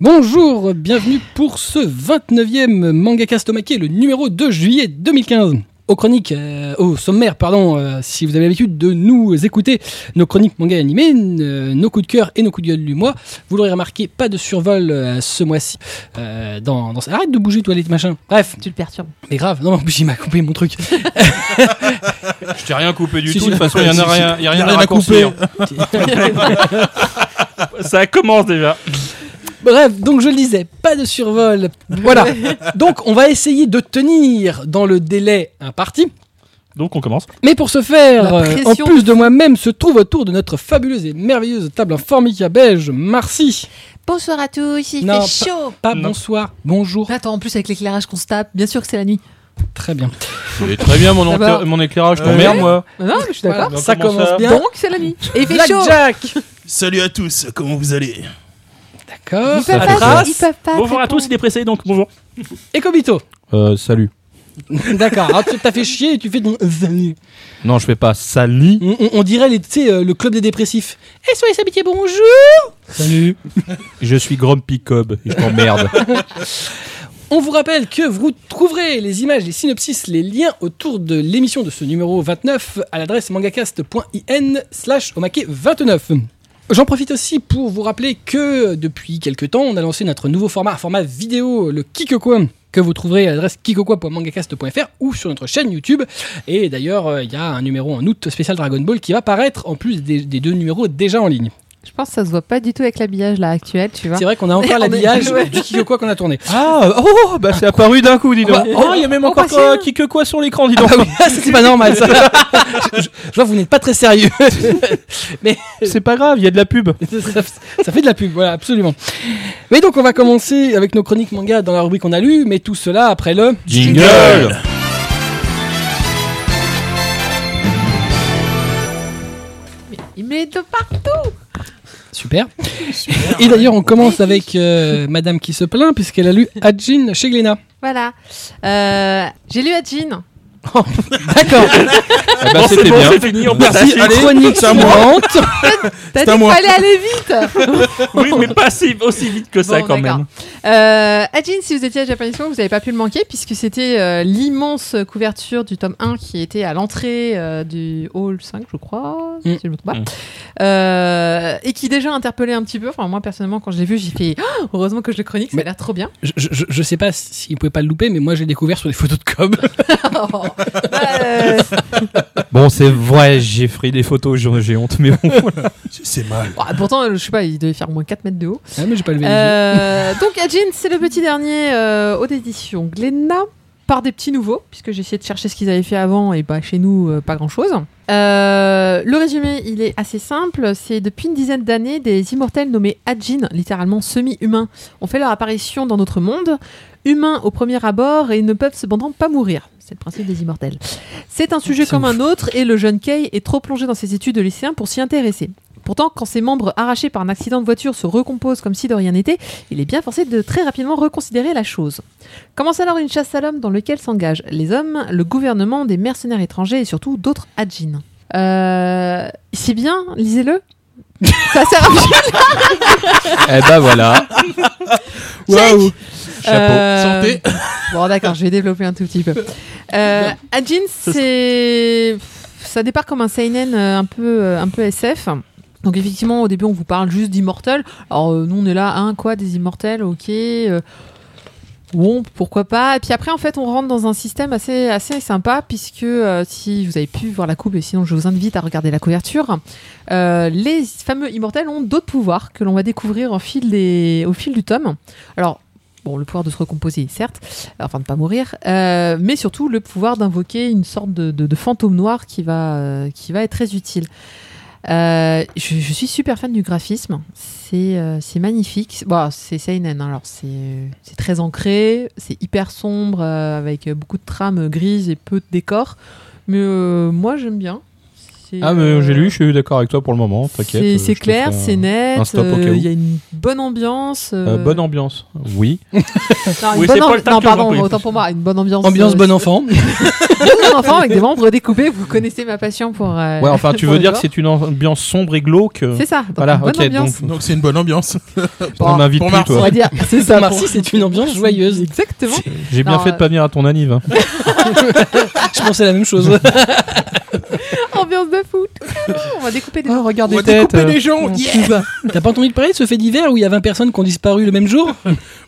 Bonjour, bienvenue pour ce 29e Manga Castomaqué, le numéro 2 juillet 2015. Aux chroniques, euh, au sommaire, pardon, euh, si vous avez l'habitude de nous écouter, nos chroniques manga animés, euh, nos coups de cœur et nos coups de gueule du mois, vous l'aurez remarqué, pas de survol euh, ce mois-ci. euh, dans, dans- Arrête de bouger, toilette, machin. Bref, Tu le perturbes. mais grave, non, en plus, il m'a coupé mon truc. Je t'ai rien coupé du Si, tout, si. de toute façon, il n'y en a rien, il y a rien, Rien à, à couper. raccourcir. Ça commence déjà. Bref, donc je le disais, pas de survol. Voilà. Donc on va essayer de tenir dans le délai imparti. Donc on commence. Mais pour ce faire, La euh, en pression. plus de moi-même, se trouve autour de notre fabuleuse et merveilleuse table informica belge, Marcy. Bonsoir à tous, il Non, fait chaud. Pas Non. bonsoir, bonjour. Attends, en plus avec l'éclairage qu'on se tape, bien sûr que c'est la nuit. Très bien. très bien, mon, D'abord. encla- mon éclairage, je Ouais. t'emmerde, moi. Ah non, mais je suis d'accord. Donc, ça comment commence ça bien. Donc c'est la nuit. Et il fait chaud. Blackjack Salut à tous, comment vous allez D'accord. Ils peuvent Ça pas, trace. ils peuvent pas. Bonjour à répondre. tous, il est pressé, donc bonjour. Et Kobito. Euh, salut. D'accord. Alors tu t'as fait chier et tu fais ton... Non, je fais pas salut. On, on- on dirait les, tu sais, euh, le club des dépressifs. Eh, soyez habitués, bonjour Salut Je suis Grumpy Cobb et je t'emmerde. On vous rappelle que vous trouverez les images, les synopsis, les liens autour de l'émission de ce numéro 29 à l'adresse mangacast.in slash omake 29. J'en profite aussi pour vous rappeler que depuis quelques temps, on a lancé notre nouveau format, un format vidéo, le Kikokwa, que vous trouverez à l'adresse kikokwa.mangacast.fr ou sur notre chaîne YouTube. Et d'ailleurs, euh, il y a un numéro en août spécial Dragon Ball qui va paraître en plus des, des deux numéros déjà en ligne. Je pense que ça se voit pas du tout avec l'habillage là actuel, tu vois. C'est vrai qu'on a encore On est- l'habillage ouais. du Kikokwa qu'on a tourné. Ah, oh, bah c'est apparu d'un coup, dis donc. Ouais. Oh, il y a même Oh, encore bah, c'est- euh, qui que quoi sur l'écran, dis donc. Ah oui, c'est pas normal ça. je, je- je vois que vous n'êtes pas très sérieux. C'est pas grave, il y a de la pub. ça, ça fait de la pub, voilà, absolument. Mais donc on va commencer avec nos chroniques manga dans la rubrique qu'on a lu, mais tout cela après le... Jingle. Il me les deux partout. Super. Et d'ailleurs on commence avec euh, Madame qui se plaint puisqu'elle a lu Adjin chez Glénat. Voilà. Euh, J'ai lu Adjin. D'accord. Ah Bon, bah c'est c'était bon, bien. c'est fini, on passe. Merci, allez, Chronique c'est à moi. suivante. T'as à dit qu'il moi. fallait aller vite. Oui, mais pas si- aussi vite que ça Bon, quand d'accord. même. Euh, Adjin, si vous étiez à Japan Expo, vous n'avez pas pu le manquer puisque c'était euh, l'immense couverture du tome 1 qui était à l'entrée euh, du hall 5, je crois, Mm. si je me trompe pas. Mm. Euh, et qui déjà interpellait un petit peu. Enfin, moi, personnellement, quand je l'ai vu, j'ai fait Ah, heureusement que je le chronique, ça Mais- a l'air trop bien. Je, je, je sais pas si vous pouvez pas le louper, mais moi j'ai découvert sur les photos de Cobb. Euh, Bon, c'est vrai, j'ai pris des photos, j'en- j'ai honte, mais bon. C'est mal. ah, pourtant, je sais pas, il devait faire au moins 4 mètres de haut. Ah, mais j'ai pas levé les yeux. Euh, donc Adjin, c'est le petit dernier euh, aux éditions Glénat par des petits nouveaux, puisque j'ai essayé de chercher ce qu'ils avaient fait avant, et bah chez nous, euh, pas grand-chose. Euh, le résumé, il est assez simple. C'est depuis une dizaine d'années, des immortels nommés Adjin, littéralement semi-humains, ont fait leur apparition dans notre monde. Humains au premier abord et ils ne peuvent cependant pas mourir. C'est le principe des immortels. C'est un sujet C'est comme un autre et le jeune Kay est trop plongé dans ses études de lycéen pour s'y intéresser. Pourtant, quand ses membres arrachés par un accident de voiture se recomposent comme si de rien n'était, il est bien forcé de très rapidement reconsidérer la chose. Commence alors une chasse à l'homme dans laquelle s'engagent les hommes, le gouvernement, des mercenaires étrangers et surtout d'autres adjins. Euh, c'est bien, lisez-le. Ça sert à rien. eh bah voilà. Waouh. Chapeau. Santé. Euh, Bon, d'accord, je vais développer un tout petit peu. Euh, Adjin, c'est. Ça départ comme un seinen euh, un peu, euh, un peu SF. Donc, effectivement, au début, on vous parle juste d'immortels. Alors, euh, nous, on est là, hein, quoi, des immortels, ok. euh, Bon, pourquoi pas. Et puis après, en fait, on rentre dans un système assez, assez sympa, puisque euh, si vous avez pu voir la coupe, et sinon, je vous invite à regarder la couverture, euh, les fameux immortels ont d'autres pouvoirs que l'on va découvrir en fil des... au fil du tome. Alors, bon, le pouvoir de se recomposer, certes enfin de pas mourir, euh, mais surtout le pouvoir d'invoquer une sorte de, de- de fantôme noir qui va, euh, qui va être très utile. Euh, je, je suis super fan du graphisme, c'est euh, c'est magnifique. Bon, c'est seinen, hein, alors c'est c'est très ancré, c'est hyper sombre euh, avec beaucoup de trames grises et peu de décors, mais euh, moi j'aime bien. c'est, Ah, mais euh, j'ai lu, je suis d'accord avec toi pour le moment, t'inquiète. c'est- euh, C'est je te clair, ferai un- c'est net. un stop au euh, cas où. Il y a une bonne ambiance. euh, euh, bonne ambiance, oui. Non, une Oui, bonne c'est pas ambi- le tacle non, non pardon, plus. autant pour moi, une bonne ambiance. Ambiance euh, bon enfant. bon enfant avec des membres découpés. Vous connaissez ma passion pour. euh, Ouais, enfin, tu pour veux les dire que gens. c'est une ambiance sombre et glauque. euh, C'est ça. donc Voilà, une bonne ok, ambiance. donc Donc c'est une bonne ambiance. on m'invite pour plus, Marseille. On toi. va dire, c'est ça. Merci, pour- c'est une ambiance joyeuse. Exactement. J'ai bien Non, fait de pas venir à ton anniv. hein. Je pensais la même chose. Ambiance de foot. On va découper des. Ah, regarde On va les têtes. découper euh. des gens. yeah. T'as pas entendu de parler de ce fait divers où il y a 20 personnes qui ont disparu le même jour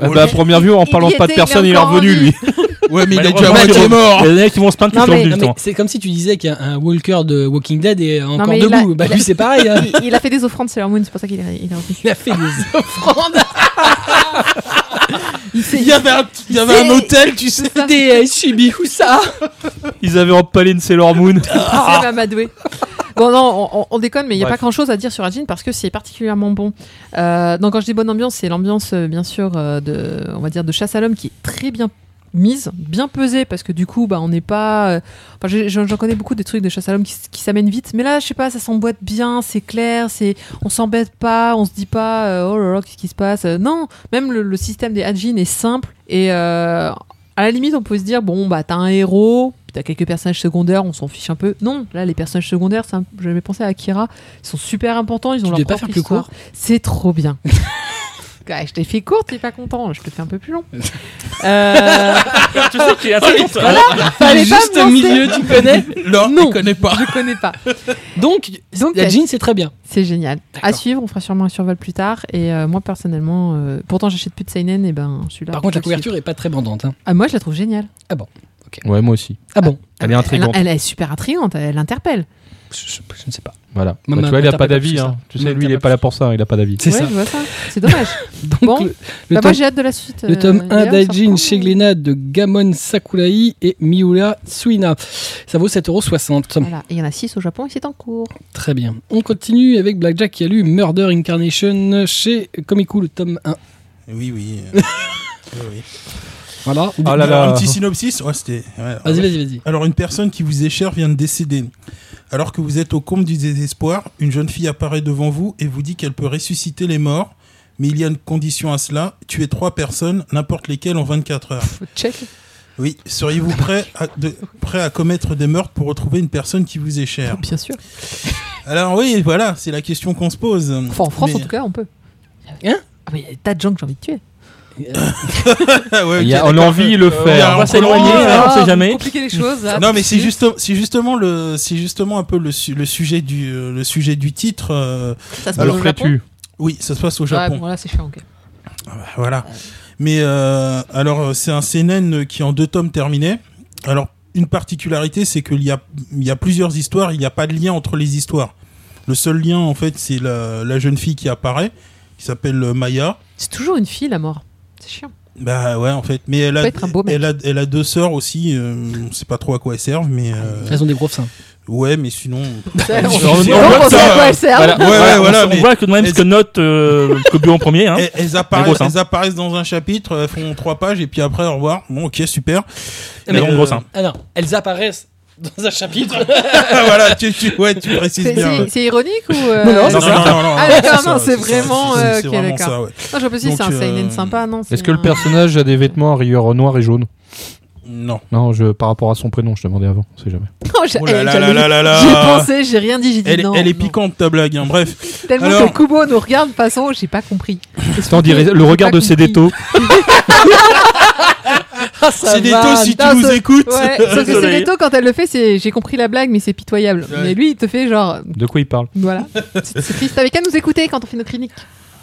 Ah bah, à première vue, en Il y parlant pas de était, personne, il est il est encore revenu, en vie. lui. Ouais, mais il est déjà à Malheureusement, il moitié est- mort. Il y en a qui vont se plaindre Non, qu'ils sont mais- du Eh, Non, mais temps. C'est comme si tu disais qu'un un walker de Walking Dead est encore mais il debout. a- bah il a- lui, c'est pareil. hein. Il, il a fait des offrandes Sailor Moon, c'est pour ça qu'il est, il est revenu. Il a fait des offrandes Il y avait un, il y avait un hôtel, tu sais. à euh, des Chibi euh, ou ça Ils avaient empalé une Sailor Moon. C'est même amadoué. Bon, non, on, on- on déconne, mais il n'y a Bref. pas grand chose à dire sur Agin parce que c'est particulièrement bon. Euh, donc, quand je dis bonne ambiance, c'est l'ambiance, euh, bien sûr, euh, de, on va dire, de chasse à l'homme qui est très bien mise, bien pesée, parce que du coup, bah, on n'est pas. euh, Enfin, j'ai- j'en j'en connais beaucoup des trucs de chasse à l'homme qui, s- qui s'amènent vite, mais là, je sais pas, ça s'emboîte bien, c'est clair, c'est, on s'embête pas, on se dit pas, euh, oh là là, qu'est-ce qui se passe Euh, Non, même le, le système des Agin est simple et euh, à la limite, on peut se dire bon bah t'as un héros, puis t'as quelques personnages secondaires, on s'en fiche un peu. Non, là les personnages secondaires, c'est un- j'avais pensé à Akira, ils sont super importants, ils ont Tu leur devais pas propre faire plus histoire. court C'est trop bien. Ouais, je t'ai fait court, t'es pas content, je te fais un peu plus long. Euh, Tu sais qu'il y a un truc. Ah, fallait pas Juste me lancer. milieu, tu connais Non, Non. je connais pas. je connais pas. Donc, Donc la t'as- jean, c'est très bien. c'est génial. À suivre, on fera sûrement un survol plus tard. Et euh, moi personnellement, euh, pourtant j'achète plus de seinen, et ben celui-là. Par contre, la je le suis. couverture est pas très bandante. hein. Ah, moi je la trouve géniale. Ouais, moi aussi. Ah bon Elle est Elle, intrigante. elle est super intrigante, elle interpelle. je, je- je ne sais pas. Voilà. Même Bah, tu un vois, il a interprète pas d'avis. c'est hein. ça. Tu sais, Même lui, il est pas là pour ça. Il a pas d'avis. C'est ouais, ça. je vois ça. C'est dommage. Donc, Bon. le, le tome, Bah, moi j'ai hâte de la suite. le euh, tome et 1 d'ailleurs, ça reprend, d'Aijin chez euh, Glénat de Gamon Sakurai et Miura Suina. Ça vaut 7,60€. Voilà, et il y en a 6 au Japon et c'est en cours. Très bien. On continue avec Blackjack qui a lu Murder Incarnation chez Comico, le tome 1. Oui, oui. euh, oui, oui. Voilà. Ah là là. Un petit synopsis. Ouais, c'était. ouais, Oh Vas-y, vas-y, vas-y. Alors, une personne qui vous est chère vient de décéder. Alors que vous êtes au comble du désespoir, une jeune fille apparaît devant vous et vous dit qu'elle peut ressusciter les morts. Mais il y a une condition à cela tuer trois personnes, n'importe lesquelles, en 24 heures. Check. Oui, seriez-vous prêt à, de- prêt à commettre des meurtres pour retrouver une personne qui vous est chère Bien sûr. Alors, oui, voilà, c'est la question qu'on se pose. Enfin, en France Mais- en tout cas, on peut. Hein Ah, mais il y a des tas de gens que j'ai envie de tuer. Euh, Ah ouais, ok, Il y a- on a d'accord. envie de le alors, faire. On va s'éloigner, Oh, hein, on sait jamais. Compliquer les choses. hein. là. Non, mais c'est juste, c'est justement le, c'est justement un peu le, su- le sujet du, euh, le sujet du titre. euh, Ça se passe Le Alors, au Japon. ferais-tu oui, ça se passe au Ouais, Japon. Ah bon, là c'est chiant, ok. Voilà. Mais euh, alors, euh, c'est un CNN qui est en deux tomes terminé. Alors, une particularité, c'est qu'il y a, il y a plusieurs histoires, il n'y a pas de lien entre les histoires. Le seul lien, en fait, c'est la, la jeune fille qui apparaît, qui s'appelle euh, Maya. C'est toujours une fille la mort. C'est chiant. Bah ouais, en fait. Mais elle Ça a, peut être un beau mec. elle a, elle a deux sœurs aussi. euh, on sait pas trop à quoi elles servent, mais euh, Elles ont des gros seins. ouais, mais sinon. On on on voit sait à quoi elle sert. Voilà, Ouais, voilà, ouais, on voilà, s- on, mais- voit que même ce que note euh, Kobu en premier. Hein. Elles, elles apparaissent, gros seins. elles apparaissent dans un chapitre, elles font trois pages et puis après au revoir. Bon, ok, super. Mais Mais en euh, gros, ça. Ah non, elles apparaissent dans un chapitre. voilà, tu, tu, ouais, tu précises C'est- bien. C'est c'est ironique ou. euh, Non, non, Non, c'est non, non, non, non, Ah, d'accord, ça, non, c'est ça, vraiment, c'est- euh, c'est ok, vraiment d'accord. ça, ouais. Non, je me suis dit, c'est un Donc, euh, seinen sympa, non c'est Est-ce que le un- personnage a des vêtements à rayures euh, noires et jaunes Non. Non, je, par rapport à son prénom, je demandais avant. On sait jamais. Oh, j'ai- Oh là eh, là j'allais- là là là là. J'y ai pensé, j'ai rien dit, j'ai dit Elle, non. elle est non. piquante ta blague, hein. bref. Tellement Alors- que Kubo nous regarde, de toute façon, j'ai pas compris. Tant dire, J'ai le regard pas de ses compris. détos. Ah, ça C'est des va. taux si tu non, nous ça- écoutes. Ouais, sauf que Désolé. Céléto, quand elle le fait, c'est j'ai compris la blague, mais c'est pitoyable. Ouais. Mais lui, il te fait genre, De quoi il parle voilà. C'est c'est triste. T'avais qu'à nous écouter quand on fait nos cliniques.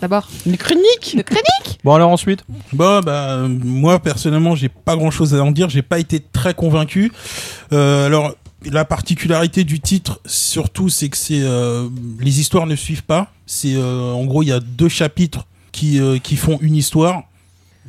D'abord. Une chronique Nos cliniques Bon, alors ensuite Bon, bah, euh, moi, personnellement, j'ai pas grand chose à en dire. J'ai pas été très convaincu. Euh, alors, la particularité du titre, surtout, c'est que c'est, euh, les histoires ne suivent pas. C'est, euh, en gros, il y a deux chapitres qui, euh, qui font une histoire.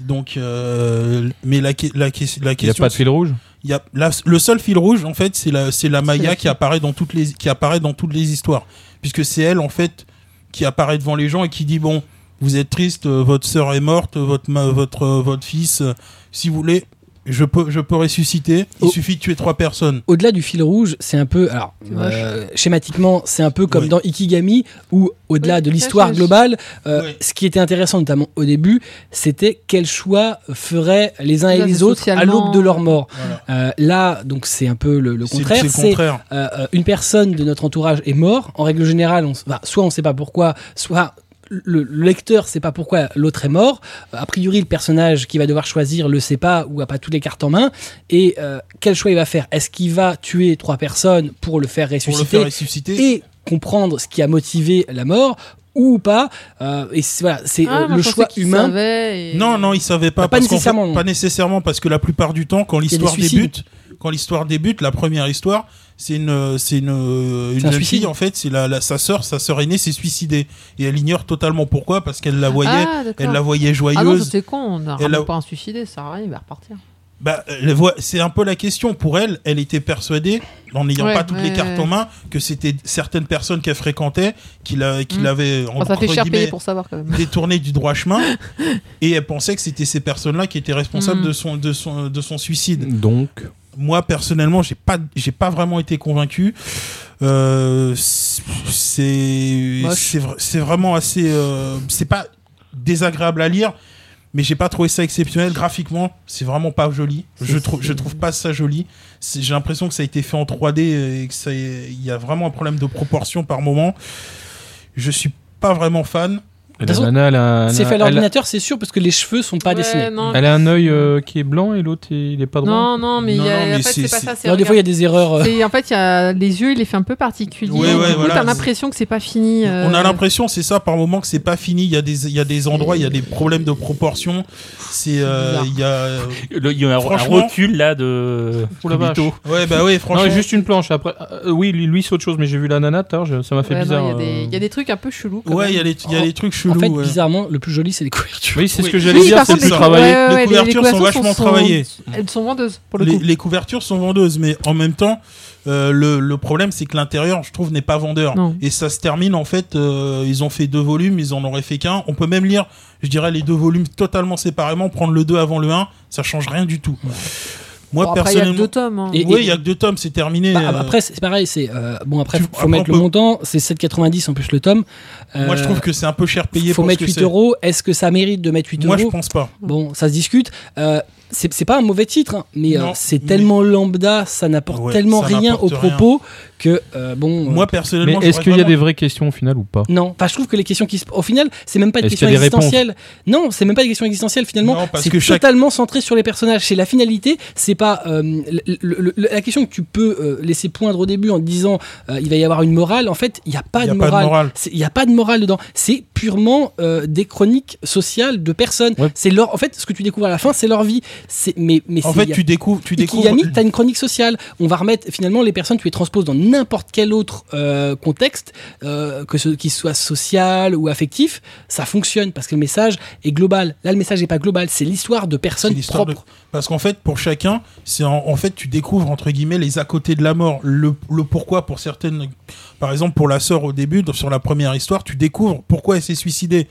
Donc, euh, mais la, que- la, que- la Il n'y a question. pas de fil rouge Il y a la- le seul fil rouge en fait, c'est la c'est la Maya qui apparaît dans toutes les qui apparaît dans toutes les histoires puisque c'est elle en fait qui apparaît devant les gens et qui dit bon, vous êtes triste, euh, votre sœur est morte, votre ma- votre euh, votre fils euh, si vous voulez je peux, je peux ressusciter. Il Oh. suffit de tuer trois personnes. Au-delà du fil rouge, c'est un peu, alors moche. euh, schématiquement, c'est un peu comme Oui. dans Ikigami, où au-delà Oui, de ça, l'histoire je- globale, euh, Oui. ce qui était intéressant notamment au début, c'était quel choix feraient les uns et Là, les c'est autres à socialement- l'aube de leur mort. Voilà. Euh, là, donc c'est un peu le, le C'est- contraire. C'est le C'est contraire. euh, euh, une personne de notre entourage est mort. En règle générale, on, s- enfin, soit on ne sait pas pourquoi, soit le, le lecteur ne sait pas pourquoi l'autre est mort. Euh, a priori, le personnage qui va devoir choisir le sait pas ou a pas toutes les cartes en main. Et euh, quel choix il va faire Est-ce qu'il va tuer trois personnes pour le faire Pour le ressusciter faire ressusciter. et comprendre ce qui a motivé la mort ou pas Euh, Et c'est- voilà, c'est Ah, euh, moi, le je pensais choix qu'il humain. savait et- Bah, Non, non, il savait Ah, pas. pas parce qu'en fait- nécessairement, non. pas nécessairement, parce que la plupart du temps, quand y a des l'histoire suicides. débute, quand l'histoire débute, la première histoire, c'est une, euh, c'est une, euh, une un jeune suicide. fille, en fait, c'est la, la- sa sœur, sa sœur aînée s'est suicidée et elle ignore totalement pourquoi, parce qu'elle la voyait, Ah, elle d'accord. la voyait Ah non, joyeuse. c'était con, on n'a Et là- pas un suicidé, ça sert à rien, il va repartir. Bah, elle voit- c'est un peu la question pour elle. Elle était persuadée, en n'ayant Ouais, pas toutes ouais, les cartes ouais. en main, que c'était certaines personnes qu'elle fréquentait, qui la- qui Mm. l'avaient Enfin, ça fait entre cher payer guillemets, pour savoir quand même. détournée du droit chemin et elle pensait que c'était ces personnes-là qui étaient responsables Mm. de son de son de son suicide. Donc, Moi personnellement, j'ai pas j'ai pas vraiment été convaincu. Euh, c'est Moche. c'est vra- c'est vraiment assez euh, c'est pas désagréable à lire. Mais j'ai pas trouvé ça exceptionnel graphiquement, c'est vraiment pas joli. Je trouve je trouve pas ça joli. C'est- J'ai l'impression que ça a été fait en 3D et que ça il y a vraiment un problème de proportion par moment. Je suis pas vraiment fan. la façon, nana, elle a, un- C'est fait à elle a- l'ordinateur, c'est sûr, parce que les cheveux sont pas Ouais, dessinés. Non, elle a un œil euh, qui est blanc et l'autre il est pas droit. non, non, mais, il Non, y a- non, mais en fait, c'est- c'est pas c'est- ça. c'est Alors, des fois, il y a des erreurs. euh, C'est- en fait, il y a les yeux, il les fait un peu particulier. Ouais, du ouais, coup, voilà. t'as l'impression que c'est pas fini. euh, On a l'impression, c'est ça, par moment que c'est pas fini. Il y a des, il y a des endroits, il y a des problèmes de proportion. C'est, euh, C'est il y a, euh, Le- Il y a un, un Franchement- recul là de. Oh la vache. Kubito. ouais, bah ouais, Non, franchement. juste une planche. Après, euh, oui, lui, lui, c'est autre chose, mais j'ai vu la nana tout à l'heure, je- ça m'a fait ouais, bizarre. non, Il y a des- euh. il y, a des trucs un peu chelous. quand Ouais, même. il y a les, il y a les trucs chelous. en fait, ouais. bizarrement, le plus joli, c'est les couvertures. Oui, c'est Oui. ce que j'allais Oui, dire, par c'est contre, plus les- travaillé. ouais, ouais, Les couvertures sont vachement travaillées. Elles sont vendeuses pour le les, coup. les couvertures sont vendeuses, mais en même temps, euh, le, le problème, c'est que l'intérieur, je trouve, n'est pas vendeur. Non. Et ça se termine, en fait, euh, ils ont fait deux volumes, ils en auraient fait qu'un. On peut même lire, je dirais, les deux volumes totalement séparément, prendre le 2 avant le 1, ça change rien du tout. Moi, Bon, après, il y a personnellement. deux tomes. hein. Et- oui, il y a que deux tomes, c'est terminé. Bah, euh, Après, c'est pareil, c'est euh, bon. Après, tu- faut après, mettre le on peut- montant, c'est 7,90 en plus le tome. Euh, Moi, je trouve que c'est un peu cher payé faut pour mettre ce que 8 c'est. euros. Est-ce que ça mérite de mettre 8 Moi, je euros pense pas. Bon, ça se discute. Euh, c'est c'est pas un mauvais titre, hein, mais euh, Non, c'est mais- tellement lambda, ça n'apporte Ouais, tellement ça rien au n'apporte rien. propos que euh, bon. euh, Moi, Mais personnellement, est-ce j'aurais qu'il y a vraiment- des vraies questions au final ou pas non, enfin, je trouve que les questions qui se... au final, c'est même pas des Est-ce questions qu'il y a des existentielles. Non, c'est même pas des questions existentielles finalement. Non, parce C'est que chaque- totalement centré sur les personnages. C'est la finalité. C'est pas euh, le- le- le- la question que tu peux euh, laisser poindre au début en te disant euh, il va y avoir une morale. En fait, il n'y a pas, Il y de, a pas de morale. morale. C'est- Il n'y a pas de morale dedans. C'est purement euh, des chroniques sociales de personnes. Ouais. C'est leur. En fait, ce que tu découvres à la fin, c'est leur vie. C'est mais mais En c'est- fait, il y a- tu découvres, tu découvres. Ikigami, t'as une chronique sociale. On va remettre finalement les personnes, tu les transposes dans n'importe quel autre euh, contexte, euh, que ce qu'il soit social ou affectif, ça fonctionne parce que le message est global. Là, le message n'est pas global, c'est l'histoire de C'est personnes l'histoire propres. de- Parce qu'en fait, pour chacun, c'est en, en fait, tu découvres entre guillemets les à côté de la mort, le, le pourquoi pour certaines. Par exemple, pour la sœur au début, dans- sur la première histoire, tu découvres pourquoi elle s'est suicidée,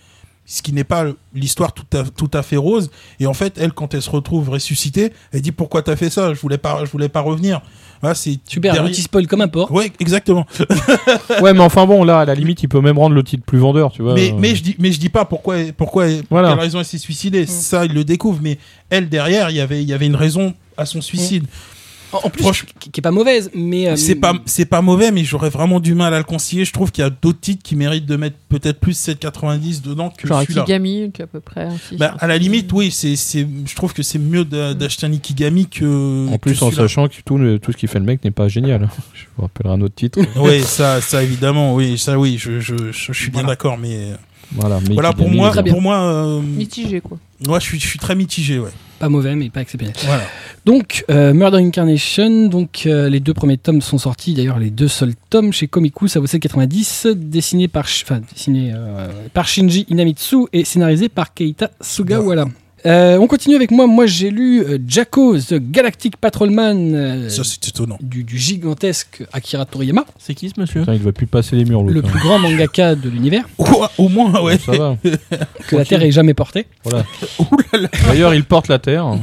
ce qui n'est pas l'histoire tout à, tout à fait rose. Et en fait, elle, quand elle se retrouve ressuscitée, elle dit pourquoi t'as fait ça Je voulais pas, je voulais pas revenir. Voilà, c'est Super, derrière- un petit spoil comme un porc. Ouais, exactement. Ouais, mais enfin bon, là, à la limite, il peut même rendre le titre plus vendeur, tu vois. mais, Euh, mais je dis mais je dis pas pourquoi pourquoi pour Voilà. quelle raison elle s'est suicidée ça il le découvre mais elle derrière il y avait il y avait une raison à son suicide En, en plus, Franchement- qui, qui est pas mauvaise, mais euh, c'est pas c'est pas mauvais mais j'aurais vraiment du mal à le concilier je trouve qu'il y a d'autres titres qui méritent de mettre peut-être plus 7,90 dedans que Genre celui-là Akigami, qui est à peu près. aussi, Bah, c'est à la un- limite oui c'est c'est je trouve que c'est mieux d'a- d'acheter un Ikigami que En plus, que en celui-là. sachant que tout, le- tout ce qu'il fait le mec n'est pas génial. Je vous rappellerai un autre titre. oui ça ça évidemment oui ça oui je je, je, je suis bien d'accord mais euh, Voilà, mais voilà pour Ikigami, moi il est- hein. pour moi euh, Mitigé, quoi. moi je suis je suis très mitigé ouais pas mauvais, mais pas exceptionnel. voilà Donc, euh, Murder Incarnation, donc euh, les deux premiers tomes sont sortis, d'ailleurs les deux seuls tomes chez Komiku, ça vaut 7,90, dessiné par, Sh- enfin, dessiné, euh, par Shinji Inamitsu et scénarisé par Keita Sugawara. Euh, on continue avec moi. Moi, j'ai lu euh, Jacko, The Galactic Patrolman euh, Ça, c'est étonnant. du, du gigantesque Akira Toriyama, C'est qui ce monsieur Putain, il ne va plus passer les murs, le l'autre. plus grand mangaka de l'univers, Ouah, au moins, hein. Ah ouais. Ça va. que la Terre ait jamais porté. D'ailleurs, il porte la terre.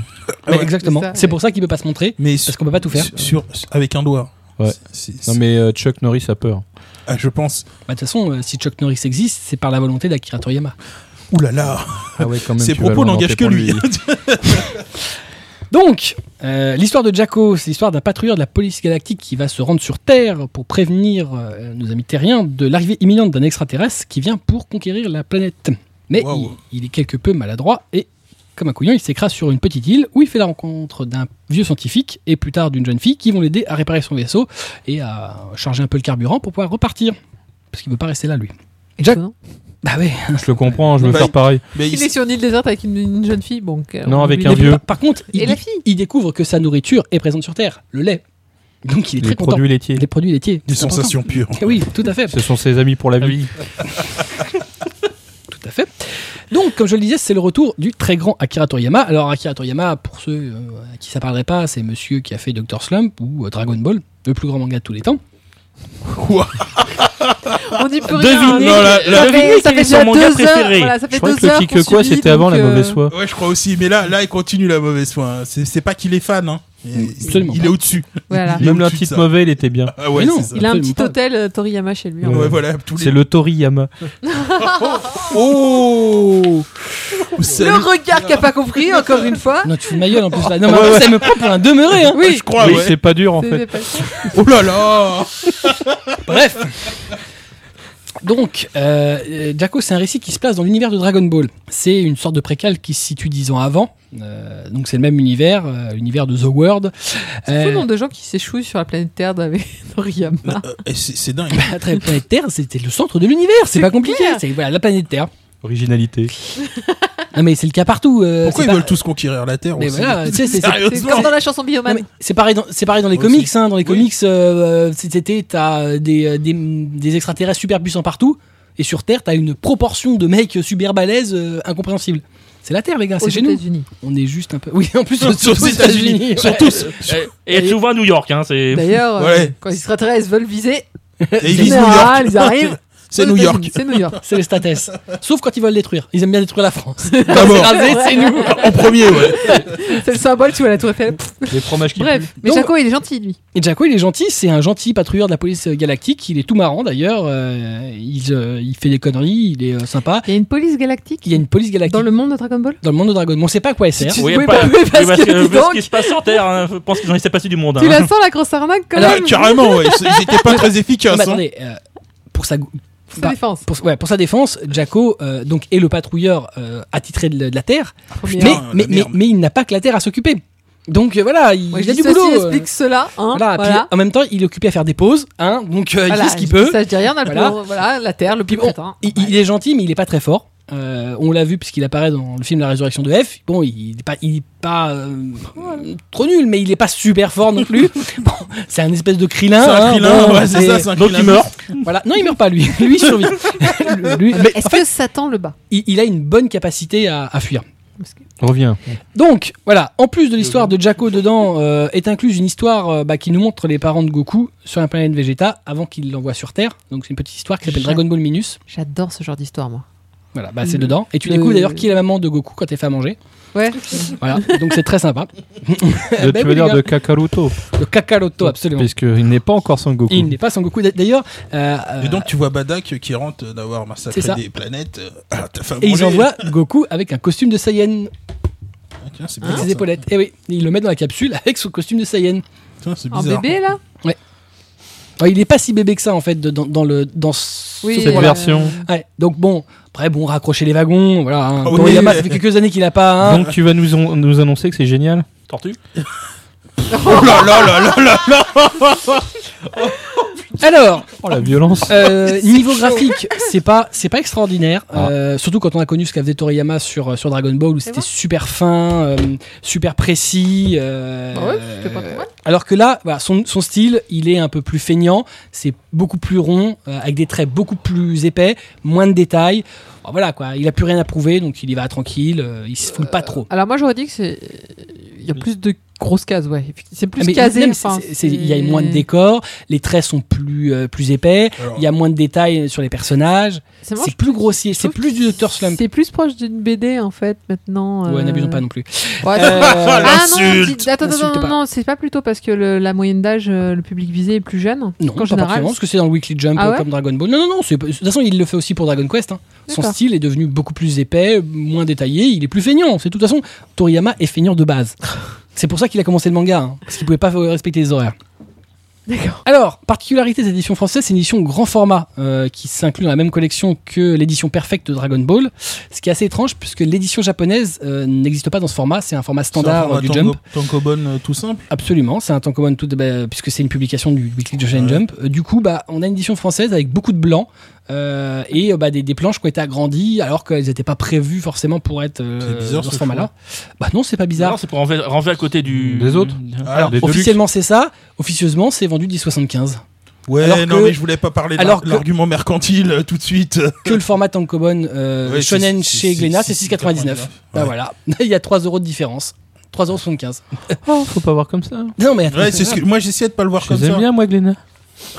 Mais ouais, exactement. c'est ça, C'est ouais. pour ça qu'il peut pas se montrer, Mais parce qu'on peut pas tout faire. sur- sur- avec un doigt. Ouais. C'est- c'est- Non, mais euh, Chuck Norris a peur. ah, je pense. Bah, De toute façon, euh, si Chuck Norris existe, c'est par la volonté d'Akira Toriyama. Ouh là là. Ah ouais, quand même, Ses tu vas propos loin dans n'engagent tes que points de lui. vue. Donc, euh, l'histoire de Jacko, c'est l'histoire d'un patrouilleur de la police galactique qui va se rendre sur Terre pour prévenir euh, nos amis terriens de l'arrivée imminente d'un extraterrestre qui vient pour conquérir la planète. Mais Waouh. il, il est quelque peu maladroit et, comme un couillon, il s'écrase sur une petite île où il fait la rencontre d'un vieux scientifique et plus tard d'une jeune fille qui vont l'aider à réparer son vaisseau et à charger un peu le carburant pour pouvoir repartir. Parce qu'il veut pas rester là, lui. Jack- Étonnant. Bah oui. Je le comprends, je veux Bah, faire pareil. Mais Il il- est sur une île déserte avec une, une jeune fille. Bon, euh, Non, on avec lui un dit- vieux. Par, par contre, Et il, la fille il découvre que sa nourriture est présente sur Terre, le lait. Donc il est Les très content. produits laitiers. Les produits laitiers. Des c'est important. sensations pures. Eh Oui, tout à fait, Ce sont ses amis pour Ah la vie. tout à fait. Donc, comme je le disais, c'est le retour du très grand Akira Toriyama. Alors, Akira Toriyama, pour ceux euh, à qui ça parlerait pas, c'est monsieur qui a fait Doctor Slump ou euh, Dragon Ball, le plus grand manga de tous les temps. On dit plus Devinez- rien. hein. Non, la- la- ça fait, devinez ça quel fait est son déjà manga deux préféré. heures. Voilà, ça fait Je crois deux que le heures kick qu'on quoi, subit, c'était avant donc, la euh, mauvaise foi. Ouais, je crois aussi. Mais là, là, il continue la mauvaise foi. hein. C'est c'est pas qu'il est fan. hein. Il- Absolument Il pas. est au-dessus. Voilà. Il est Même au-dessus la de petite ça. mauvais, il était bien. Ah ouais, Mais non. c'est ça. Il a un Absolument petit pas. hôtel euh, Toriyama chez lui. hein. Ouais. Ouais, voilà, tous les- C'est le Toriyama. Oh Le Salut. regard qui a pas compris, encore une fois. Non, tu fous de ma gueule en plus là. Non, Ah, mais en plus, elle me prend pour un demeuré. Hein. Je crois, Mais ouais. c'est pas dur en fait. C'est pas ça. Oh là là Bref. Donc, euh, euh, Jacko, c'est un récit qui se place dans l'univers de Dragon Ball. C'est une sorte de préquel qui se situe dix ans avant. Euh, donc, c'est le même univers, euh, l'univers de The World. C'est fou le Euh, nombre de gens qui s'échouent sur la planète Terre avec Toriyama. Ah. Euh, et C'est c'est dingue. la planète Terre, c'était le centre de l'univers. C'est C'est pas compliqué. clair. C'est voilà, la planète Terre. Originalité. Non mais c'est le cas partout. euh, Pourquoi c'est ils pas- veulent tous conquérir la Terre Mais aussi voilà, tu sais, c'est- c'est- C'est comme Sérieusement dans la chanson Non, Bioman. mais c'est pareil dans c'est pareil dans les Aussi. comics. hein, dans les Oui. comics, euh, c'était t'as des, euh, des des extraterrestres super puissants partout et sur Terre t'as une proportion de mecs super balèzes euh, incompréhensibles. C'est la Terre les gars, aux c'est chez nous. États-Unis. On est juste un peu. Oui, en plus Sur- surtout sur les États-Unis, ouais. sur tous. Et, et souvent à New York, hein, c'est. D'ailleurs, euh, Ouais. quand les extraterrestres veulent viser, Et ils en visent New York. général, ils arrivent. C'est aux New York. États-Unis, C'est New York. C'est les statesses. Sauf quand ils veulent détruire. Ils aiment bien détruire la France. Quand D'abord. c'est rasé, c'est nous. En premier, ouais. C'est le symbole, tu vois, la tour Eiffel. Les fromages qui Bref, mais Donc- Jaco, il est gentil, lui. Et Jacko, il est gentil, c'est un gentil patrouilleur de la police galactique. Il est tout marrant d'ailleurs. euh, il, euh, il fait des conneries, il est euh, sympa. Il y a une police galactique Il y a une police galactique dans le monde de Dragon Ball. dans le monde de Dragon. Ball. On sait pas à quoi elle sert. Si, si. Oui, Oui, pas- bah, parce oui, parce que, que, dis vu donc. ce qui se passe sur Terre, hein, je pense qu'ils ont laissé passer du monde. Tu hein. la sens, la grosse arnaque, quand Alors, Ah, même. carrément, ouais. Ils ils étaient pas très Non, efficaces. mais hein. attendez, euh, pour, sa, Sous bah, défense. pour, ouais, pour sa défense, Jacko euh, donc, est le patrouilleur euh, attitré de, la- de la Terre, Première. mais, Ah, la mais, mais, merde. mais il n'a pas que la Terre à s'occuper. Donc euh, voilà, il, Moi, il je a dis du ceci boulot. euh, explique cela. Hein, voilà, voilà. puis en même temps, il est occupé à faire des pauses, hein, donc euh, Voilà, il fait ce qu'il je peut. dis Ça, je dis rien, on a le Voilà. plan, voilà, la Terre, le Puis plus bon, crétin. Il, il est gentil, mais il est pas très fort. Euh, on l'a vu puisqu'il apparaît dans le film La Résurrection de F. Bon, il n'est pas, il est pas euh, trop nul, mais il est pas super fort non plus. Bon, c'est un espèce de C'est krilin. hein, bon, un crillin, ouais, c'est mais- ça, c'est un Donc crillin. il meurt. Voilà. Non, il meurt pas lui. Lui il survit. Lui- mais Est-ce que Satan le bat il, il a une bonne capacité à, à fuir. Parce que- Reviens. Donc, voilà, en plus de l'histoire de Jacko dedans, euh, est incluse une histoire euh, bah, qui nous montre les parents de Goku sur la planète Vegeta avant qu'il l'envoie sur Terre. Donc, c'est une petite histoire qui s'appelle Jacques. Dragon Ball Minus. J'adore ce genre d'histoire, moi. Voilà, bah, c'est Le- dedans. Et tu le- découvres d'ailleurs qui est la maman de Goku quand elle fait à manger. Ouais. Voilà, donc c'est très sympa. De- Ben tu oui, veux dire les de Kakaruto Le Kakaroto, absolument. Puisqu'il n'est pas encore Son Goku. Il n'est pas Son Goku. D'ailleurs, euh, euh, Et donc tu vois Badak qui rentre d'avoir C'est ça. massacré des planètes. euh, Ah, t'as fait à et ils manger. envoient Goku avec un costume de Saiyan, Ah, tiens, avec c'est bizarre. ses ça. épaulettes. Et oui, ils le mettent dans la capsule avec son costume de Saiyan. Tiens, c'est En bizarre. bébé, là Ouais, il est pas si bébé que ça en fait de- dans, dans le dans ce- Oui. Cette euh, version. Ouais, donc bon, après bon, raccrocher les wagons, voilà. hein. Ah oui. Toriyama, ça fait quelques années qu'il a pas. hein. Donc tu vas nous, on- nous annoncer que c'est génial Tortue. Oh là là là là là là Alors, Oh la violence euh, niveau graphique, c'est pas c'est pas extraordinaire, euh, surtout quand on a connu ce qu'a fait Toriyama sur sur Dragon Ball où c'était bon super fin, euh, super précis. euh, Bah ouais, c'était pas trop mal. alors que là, voilà, son, son style, il est un peu plus feignant, c'est beaucoup plus rond, euh, avec des traits beaucoup plus épais, moins de détails. Bon, voilà quoi, il a plus rien à prouver, donc il y va tranquille, euh, il se foule pas trop. Alors moi j'aurais dit que c'est il y a plus de grosses cases ouais. C'est plus Ah, mais- casé. non, mais c'est- enfin, c'est- c'est- Il y a c'est- moins de décors, les traits sont plus, euh, plus épais, Alors, il y a moins de détails sur les personnages, C'est marrant, c'est plus grossier, c'est trouve plus du Dr Slump. C'est plus proche d'une BD en fait maintenant. Ouais, euh, n'abusons pas non plus. ouais, Euh, Ah non, L'insulte. dis- attends, attends, N'insulte non, pas. non, c'est pas plutôt parce que le- la moyenne d'âge, euh, le public visé est plus jeune. Non, qu'en pas général. particulièrement, parce que c'est dans le Weekly Jump Ah euh, ouais comme Dragon Ball. Non, non, non, c'est pas- de toute façon, il le fait aussi pour Dragon Quest. hein. Son D'accord. style est devenu beaucoup plus épais, moins détaillé, il est plus feignant. C'est de toute façon, Toriyama est feignant de base. C'est pour ça qu'il a commencé le manga, hein, parce qu'il pouvait pas euh, respecter les horaires. D'accord. Alors, particularité de cette édition française, c'est une édition grand format euh, qui s'inclut dans la même collection que l'édition perfecte de Dragon Ball, ce qui est assez étrange puisque l'édition japonaise euh, n'existe pas dans ce format, c'est un format c'est un standard format euh, du tango- Jump. Tankobon euh, tout simple. Absolument, c'est un Tankobon tout bah, puisque c'est une publication du Weekly Shonen Ouais. Jump. Euh, Du coup, bah, on a une édition française avec beaucoup de blanc euh, et euh, bah, des, des planches qui ont été agrandies alors qu'elles n'étaient pas prévues forcément pour être euh, C'est bizarre, dans ce ce format-là. Bah non, c'est pas bizarre. Alors, c'est pour en faire- renlever à côté du. Des autres Alors, Des Deluxe. Officiellement, c'est ça. Officieusement, c'est vendu 10,75. ouais, alors non, que- mais je voulais pas parler de alors l'ar- que- l'argument mercantile euh, tout de suite. Que le format Tankobon euh, Ouais, c'est- Shonen c'est- chez c'est- Glénat, c'est c'est 6,99. 6,99. Bah Ouais. voilà, il y a 3 euros de différence. 3,75€. Oh, faut pas voir comme ça. Non mais, attends. Ouais, c'est ce que- moi j'essayais de pas le voir Je comme les ça. aime bien, moi, Glénat.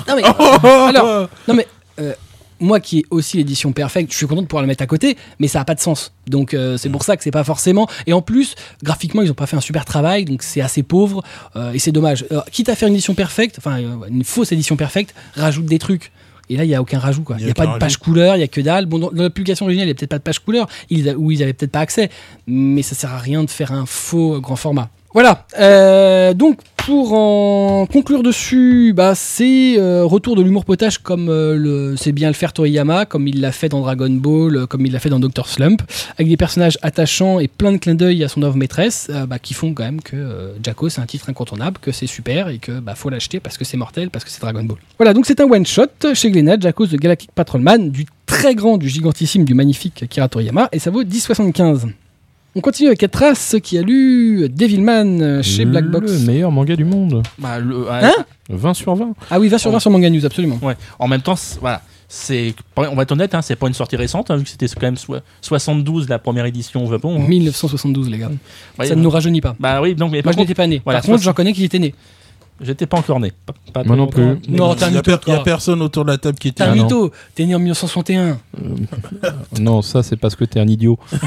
Non, mais- Oh, oh, Alors, non mais euh, moi qui ai aussi l'édition perfecte, je suis content de pouvoir la mettre à côté, mais ça n'a pas de sens. Donc euh, c'est pour ça que c'est pas forcément. Et en plus, graphiquement, ils n'ont pas fait un super travail, donc c'est assez pauvre euh, et c'est dommage. Alors, quitte à faire une édition perfecte, enfin euh, une fausse édition perfecte, rajoute des trucs. Et là, il n'y a aucun rajout. quoi. Il n'y a, pas aucun de page couleur, il n'y a que dalle. Bon, dans, dans la publication originale, il n'y a peut-être pas de page couleur, ils, a- ou ils n'avaient peut-être pas accès. Mais ça sert à rien de faire un faux euh, grand format. Voilà. Euh, donc, pour en conclure dessus, bah, c'est euh, retour de l'humour potage comme euh, le sait bien le faire Toriyama, comme il l'a fait dans Dragon Ball, euh, comme il l'a fait dans Doctor Slump, avec des personnages attachants et plein de clins d'œil à son œuvre maîtresse, euh, bah, qui font quand même que euh, Jacko c'est un titre incontournable, que c'est super et que bah, faut l'acheter parce que c'est mortel, parce que c'est Dragon Ball. Voilà, donc c'est un one shot chez Glénat, Jacko de Galactic Patrolman, du très grand, du gigantissime, du magnifique Kira Toriyama, et ça vaut 10,75. On continue avec Atras qui a lu Devilman euh, chez Black Box. Le meilleur manga du monde. Bah, le- ouais. Hein 20 sur 20. Ah oui, va sur, va sur Manga News, absolument. Ouais. En même temps, c'est- voilà. C'est, on va être honnête, hein, c'est pas une sortie récente, hein, vu que c'était quand même soi- 72 la première édition au Japon. hein. 1972, les gars. Ouais, ça ne nous rajeunit pas. Bah oui, donc mais Moi, par je contre, n'étais pas né. voilà, Par contre, soixante- j'en connais qui étaient nés. j'étais pas encore né. Pas- pas Moi non trop longtemps. plus. Non, t'as il y un a, per- il y a mytho. personne autour de la table qui était. T'as un Ah non. mytho. T'es né en 1961. Non, ça, c'est parce que t'es un idiot. Non,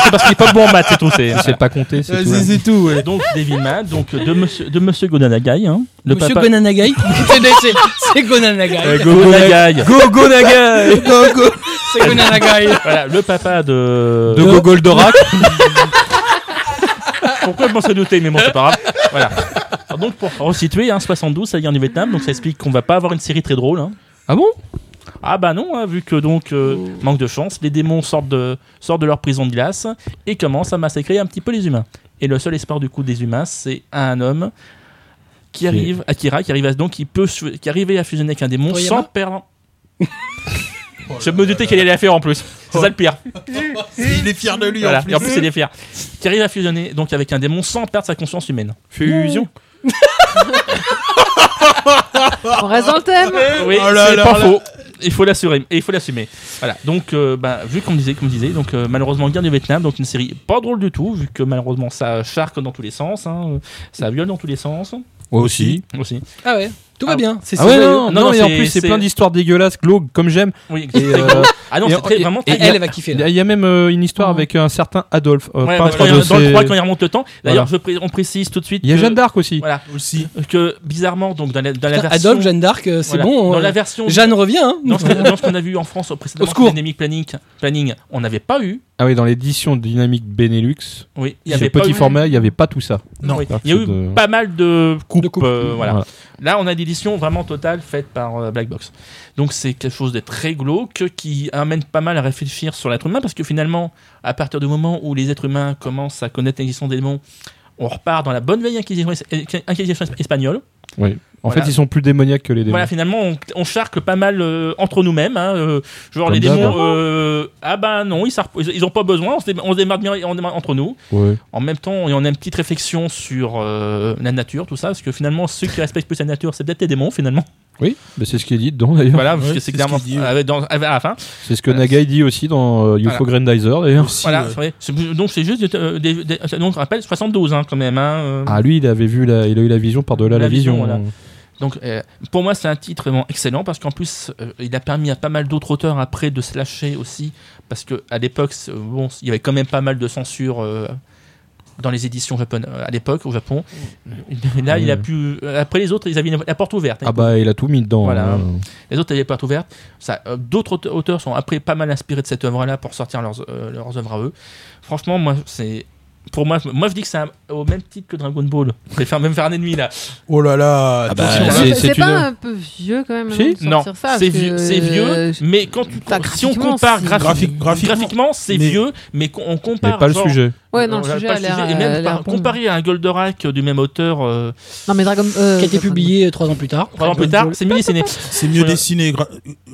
c'est parce qu'il est pas bon en maths, c'est tout. C'est, Tu sais pas compter, c'est Euh, tout. c'est c'est tout. ouais. Et donc Devilman, donc de Monsieur, de monsieur Gonanagai, hein, le Monsieur papa Gonanagai. C'est- c'est- c'est Gonanagai. Gonanagai, Go, go, Naga Go, go. C'est Gonanagai. voilà, le papa de. De Gogoldorak. Pourquoi je m'en suis douté, mais bon, c'est pas grave. Voilà. Alors Donc pour resituer, hein, 72, ça vient du Vietnam, donc ça explique qu'on va pas avoir une série très drôle. hein. Ah bon Ah bah non, hein, vu que donc euh, manque de chance, les démons sortent de, sortent de leur prison de glace et commencent à massacrer un petit peu les humains. Et le seul espoir du coup des humains, c'est un homme qui arrive, Akira, qui arrive à donc qui peut su- qui arrivait à fusionner avec un démon Toriyama sans perdre. Je me doutais qu'elle allait la faire en plus. C'est ça le pire. Il est fier de lui Voilà. Oh. en plus. Et en plus, il est fier. Qui arrive à fusionner donc avec un démon sans perdre sa conscience humaine. Fusion. On reste dans le thème. Oui, Oh là c'est là pas là. faux. Il faut l'assurer et il faut l'assumer. Voilà. Donc, euh, bah, vu qu'on disait, comme disait, donc euh, malheureusement guerre du Vietnam, donc une série pas drôle du tout, vu que malheureusement ça charque dans tous les sens, hein, euh, ça viole dans tous les sens Moi aussi. aussi. Ah ouais. Tout va Ah bien. C'est Ah ouais, sérieux. Non, non, non, non, et en c'est- plus, c'est c'est- plein d'histoires dégueulasses, glauques, comme j'aime. Oui, Et, c'est très euh, gros. ah non, et- c'est très et- vraiment. Et très- il y a- elle, elle va kiffer. Il y là. a- il y a même euh, une histoire Oh. avec un certain Adolphe. euh, Ouais, peintre quand il- de dans le ses- 3 quand il remonte le temps. D'ailleurs, je pré- on précise tout de suite. Il y a que- Jeanne d'Arc aussi. Voilà. Aussi. Que bizarrement, donc dans la, dans la Putain, version. Adolphe, Jeanne d'Arc, euh, c'est voilà, bon. Dans euh, la version. Jeanne revient. hein. Dans ce, que- dans ce qu'on a vu en France euh, précédemment, Au secours. Dynamic Planning, planning on n'avait pas eu. Ah oui, dans l'édition Dynamique Benelux, Oui, il y chez avait pas petit eu. format, il n'y avait pas tout ça. Non. Oui, Parce Il y a eu que de- pas mal de coupes. De coupes. euh, voilà. Voilà. Là, on a l'édition vraiment totale faite par euh, Black Box. Donc, c'est quelque chose de très glauque qui amène pas mal à réfléchir sur l'être humain parce que finalement, à partir du moment où les êtres humains commencent à connaître l'existence des démons, on repart dans la bonne vieille inquisition, euh, es- inquisition es- espagnole. Oui. En Voilà. fait, ils sont plus démoniaques que les démons. Voilà, finalement, on, on charque pas mal euh, entre nous-mêmes. hein, euh, genre, Comme hein. les démons, d'hab. euh, ah bah non, ils, sarp- ils- ils ont pas besoin, on se, dé- on se démarre bien on se démarre entre nous. Ouais. En même temps, on a une petite réflexion sur euh, la nature, tout ça, parce que finalement, ceux qui respectent plus la nature, c'est peut-être les démons, finalement. Oui, bah, c'est ce qui est dit dedans d'ailleurs. Voilà, parce Ouais, que c'est c'est ce clairement. qu'il dit, ouais. euh, dans- à la fin. C'est ce que Euh, Nagai dit aussi dans euh, UFO Grandizer d'ailleurs. Aussi, Voilà, ouais. ouais. C'est- donc c'est juste. euh, des- des- donc, on rappelle 72 hein, quand même. hein, euh. Ah, lui, il avait vu la, il a eu la vision par-delà la, La vision. vision, voilà. Donc, euh, pour moi, c'est un titre vraiment excellent parce qu'en plus, euh, il a permis à pas mal d'autres auteurs après de se lâcher aussi. Parce qu'à l'époque, c'est- euh, bon, il y avait quand même pas mal de censure euh, dans les éditions japonaises à l'époque au Japon. Et là, il a Mm. pu. euh, Après les autres, ils avaient une- la porte ouverte. hein. Ah bah, il a tout mis dedans. Voilà. hein. Les autres avaient la porte ouverte. Ça, euh, d'autres aute- auteurs sont après pas mal inspirés de cette œuvre-là pour sortir leurs, euh, leurs œuvres à eux. Franchement, moi, c'est. Pour moi, moi je dis que c'est un- au même titre que Dragon Ball. Je vais faire, même faire un ennemi là. Oh là là. Ah bah, attention. c'est- C'est c'est c'est pas une- un peu vieux quand même Si. avant de Non, sortir ça, c'est parce vieux, que, c'est euh, vieux, mais quand tu, Bah, si on graphiquement, compare c'est- Graphique- graphiquement, graphiquement, graphiquement, c'est mais- vieux, mais qu'on- on compare. Mais pas le genre, sujet. Ouais, non, le euh, sujet pas a l'air. sujet, et a même l'air par- bon. comparé à un Goldorak euh, du même auteur, euh, Non, mais Dragon. euh, qui a été Dragon- publié euh, trois ans plus tard. trois ans plus tard, c'est mieux dessiné. C'est mieux Voilà. dessiné. gra-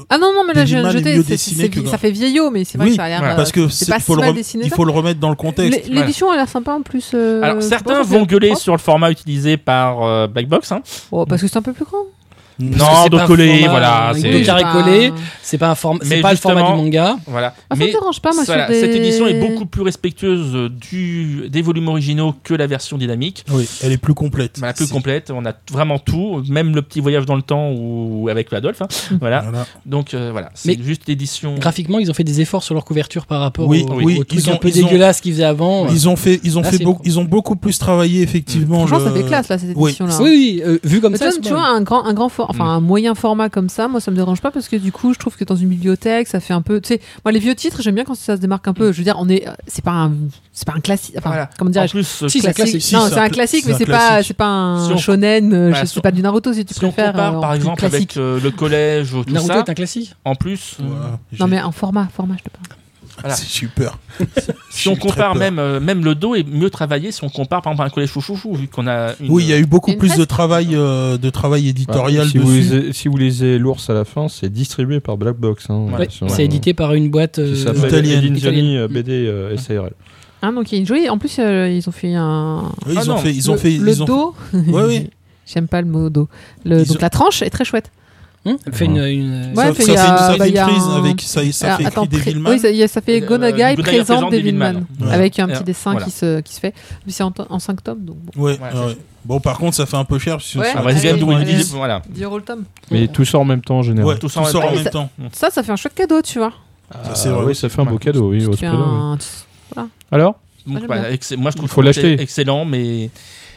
Ah non, non, mais là, Des je viens de images jeter. mieux c'est- dessinées c'est- que gra- Ça fait vieillot, mais c'est vrai Oui, que ça a l'air. voilà. euh, Parce que c'est c'est- pas si faut le mal rem- dessiné, il ça. faut le remettre dans le contexte. l'é- L'édition a l'air sympa en plus. euh, Alors certains franchement, vont c'est- gueuler oh, sur le format utilisé par euh, Black Box. hein. oh, parce que c'est un peu plus grand. Parce Non, c'est de pas un coller, format, voilà, euh, c'est- avec deux carrés Bah, collés. C'est pas un format, Mais c'est pas le format justement- du manga. Voilà. ah, ça me Mais dérange pas, moi. sur voilà, des- cette édition est beaucoup plus respectueuse euh, du, des volumes originaux que la version dynamique. Oui, elle est plus complète. Voilà, plus C'est- complète, on a t- vraiment tout, même le petit voyage dans le temps ou avec Adolphe. hein. Mm. Voilà. Voilà. Donc euh, voilà, c'est Mais- juste l'édition. Graphiquement, ils ont fait des efforts sur leur couverture par rapport Oui, au, oui, au truc ils ont- un peu ils ont- dégueulasse qu'ils faisaient avant. Ils ont fait, ils ont Ah, Là, fait c'est beaucoup, propre. ils ont beaucoup plus travaillé effectivement. Franchement, ça le- fait classe, là, cette Oui. édition-là. Oui, oui, euh, vu comme Mais ça. toi, c'est tu pas- vois, un grand, un grand, for- enfin Mm. un moyen format comme ça, moi, ça me dérange pas parce que du coup, je trouve que dans une bibliothèque, ça fait un peu, tu sais, moi, les vieux titres, j'aime bien quand ça se démarque un peu. Je veux dire, on est, euh, c'est pas un, c'est pas un classique, enfin, Voilà. comment En dirais-je plus, euh, Si, c'est un classique. Si, non, c'est c'est un un cla- classique, c'est mais un c'est pas, classique. c'est pas un Si on- shonen, euh, Voilà, je- si c'est on- pas du Naruto si tu si on préfères. compare euh, en par plus exemple classique. avec euh, le collège, tout Naruto ça, est un classique. en plus, euh, Voilà. Non, J'ai- mais en format, format, je te parle. voilà. J'ai eu peur. si on J'ai eu très compare peur. même, euh, même le dos est mieux travaillé si on compare par exemple à un collège chouchou, vu qu'on a une, Oui, il y a eu beaucoup une plus de presse. travail, euh, de Bah, travail éditorial si, vous dessus. lisez, si vous lisez l'ours à la fin, c'est distribué par Black Box. Hein, Ouais, Sur- C'est édité par une boîte qui euh, s'appelle italienne. Edinzoni, euh, BD euh, SARL. Hein, donc il y a une jolie. En plus, euh, ils ont fait un. Oui, Ah ils ont non, fait, ils ont le, fait, le ils ont. dos. Ouais, ouais. J'aime pas le mot dos. Le- Ils donc ont- la tranche est très chouette. Hum, elle fait une, une- Ouais, ça, puis ça il y fait a- une side bah, il y a prise un- avec ça, ça Alors, fait écrit pré- Devilman. oui, ça, il y a- ça fait Euh, Gonagai Gonagai présente présente Devilman. Devilman. Ouais. Avec un Ouais. petit dessin Voilà. qui, se, qui se fait. Mais C'est en, to- en 5 tomes, donc bon. Ouais, Ouais. ouais. Bon, par contre, ça fait un peu cher. parce que Ouais. ça- un vrai Allez, game où ils allez. disent, voilà. 10 euros le tome. Mais tout ça en même temps en général. Ouais, tout tout ça en sort en même même temps. Ça, ça fait un chouette cadeau, tu vois. Ah, c'est vrai. oui, ça fait un beau Ouais. cadeau. Oui, au Tu ce as prix-là, oui. un- Alors Donc, Ah, j'aime voilà, bien. ex- moi je trouve Faut que c'est l'acheter. excellent, mais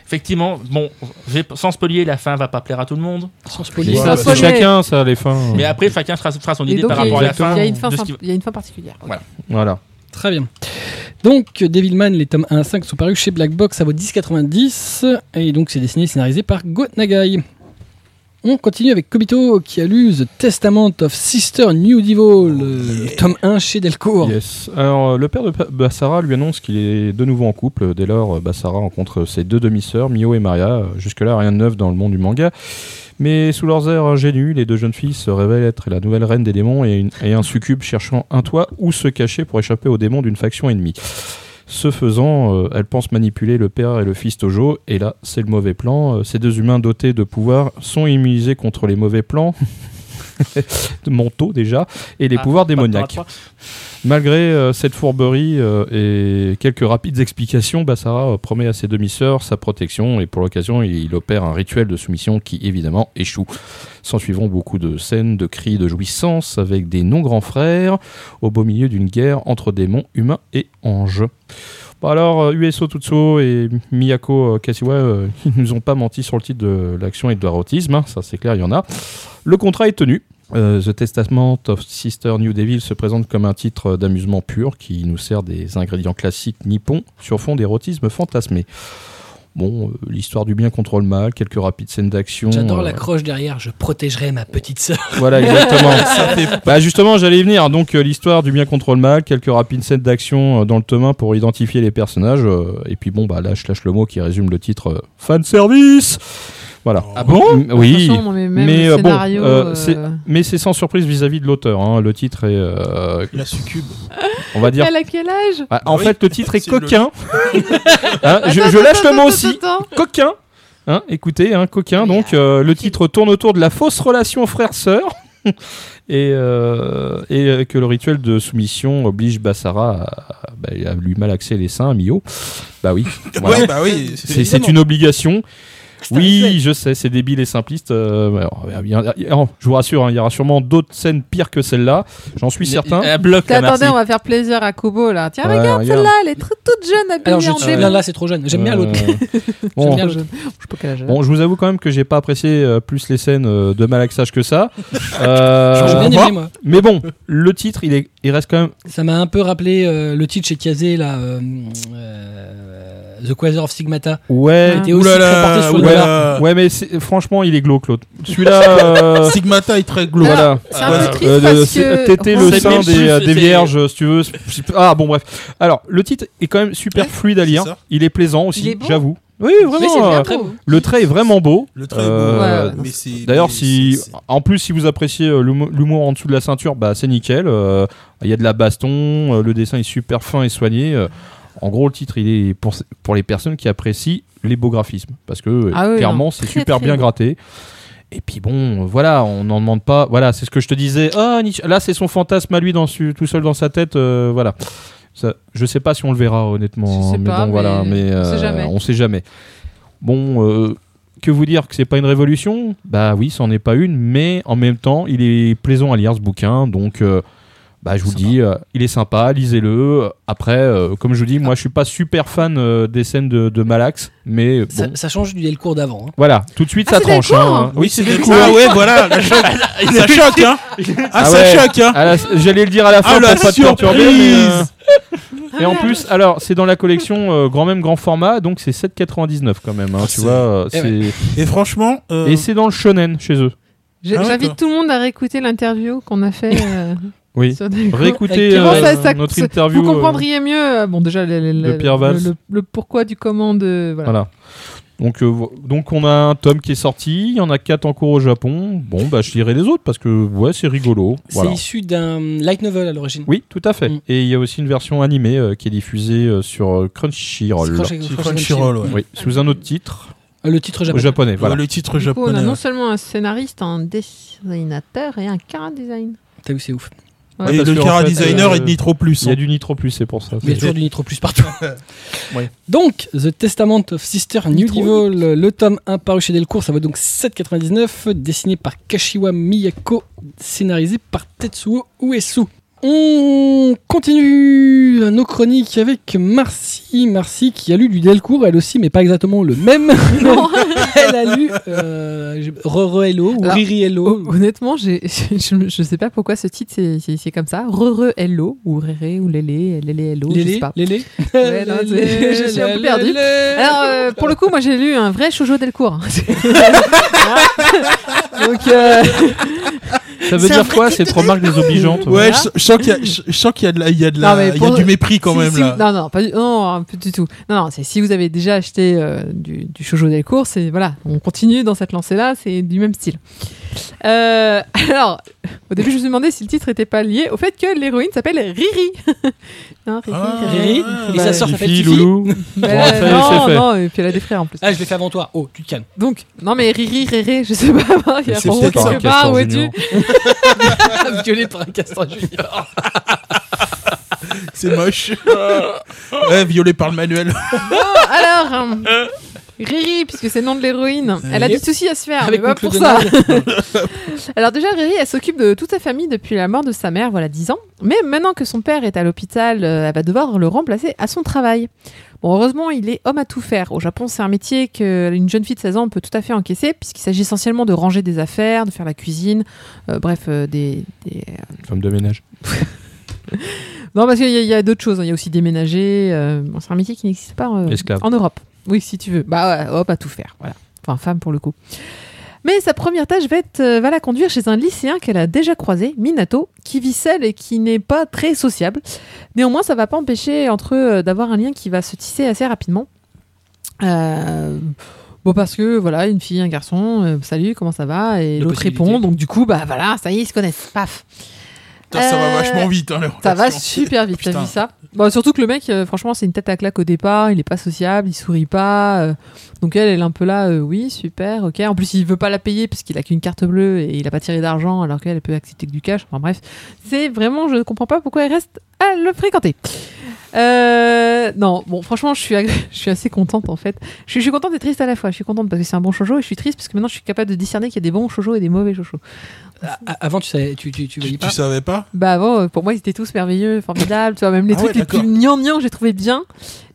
effectivement, bon, j'ai- sans spoiler, la fin va pas plaire à tout le monde. sans spoiler. Voilà. C'est Soignez. chacun, ça, les fins. bah, Mais après, chacun fera, fera son Et idée donc, il y par a- rapport à la exactement. fin. il y a une fin de ce symp- qui- il y a une fin particulière. Voilà. Voilà. Très bien. Donc, Devilman, les tomes 1 à 5 sont parus chez Black Box, ça vaut 10,90. Et donc, c'est dessiné et scénarisé par Go Nagai. On continue avec Kobito qui a lu The Testament of Sister New Devil, euh, le Yeah. tome 1 chez Delcourt. Yes. Alors, euh, le père de Pa- Bassara lui annonce qu'il est de nouveau en couple. Dès lors, euh, Bassara rencontre ses deux demi-sœurs, Mio et Maria. Euh, Jusque-là, rien de neuf dans le monde du manga. Mais sous leurs airs ingénus, les deux jeunes filles se révèlent être la nouvelle reine des démons et, une- et un succube cherchant un toit où se cacher pour échapper aux démons d'une faction ennemie. Ce faisant, euh, elles pensent manipuler le père et le fils Tojo, et là, c'est le mauvais plan. Euh, ces deux humains dotés de pouvoirs sont immunisés contre les mauvais plans, mentaux déjà, et les Ah, pouvoirs par rapport à démoniaques. toi. Malgré euh, cette fourberie euh, et quelques rapides explications, Bassara euh, promet à ses demi-sœurs sa protection et pour l'occasion, il opère un rituel de soumission qui évidemment échoue. S'en suivront beaucoup de scènes, de cris, de jouissance avec des non-grands frères au beau milieu d'une guerre entre démons, humains et anges. Bon alors, euh, Ueso Tutsuo et Miyako euh, Kasiwa, euh, ils nous ont pas menti sur le titre de l'action et de l'érotisme, hein, ça c'est clair, il y en a. Le contrat est tenu. Euh, The Testament of Sister New Devil se présente comme un titre d'amusement pur qui nous sert des ingrédients classiques nippons sur fond d'érotisme fantasmé. Bon, euh, l'histoire du bien contre le mal, quelques rapides scènes d'action. J'adore euh, la croche derrière, je protégerai ma petite sœur. voilà, exactement. Bah justement, j'allais y venir. Donc euh, l'histoire du bien contre le mal, quelques rapides scènes d'action euh, dans le tome 1 pour identifier les personnages. euh, et puis bon, bah là, je lâche le mot qui résume le titre euh, fan service. Voilà. Ah bon Mm, Oui. Attention, non, mais même Mais, le euh, bon, scénario, euh, euh, c'est- Mais c'est sans surprise vis-à-vis de l'auteur. hein. Le titre est, euh, Il a succube. on va dire. Elle a quel âge Ah, en oui. fait, le titre est C'est le- coquin. Hein, je, Attends, je lâche attends, le mot attends, aussi. attends, attends. Coquin. Hein, écoutez, hein, coquin. Oui, ah, Donc, euh, le titre tourne autour de la fausse relation frère-sœur. Et, euh, et euh, que le rituel de soumission oblige Bassara à, bah, à lui malaxer les seins à Mio. Bah oui, Voilà. Ouais, bah oui. c'est c'est une obligation. Oui, je sais, c'est débile et simpliste. euh, alors, il y a- il y a- je vous rassure, hein, il y aura sûrement d'autres scènes pires que celle-là. J'en suis certain. euh, Un bloc là, merci. Attendez, on va faire plaisir à Kobo là. Tiens, Ouais, Ah, regarde regarde. celle-là, elle est tr- toute jeune, habillée Alors je en suis bien bébé. là, c'est trop jeune. J'aime bien l'autre. Euh, J'aime bon, bien Je l'autre. sais pas quel âge elle a. bon, je vous avoue quand même que j'ai pas apprécié euh, plus les scènes euh, de malaxage que ça. Euh, J'ai bien aimé, moi. mais bon, le titre, il, est, il reste quand même. Ça m'a un peu rappelé euh, le titre chez Kazé, là, euh, euh, The Quasar of Sigmata. Ouais, Ah. Qui était aussi très porté sur le oulala. dollar. Ah. ouais, mais c'est- franchement, il est glauque l'autre. Celui-là. euh, Stigmata est très glauque. Voilà. C'est un Ouais, peu triste Euh, de- parce c'est- que. T'étais on- le C'est sein mille des, plus, des c'est- vierges, euh, si tu veux. C'est- Ah bon, bref. Alors, le titre est quand même super Ouais, fluide à c'est lire. ça. Il est plaisant aussi, Il est beau. j'avoue. Oui, Oui, c'est vraiment. bien euh, très beau. beau. le trait est vraiment beau. Le trait est beau. Euh, Ouais, Mais c'est- D'ailleurs, mais si, c'est- c'est- en plus, si vous appréciez euh, l'humo- l'humour en dessous de la ceinture, bah, c'est nickel. Euh, Il y a de la baston, euh, le dessin est super fin et soigné. Euh, en gros, le titre, il est pour, pour les personnes qui apprécient les beaux graphismes. Parce que, euh, Ah oui, clairement, non, c'est très, super très bien beau. gratté. Et puis bon, euh, voilà, on n'en demande pas. Voilà, c'est ce que je te disais. Ah, Nietzsche- là, c'est son fantasme à lui dans, su- tout seul dans sa tête. euh, voilà. Ça, je sais pas si on le verra, honnêtement. hein, Je sais mais pas, bon, mais voilà. Mais on sait euh, jamais. on sait jamais. Bon, euh, que vous dire que c'est pas une révolution Bah oui, c'en est pas une, mais en même temps, il est plaisant à lire ce bouquin, donc euh, bah je vous Sympa. dis, euh, il est sympa, lisez-le. Après, euh, comme je vous dis, moi je suis pas super fan euh, des scènes de, de Malax, mais euh, Ça, bon, ça change du Delcourt d'avant. hein. voilà, tout de suite Ah, ça c'est tranche. d'accord. hein. Oui, c'est Ah des ouais, voilà, la choc. ça choque, hein. Ah, Ah ça ouais. choque, hein. J'allais le dire à la fin Ah, la Ah, pour pas te perturber. mais, euh, surprise. Et en plus, alors c'est dans la collection euh, grand même grand format, donc c'est 7,99 quand même. hein, Ah, tu c'est- vois, euh, Eh c'est- Et franchement, euh, et c'est dans le shonen chez eux. J'ai- Ah ouais, J'invite quoi. tout le monde à réécouter l'interview qu'on a fait euh, Oui. sur Delcourt. Réécoutez Comment euh, ça- ça- notre c'est- interview. Vous euh, comprendriez mieux, euh, bon déjà, le, le- le- Pierre Valls. le- le pourquoi du comment de. Voilà. Voilà. Donc, euh, vo- donc on a un tome qui est sorti, il y en a quatre en cours au Japon. Bon, bah je lirai les autres parce que ouais, c'est rigolo. Voilà. C'est issu d'un light novel à l'origine. Oui, tout à fait. Mm. Et il y a aussi une version animée euh, qui est diffusée euh, sur euh, C'est Crunchyroll. Crunchy- c'est Crunchy- Crunchyroll, ouais. Oui, sous un autre titre Euh, Le titre au japonais. japonais. Voilà. Le titre Du coup, on a japonais. non seulement un scénariste, un dessinateur et un cara design. T'as vu, c'est ouf. Ouais, Et parce le que, en cara fait, designer euh, est de Nitro Plus. Il y a du Nitro Plus, c'est pour ça. Mais il y a C'est- toujours du nitro plus partout. Ouais. Donc, The Testament of Sister New Nitro. Devil, le tome 1 paru chez Delcourt, ça va donc 7,99, dessiné par Kashiwa Miyako, scénarisé par Tetsuo Uesu. On continue nos chroniques avec Marcy. Marcy qui a lu du Delcourt, elle aussi, mais pas exactement le même. elle a lu euh, j'ai- Roro Hello ou Alors, oh, Riri Hello. Honnêtement, j'ai- je ne sais pas pourquoi ce titre, c'est- c'est c'est comme ça. Re-re hello, ou réré, ou lélé, lélé hello, je sais Lélé, pas. Lélé. Ouais, non, c'est- je suis un peu perdue. Lélé. Alors, euh, pour le coup, moi j'ai lu un vrai Shoujo Delcourt. Donc, euh, Ça veut dire quoi cette remarque désobligeante Ouais, Voilà. je, je sens qu'il y a, je- je sens qu'il y a de la, il y a de la- Non, mais il y a pour- du mépris quand si- même si- là. Non, non, pas du, non, pas du tout. Non, non, c'est si vous avez déjà acheté euh, du, du Shoujo Delcourt, c'est voilà, on continue dans cette lancée-là, c'est du même style. Euh, alors, au début, je me suis demandé si le titre n'était pas lié au fait que l'héroïne s'appelle Riri. non, Riri. Ah. Riri. Riri. Et Bah, sa sœur Fifi, s'appelle Fifi. Loulou. Bah, Bon, ça y est, non, c'est fait. non, et puis elle a des frères en plus. Ah, je l'ai fait avant toi. Oh, tu te calmes. Donc, non, mais Riri, Réré, je sais pas, il y a C'est un peut-être quelque un part, castor où es-tu junior. Violé par un castor junior. C'est moche. ouais, violé par le manuel. Alors, euh, Riri, puisque c'est le nom de l'héroïne, Euh, elle a Yep. du souci à se faire, Avec Ah, mais pas Oncle pour ça. Alors déjà, Riri, elle s'occupe de toute sa famille depuis la mort de sa mère, voilà 10 ans. Mais maintenant que son père est à l'hôpital, euh, elle va devoir le remplacer à son travail. Bon, heureusement, il est homme à tout faire. Au Japon, c'est un métier qu'une jeune fille de 16 ans peut tout à fait encaisser, puisqu'il s'agit essentiellement de ranger des affaires, de faire la cuisine, euh, bref, euh, des, des- Femme de ménage. non, parce qu'il y a, il y a d'autres choses. hein. Il y a aussi déménager. euh, bon, c'est un métier qui n'existe pas euh, Esclave. en Europe. Oui, si tu veux. Bah, ouais, hop, à tout faire. Voilà. Enfin, femme pour le coup. Mais sa première tâche va, être, euh, va la conduire chez un lycéen qu'elle a déjà croisé, Minato, qui vit seul et qui n'est pas très sociable. Néanmoins, ça va pas empêcher entre eux euh, d'avoir un lien qui va se tisser assez rapidement. Euh, Bon, parce que voilà, une fille, un garçon, euh, salut, comment ça va Et Deux l'autre possibilités. répond, donc du coup, bah voilà, ça y est, ils se connaissent, paf Putain, ça va Euh, vachement vite. hein, la Ça va relation. super vite, t'as Putain. vu ça Bon, Surtout que le mec, euh, franchement, c'est une tête à claque au départ, il est pas sociable, il sourit pas. euh, donc elle, elle est un peu là, euh, oui, super, ok. En plus, il veut pas la payer parce qu'il a qu'une carte bleue et il a pas tiré d'argent alors qu'elle elle peut accepter que du cash. Enfin bref, c'est vraiment, je comprends pas pourquoi elle reste à le fréquenter. Euh, non, bon, franchement, je suis, agré- je suis assez contente en fait. Je suis, je suis contente et triste à la fois. Je suis contente parce que c'est un bon shoujo et je suis triste parce que maintenant je suis capable de discerner qu'il y a des bons shoujo et des mauvais shoujo. A- a- Ah, Avant, tu savais, tu, tu, tu voyais Tu, pas. tu savais pas Bah avant, euh, pour moi, ils étaient tous merveilleux, formidables, tu vois, même les Ah trucs ouais, les plus d'accord. gnangnans, j'ai trouvé bien.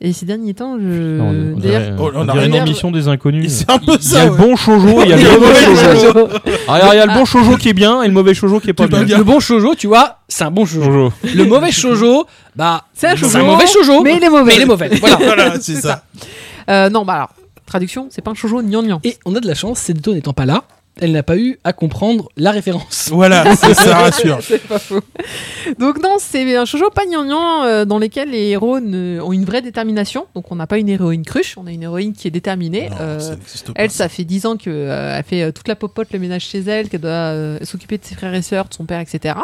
Et ces derniers temps, je. Non, on, on Euh, D'ailleurs, dirait, Oh, on on a dirait une rien. émission des inconnus. C'est un peu Il y a ça. le ouais. bon shoujo, il y a le mauvais shoujo. Ah, Il y a le Ah. bon shoujo qui est bien et le mauvais shoujo qui est pas Tout va bien. bien. Le bon shoujo, tu vois, c'est un bon shoujo. Shoujo. Le mauvais shoujo, bah, c'est un shoujo, mauvais shoujo, mais il est mauvais. mais il est mauvais. Voilà. Voilà, c'est ça. Euh, non, bah alors, traduction, c'est pas un shoujo gnangnan. Et on a de la chance, Seto n'étant pas là, elle n'a pas eu à comprendre la référence. Voilà, ça, ça rassure. C'est pas faux. Donc non, c'est un shoujo pas gnangnan euh, dans lesquels les héros ne- ont une vraie détermination. Donc on n'a pas une héroïne cruche, on a une héroïne qui est déterminée. Non, euh, ça n'existe pas. Elle, ça fait 10 ans qu'elle fait euh, toute la popote, le ménage chez elle, qu'elle doit euh, s'occuper de ses frères et sœurs, de son père, etc.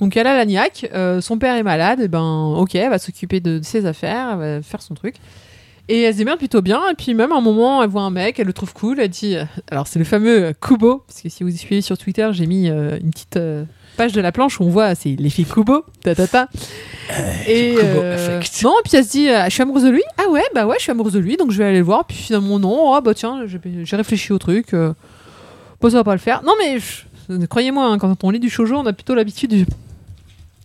Donc elle a la niaque, euh, son père est malade, et ben ok, elle va s'occuper de, de ses affaires, elle va faire son truc. Et elle se démerde plutôt bien, et puis même à un moment, elle voit un mec, elle le trouve cool, elle dit. euh, Alors c'est le fameux euh, Kubo, parce que si vous suivez sur Twitter, j'ai mis euh, une petite euh, page de la planche où on voit c'est les filles Kubo, ta ta ta. Et Kubo euh, affect. non, puis elle se dit, euh, je suis amoureuse de lui. Ah ouais, bah ouais, je suis amoureuse de lui, donc je vais aller le voir. Puis finalement, non, ah bah tiens, j'ai j'ai réfléchi au truc. euh, bon, ça va pas le faire. Non, mais je- croyez-moi, hein, quand on lit du shoujo, on a plutôt l'habitude du.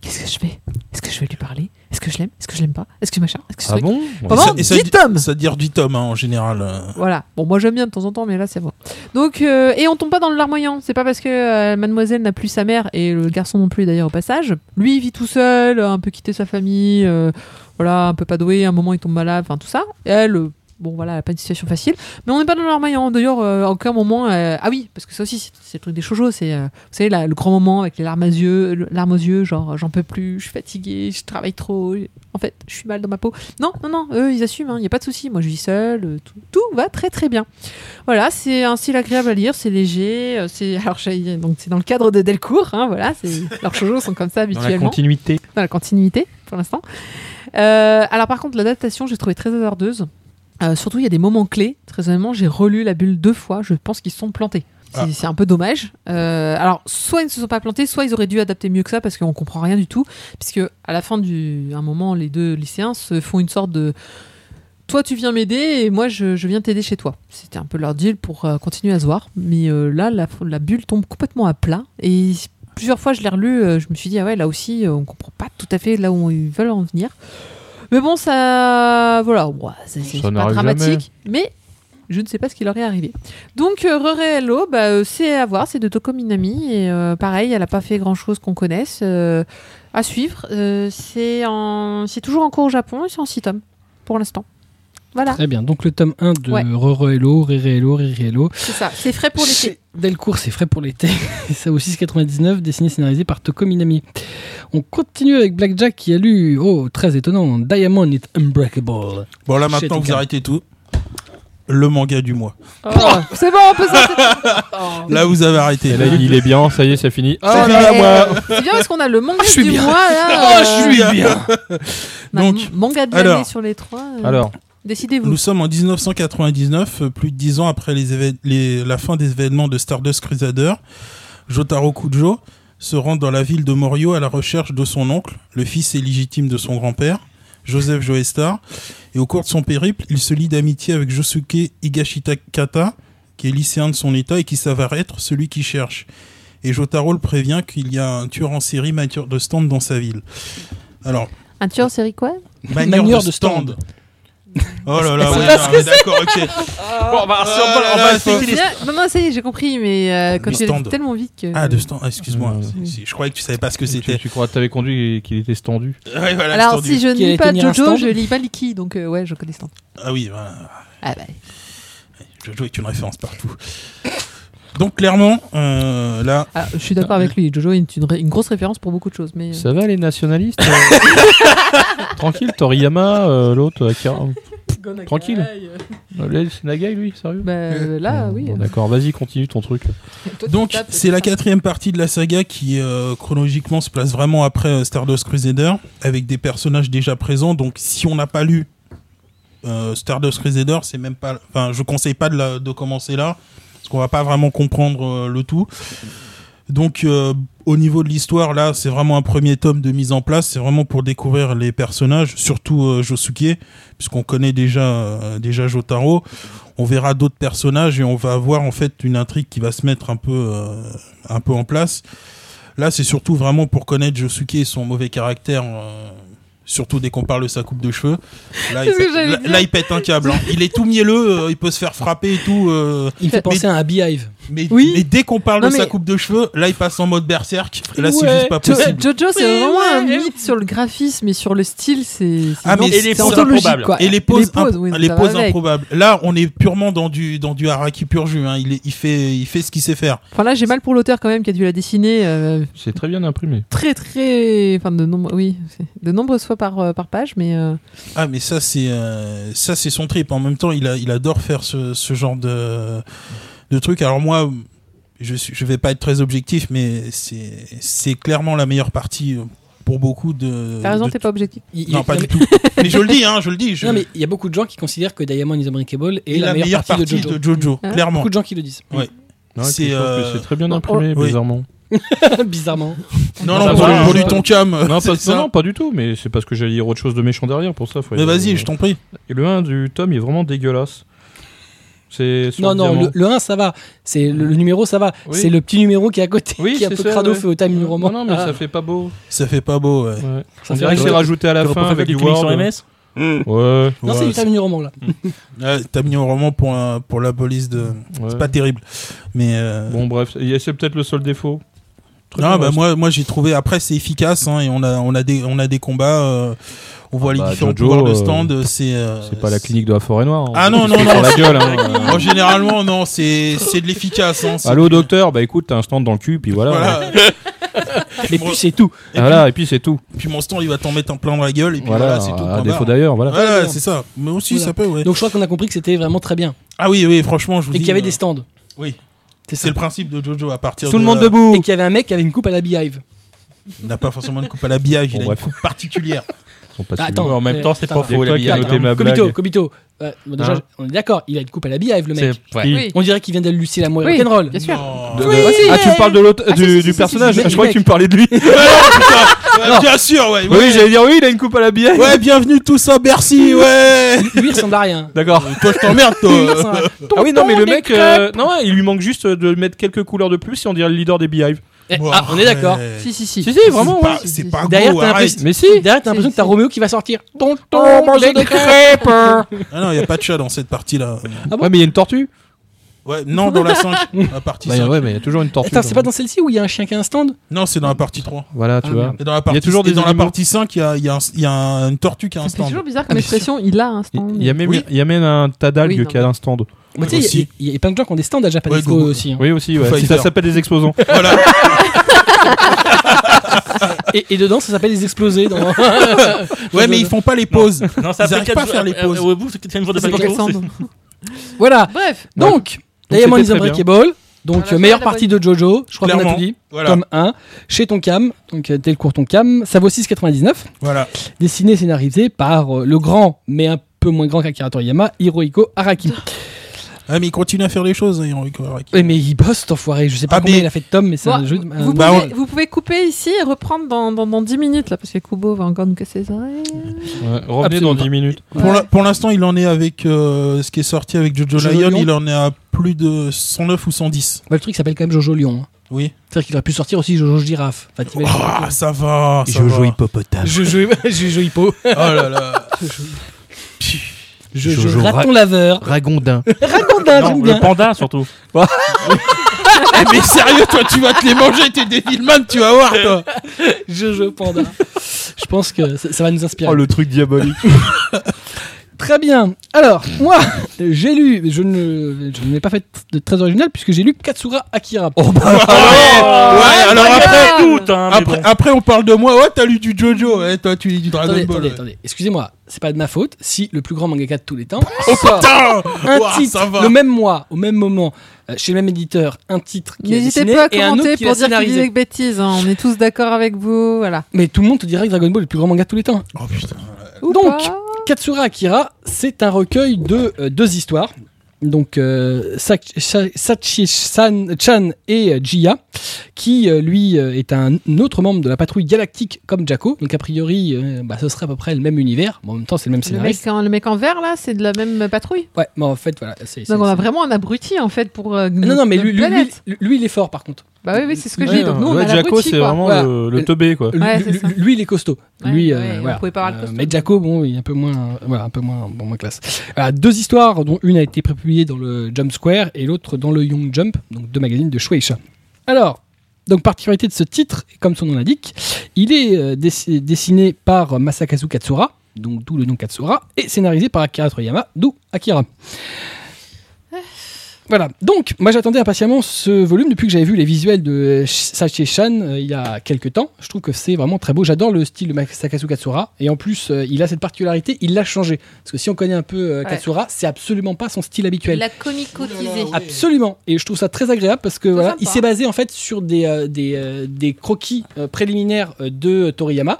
Qu'est-ce que je fais Est-ce que je vais lui parler Est-ce que je l'aime Est-ce que je l'aime pas Est-ce que machin Est-ce que ce Ah truc bon Pendant Et ça- et ça 10 dit- tomes Ça dure du tome hein, en général. euh. Voilà. Bon, moi j'aime bien de temps en temps, mais là c'est bon. Donc, euh, et on tombe pas dans le larmoyant. C'est pas parce que euh, mademoiselle n'a plus sa mère et le garçon non plus d'ailleurs au passage. Lui il vit tout seul, a un peu quitté sa famille, euh, voilà, un peu pas doué. À un moment il tombe malade, enfin tout ça. Et elle, euh, bon voilà, elle a pas une situation facile. Mais on n'est pas dans le larmoyant. D'ailleurs, euh, à aucun moment. euh, ah oui, parce que ça aussi c'est c'est le truc des shoujo. C'est, euh, vous savez, là, le grand moment avec les larmes aux yeux, le- larmes aux yeux genre euh, j'en peux plus, je suis fatiguée, je travaille trop. En fait, je suis mal dans ma peau. Non, non, non, eux, ils assument, hein, il n'y a pas de souci. Moi, je vis seule, euh, tout, tout va très très bien. Voilà, c'est un style agréable à lire, c'est léger. euh, C'est alors j'ai- donc c'est dans le cadre de Delcourt, hein, voilà. c'est- Leurs shoujo sont comme ça Dans la habituellement, continuité. dans la continuité pour l'instant. Euh, alors par contre, l'adaptation, j'ai trouvé très hasardeuse. Euh, surtout, il y a des moments clés. Très honnêtement, j'ai relu la bulle deux fois. Je pense qu'ils se sont plantés. C'est Ah. c'est un peu dommage. Euh, alors, soit ils ne se sont pas plantés, soit ils auraient dû adapter mieux que ça parce qu'on comprend rien du tout. Puisque à la fin du, un moment, les deux lycéens se font une sorte de. Toi, tu viens m'aider et moi, je, je viens t'aider chez toi. C'était un peu leur deal pour euh, continuer à se voir. Mais euh, là, la, la bulle tombe complètement à plat. Et plusieurs fois, je l'ai relu. euh, je me suis dit, ah ouais, là aussi, euh, on comprend pas tout à fait là où ils veulent en venir. Mais bon, ça. Voilà, ouais, c'est c'est Ça pas n'arrive dramatique. Mais je ne sais pas ce qui leur est arrivé. Donc, euh, Rere Hello, bah, euh, c'est à voir, c'est de Toko Minami. Et euh, pareil, elle n'a pas fait grand chose qu'on connaisse. euh, à suivre. Euh, c'est en... c'est toujours en cours au Japon et c'est en 6 tomes pour l'instant. Voilà, Très bien, donc le tome 1 de Ah. Ouais. Rere Hello, Rere Hello, Rere Hello. c'est ça. C'est frais pour l'été. Chez Delcourt, c'est frais pour l'été. Ça au 6,99, dessiné et scénarisé par Toko Minami. On continue avec Blackjack qui a lu, oh, très étonnant, Diamond is Unbreakable. Bon, là Shit, maintenant, ok. vous arrêtez tout. Le manga du mois. Oh, c'est bon, on peut s'arrêter. Là, vous avez arrêté. Et là, il est bien, ça y est, c'est fini. Ah, C'est là, fini, là, moi. C'est bien parce qu'on a le manga Ah, je suis du bien. mois. Là, euh, Oh, Ah, bien. on a le Donc, manga de alors. l'année sur les trois. euh, Alors, Décidez-vous. Nous sommes en 1999, euh, plus de dix ans après les évén- les- la fin des événements de Stardust Crusader. Jotaro Kujo se rend dans la ville de Morio à la recherche de son oncle, le fils illégitime de son grand-père, Joseph Joestar. Et au cours de son périple, il se lie d'amitié avec Josuke Higashita Kata, qui est lycéen de son état et qui s'avère être celui qu'il cherche. Et Jotaro le prévient qu'il y a un tueur en série mature de stand dans sa ville. Alors, Un tueur en série quoi Manieur, Manieur de, de stand. stand. Oh là là, C'est ouais, pas non, ce mais d'accord, ok. Bon, bah, si on Ah va- là on va là, expliquer les- Bien, Non, non, ça y est, j'ai compris, mais euh, quand Le tu l'as dit Ah, stand. tellement vite que. Ah, de stand, ah, excuse-moi. Euh, C'est- c'est- Je croyais que tu savais pas ce que tu, c'était. tu crois que t'avais conduit et qu'il était tendu Ouais, voilà, Alors, stand si du- je ne Qui allait lis pas tenir un Jojo, stand. je lis Maliki, donc euh, ouais, je connais ça. Ah oui, voilà. Ah bah, Jojo est une référence partout. Donc, clairement, euh, là, ah, je suis d'accord avec lui. Jojo est une, ré- une grosse référence pour beaucoup de choses, mais. euh, Ça va les nationalistes euh Tranquille, Toriyama, euh, l'autre, Akira. Tranquille. Là, c'est Nagai, lui, sérieux Bah, là, Bon, oui. bon, D'accord, vas-y, continue ton truc. Toi, tu Donc tapes, c'est la ça. quatrième partie de la saga qui euh, chronologiquement se place vraiment après euh, Stardust Crusader avec des personnages déjà présents. Donc si on n'a pas lu euh, Stardust Crusader, c'est même pas. Enfin, je conseille pas de, la- de commencer là parce qu'on va pas vraiment comprendre euh, le tout. Donc euh, au niveau de l'histoire, là, c'est vraiment un premier tome de mise en place. C'est vraiment pour découvrir les personnages, surtout euh, Josuke, puisqu'on connaît déjà euh, déjà Jotaro on verra d'autres personnages et on va avoir en fait une intrigue qui va se mettre un peu, euh, un peu en place. Là, c'est surtout vraiment pour connaître Josuke et son mauvais caractère, euh, surtout dès qu'on parle de sa coupe de cheveux. Là, il C'est ce que pète, j'allais là- dire. là, il pète un câble. hein. Il est tout mielleux, euh, il peut se faire frapper et tout. euh, Il me fait Mais- penser à un Beehive. mais, Oui. mais dès qu'on parle Non, de sa mais- coupe de cheveux, là, il passe en mode berserk. Là, c'est Ouais. juste pas Jo- possible. Jojo, c'est Oui, vraiment ouais, un et- mythe sur le graphisme et sur le style, c'est c'est Ah, mais non, et c'est les poses anthologique, improbables. quoi. Et les poses, imp- Ah, oui, les ça va poses avec. improbables. Là, on est purement dans du, dans du haraki pur jus. hein. Il, est- il, fait, il fait ce qu'il sait faire. Enfin là, j'ai mal pour l'auteur quand même qui a dû la dessiner euh, C'est très bien imprimé. très très, enfin de nombre, oui, c'est- de nombreuses fois par euh, par page, mais euh, Ah mais ça c'est euh, ça c'est son trip. En même temps, il a, il adore faire ce, ce genre de de truc. Alors moi, je suis- je vais pas être très objectif, mais c'est c'est clairement la meilleure partie euh, pour beaucoup de. t'as raison, de- t'es pas objectif. Il- il- Non pas il- du tout. Mais je le dis, hein, je le dis. Je... Non, mais il y a beaucoup de gens qui considèrent que Diamond is Unbreakable est la, meilleure, partie, de Jojo, Ah. clairement. Beaucoup de gens qui le disent. Non, C'est, je trouve que euh, c'est très bien oh, imprimé, oui. bizarrement. Bizarrement. Non non, Ça pour, va, pour ça lui va. ton cam. Non c'est pas, ça. non, non, pas du tout, mais c'est parce que j'allais dire autre chose de méchant derrière pour ça. faut Mais aller- vas-y, je t'en prie. Et le 1 du tome est vraiment dégueulasse. C'est sur Non, le non, diamant. le, 1, ça va. C'est le, le numéro, ça va. Oui. C'est le petit numéro qui est à côté, Oui, qui est un c'est peu ça, crado ouais. fait au timing du roman. Non, non, mais Ah, ça fait pas beau. Ça fait pas beau. ouais. Ouais. ça fait On dirait que mal. c'est rajouté à la T'aurais fin préféré avec du du comics Word. sur MS Ouais, Non, c'est Ouais, le timing du roman, là. ouais, Ah, T'as mis au roman pour un- pour la police de. ouais. C'est pas terrible. Mais euh, Bon, bref, et c'est peut-être le seul défaut. Très Non, bien, bah ouais. moi, moi j'ai trouvé. Après, c'est efficace hein, et on a, on a des, on a des combats. euh, on voit les bah, différents Jojo, pouvoirs de euh, stand. euh, c'est. euh, C'est pas la clinique de la forêt noire. hein. Ah non, non, C'est non, sur la c'est- gueule. hein. Moi, généralement, non, c'est, c'est de l'efficace. Hein, c'est- Allô, docteur, bah écoute, t'as un stand dans le cul, puis voilà. Voilà. Et puis, c'est tout. Et Ah, voilà, et puis c'est tout. Puis mon stand, il va t'en mettre un plein dans la gueule et puis voilà, Voilà, c'est tout. à point défaut barre. d'ailleurs, voilà. Voilà, c'est ça. Mais aussi, Voilà. ça peut, ouais. Donc, je crois qu'on a compris que c'était vraiment très bien. ah oui, oui, franchement, je vous Et dis. qu'il y avait euh, des stands. Oui. C'est C'est ça. le principe de Jojo à partir Tout le de- monde Et debout qu'il y avait un mec qui avait une coupe à la Beehive. Il n'a pas forcément une coupe à l'habillage, Bon, il a une bref. coupe particulière. Ils sont pas Ah, si attends. loin. En même temps, c'est pas Il y a faux, toi la qui a bille. noté ma blague. Kobito, Kobito. Euh, bon, déjà, Hein on est d'accord, il a une coupe à la Beehive, le mec. C'est- ouais. Oui. On dirait qu'il vient d'aller Lucie la moelle Oui, rock'n'roll. bien sûr. Non. De- Oui, de- si, ah, tu elle- parles de l'autre, Ah, si, du, si, du si, si, personnage. si, si, je croyais mec. que tu me parlais de lui. Ah, bien sûr, ouais. oui, j'allais dire oui, il a une coupe à la bière. Ouais, bienvenue tous à Bercy, ouais. Lui, il ressemble à rien. D'accord. Toi, je t'emmerde, toi. Il ressemble à- Ah oui, non, mais le mec, euh, non, il lui manque juste de mettre quelques couleurs de plus et on dirait le leader des Beehive. Eh, Bon, Ah, on est d'accord. arrête. Si si si. Si, si, vraiment, C'est ouais. pas- si, C'est si, pas si. gros, Derrière, t'as arrête. l'impression- Mais si Derrière, t'as l'impression que t'as Roméo qui va sortir. Tonton, mange des crêpes Ah non, il n'y a pas de chat dans cette partie-là. Ouais, mais il y a une tortue. Ouais, non, dans la 5. la partie Bah, 5. ouais, mais il y a toujours une tortue. hein. Attends, c'est pas dans celle-ci où il y a un chien qui a un stand Non, c'est dans la partie 3. Voilà, tu Ah, vois. merde. Et dans la partie, toujours et des dans la animaux. partie 5, il y a, il y a un- il y a un- une tortue qui a un C'est toujours stand. bizarre comme expression. Il a un stand. Il y a même, Oui. il y a même un tas d'algues Oh. Oui, non, qui a mais- un stand. Bah, tu sais, il y a- Aussi. il y, a plein de gens qui ont des stands à Japan Ouais, Expo Google. aussi. hein. Oui, aussi, ouais. Faut Si faire. ça s'appelle des exposants. Voilà. Et, et dedans, ça s'appelle les explosés. Dans... Ouais, mais ils font pas les pauses. Non, ça Ils arrivent fait pas à faire les pauses. Au bout, c'est une fois de C'est C'est pas Paco, c'est- voilà. Bref. Donc, Diamond c'était is très bien. Unbreakable. Donc, Voilà, euh, meilleure voilà la partie de Jojo. Je crois qu'on a Clairement. tout dit. Voilà. Tome 1. Chez Tonkam. Donc, euh, tel court Tonkam. Ça vaut 6,99. voilà. Dessiné et scénarisé par euh, le grand, mais un peu moins grand qu'Akira Toriyama, Hirohiko Araki. Ah, mais ils continuent à faire les choses, hein, Hirohiko Araki. Ouais, mais il bosse, cet enfoiré. Je sais pas Ah, combien mais- il a fait de tomes, mais c'est Bon, un jeu de. vous, Bah, pouvez, vous pouvez couper ici et reprendre dans, dans, dans 10 minutes là parce que Kubo va encore nous casser les oreilles. Revenez Absolument. dans 10 minutes. Pour la- Pour l'instant, il en est avec euh, ce qui est sorti avec Jojo Jojo Lion, Lion. il en est à plus de 109 ou 110. Bah, le truc s'appelle quand même Jojo Lion. hein. Oui. C'est-à-dire qu'il aurait pu sortir aussi Jojo Girafe. Enfin, t'imagines. Ah, ça va. Ça va. hippopotame. Jojo, Jojo Hippo. Oh là là. Jojo, Jojo Ra- Raton Laveur. Ragondin. Ragondin, Non, j'aime le bien. panda surtout. Eh, mais sérieux, toi, tu vas te les manger, t'es Devilman, tu vas voir, toi. Oh, Oh, Jojo Panda. Je pense que ça, ça va nous inspirer. truc diabolique. Très bien. Alors, moi, j'ai lu, je ne, je ne l'ai pas fait de très original puisque j'ai lu Katsura Akira. Oh, bah, ouais, alors il y en a après- toutes, hein, ah, mais Après, bon. après, on parle de moi. Ouais, t'as lu du JoJo. Ouais, toi, tu lis du Dragon attendez, Ball. attendez, ouais. attendez. Excusez-moi, c'est pas de ma faute si le plus grand mangaka de tous les temps Oh sort putain un Ouah, ça titre va. le même mois, au même moment, euh, chez le même éditeur, un titre qui est N'hésitez dessiné pas à et un autre commenter qui pour l'a dire qu'il scénarisé. disait que bêtise. hein. On est tous d'accord avec vous. Voilà. Mais tout le monde te dirait que Dragon Ball est le plus grand manga de tous les temps. Oh putain. Ou Donc, pas. Katsura Akira, c'est un recueil de euh, deux histoires. Donc, euh, Sak- Sa- Sachi San- Chan et euh, Jiya, qui euh, lui euh, est un autre membre de la patrouille galactique comme Jaco. Donc, a priori, euh, bah, ce serait à peu près le même univers. Bon, en même temps, c'est le même le mec, scénariste. en, le mec en vert là, c'est de la même patrouille. Ouais, mais en fait, voilà. c'est- c'est- Donc on a c'est- vraiment un abruti en fait pour. euh, Non, non, mais notre lui, lui, planète. lui- lui, il est fort par contre. Bah oui, oui, c'est ce que Ouais, je dis. Donc nous, on a Jaco, l'abruti c'est quoi. vraiment Voilà. Euh, le, le teubé, quoi. Lui- Ouais, c'est lui, ça. lui, il est costaud. Ouais, lui, euh, ouais, on voilà. pouvait pas avoir le Euh, costume. mais Jaco, bon, il est un peu moins, euh, voilà, un peu moins, bon, moins classe. Voilà, deux histoires, dont une a été prépubliée dans le Jump Square et l'autre dans le Young Jump, donc deux magazines de Shueisha. Alors, donc particularité de ce titre, comme son nom l'indique, il est euh, dessi- dessiné par Masakazu Katsura, donc d'où le nom Katsura, et scénarisé par Akira Toriyama, d'où Akira. Voilà, donc moi j'attendais impatiemment ce volume depuis que j'avais vu les visuels de Sachi Chan euh, il y a quelques temps. Je trouve que c'est vraiment très beau, j'adore le style de Masakazu Katsura et en plus euh, il a cette particularité, il l'a changé. Parce que si on connaît un peu euh, Ouais. Katsura, c'est absolument pas son style habituel. La comicotisé. Ouh là là, Ah Absolument. Et je trouve ça très agréable parce que voilà, sympa. il s'est basé en fait sur des, euh, des, euh, des croquis euh, préliminaires euh, de Toriyama,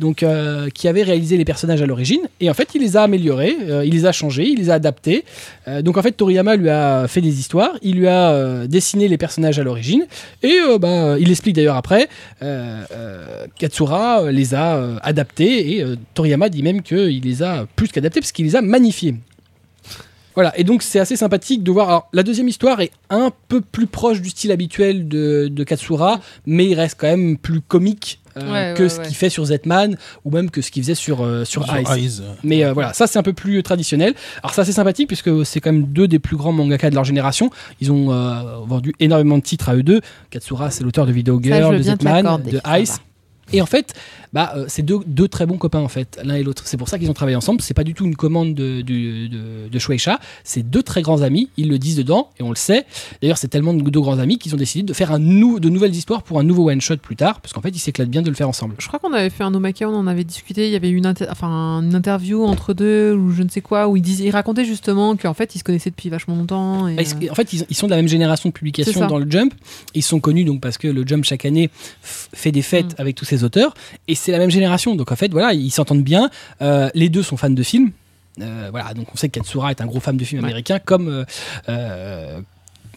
donc euh, qui avait réalisé les personnages à l'origine. Et en fait, il les a améliorés, euh, il les a changés, il les a adaptés. Euh, donc en fait, Toriyama lui a fait des histoires, il lui a euh, dessiné les personnages à l'origine. Et euh, bah, il explique d'ailleurs après, euh, euh, Katsura euh, les a euh, adaptés et euh, Toriyama dit même qu'il les a plus qu'adaptés parce qu'il les a magnifiés. Voilà, et donc c'est assez sympathique de voir. Alors, la deuxième histoire est un peu plus proche du style habituel de, de Katsura, mais il reste quand même plus comique euh, Ouais, que ouais, ce ouais. qu'il fait sur Zetman ou même que ce qu'il faisait sur, euh, sur, Sur Ice. Eyes. Mais euh, voilà, ça c'est un peu plus traditionnel. Alors ça c'est sympathique puisque c'est quand même deux des plus grands mangaka de leur génération. Ils ont euh, vendu énormément de titres à eux deux. Katsura c'est l'auteur de Video Ça, je Girl, veux de bien te Zetman, l'accorder, de ça Ice. Et en fait, bah, euh, c'est deux, deux très bons copains en fait, l'un et l'autre. C'est pour ça qu'ils ont travaillé ensemble. C'est pas du tout une commande de, du- de, de Shueisha. C'est deux très grands amis. Ils le disent dedans et on le sait. D'ailleurs, c'est tellement de, de grands amis qu'ils ont décidé de faire un nou- de nouvelles histoires pour un nouveau one shot plus tard, parce qu'en fait, ils s'éclatent bien de le faire ensemble. Je crois qu'on avait fait un Omaka, on en avait discuté. Il y avait une, inter- enfin, une interview entre deux ou je ne sais quoi où ils, disaient- ils racontaient justement qu'en fait ils se connaissaient depuis vachement longtemps. Et, Parce euh, que, En fait, ils, ils sont de la même génération de C'est publications ça. dans le Jump. Ils sont connus donc parce que le Jump chaque année f- fait des fêtes Mm. avec tous ses auteurs et c'est la même génération. Donc en fait, voilà, ils s'entendent bien. Euh, les deux sont fans de films. Euh, voilà, donc on sait que Katsura est un gros fan de films Ouais. américains comme. euh, euh,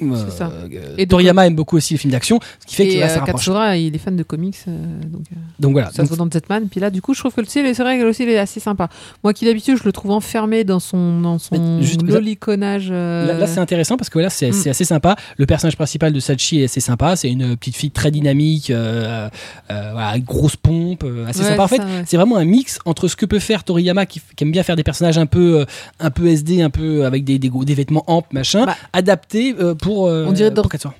euh, ça. euh, Et de- Toriyama aime beaucoup aussi les films d'action, ce qui fait que et, là, euh, ça rapproche. Katsura, il est fan de comics, euh, donc euh, Donc voilà, ça Ah, Donc, se voit dans Zetman. Puis là, du coup, je trouve que le style, c'est vrai que le style est assez sympa. Moi, qui d'habitude, je le trouve enfermé dans son, dans son Mais juste- loliconnage. euh, Là, là, c'est intéressant parce que voilà, c'est Mm. c'est assez sympa. Le personnage principal de Sachi est assez sympa. C'est une petite fille très dynamique, euh, euh, voilà, grosse pompe, euh, assez Ouais, sympa. En c'est fait, ça, ouais. c'est vraiment un mix entre ce que peut faire Toriyama qui, f- qui aime bien faire des personnages un peu, euh, un peu SD, un peu avec des, des, gros- des vêtements ample, machin, Bah. adapté euh, pour. euh, On dirait pour Dor- Katsura.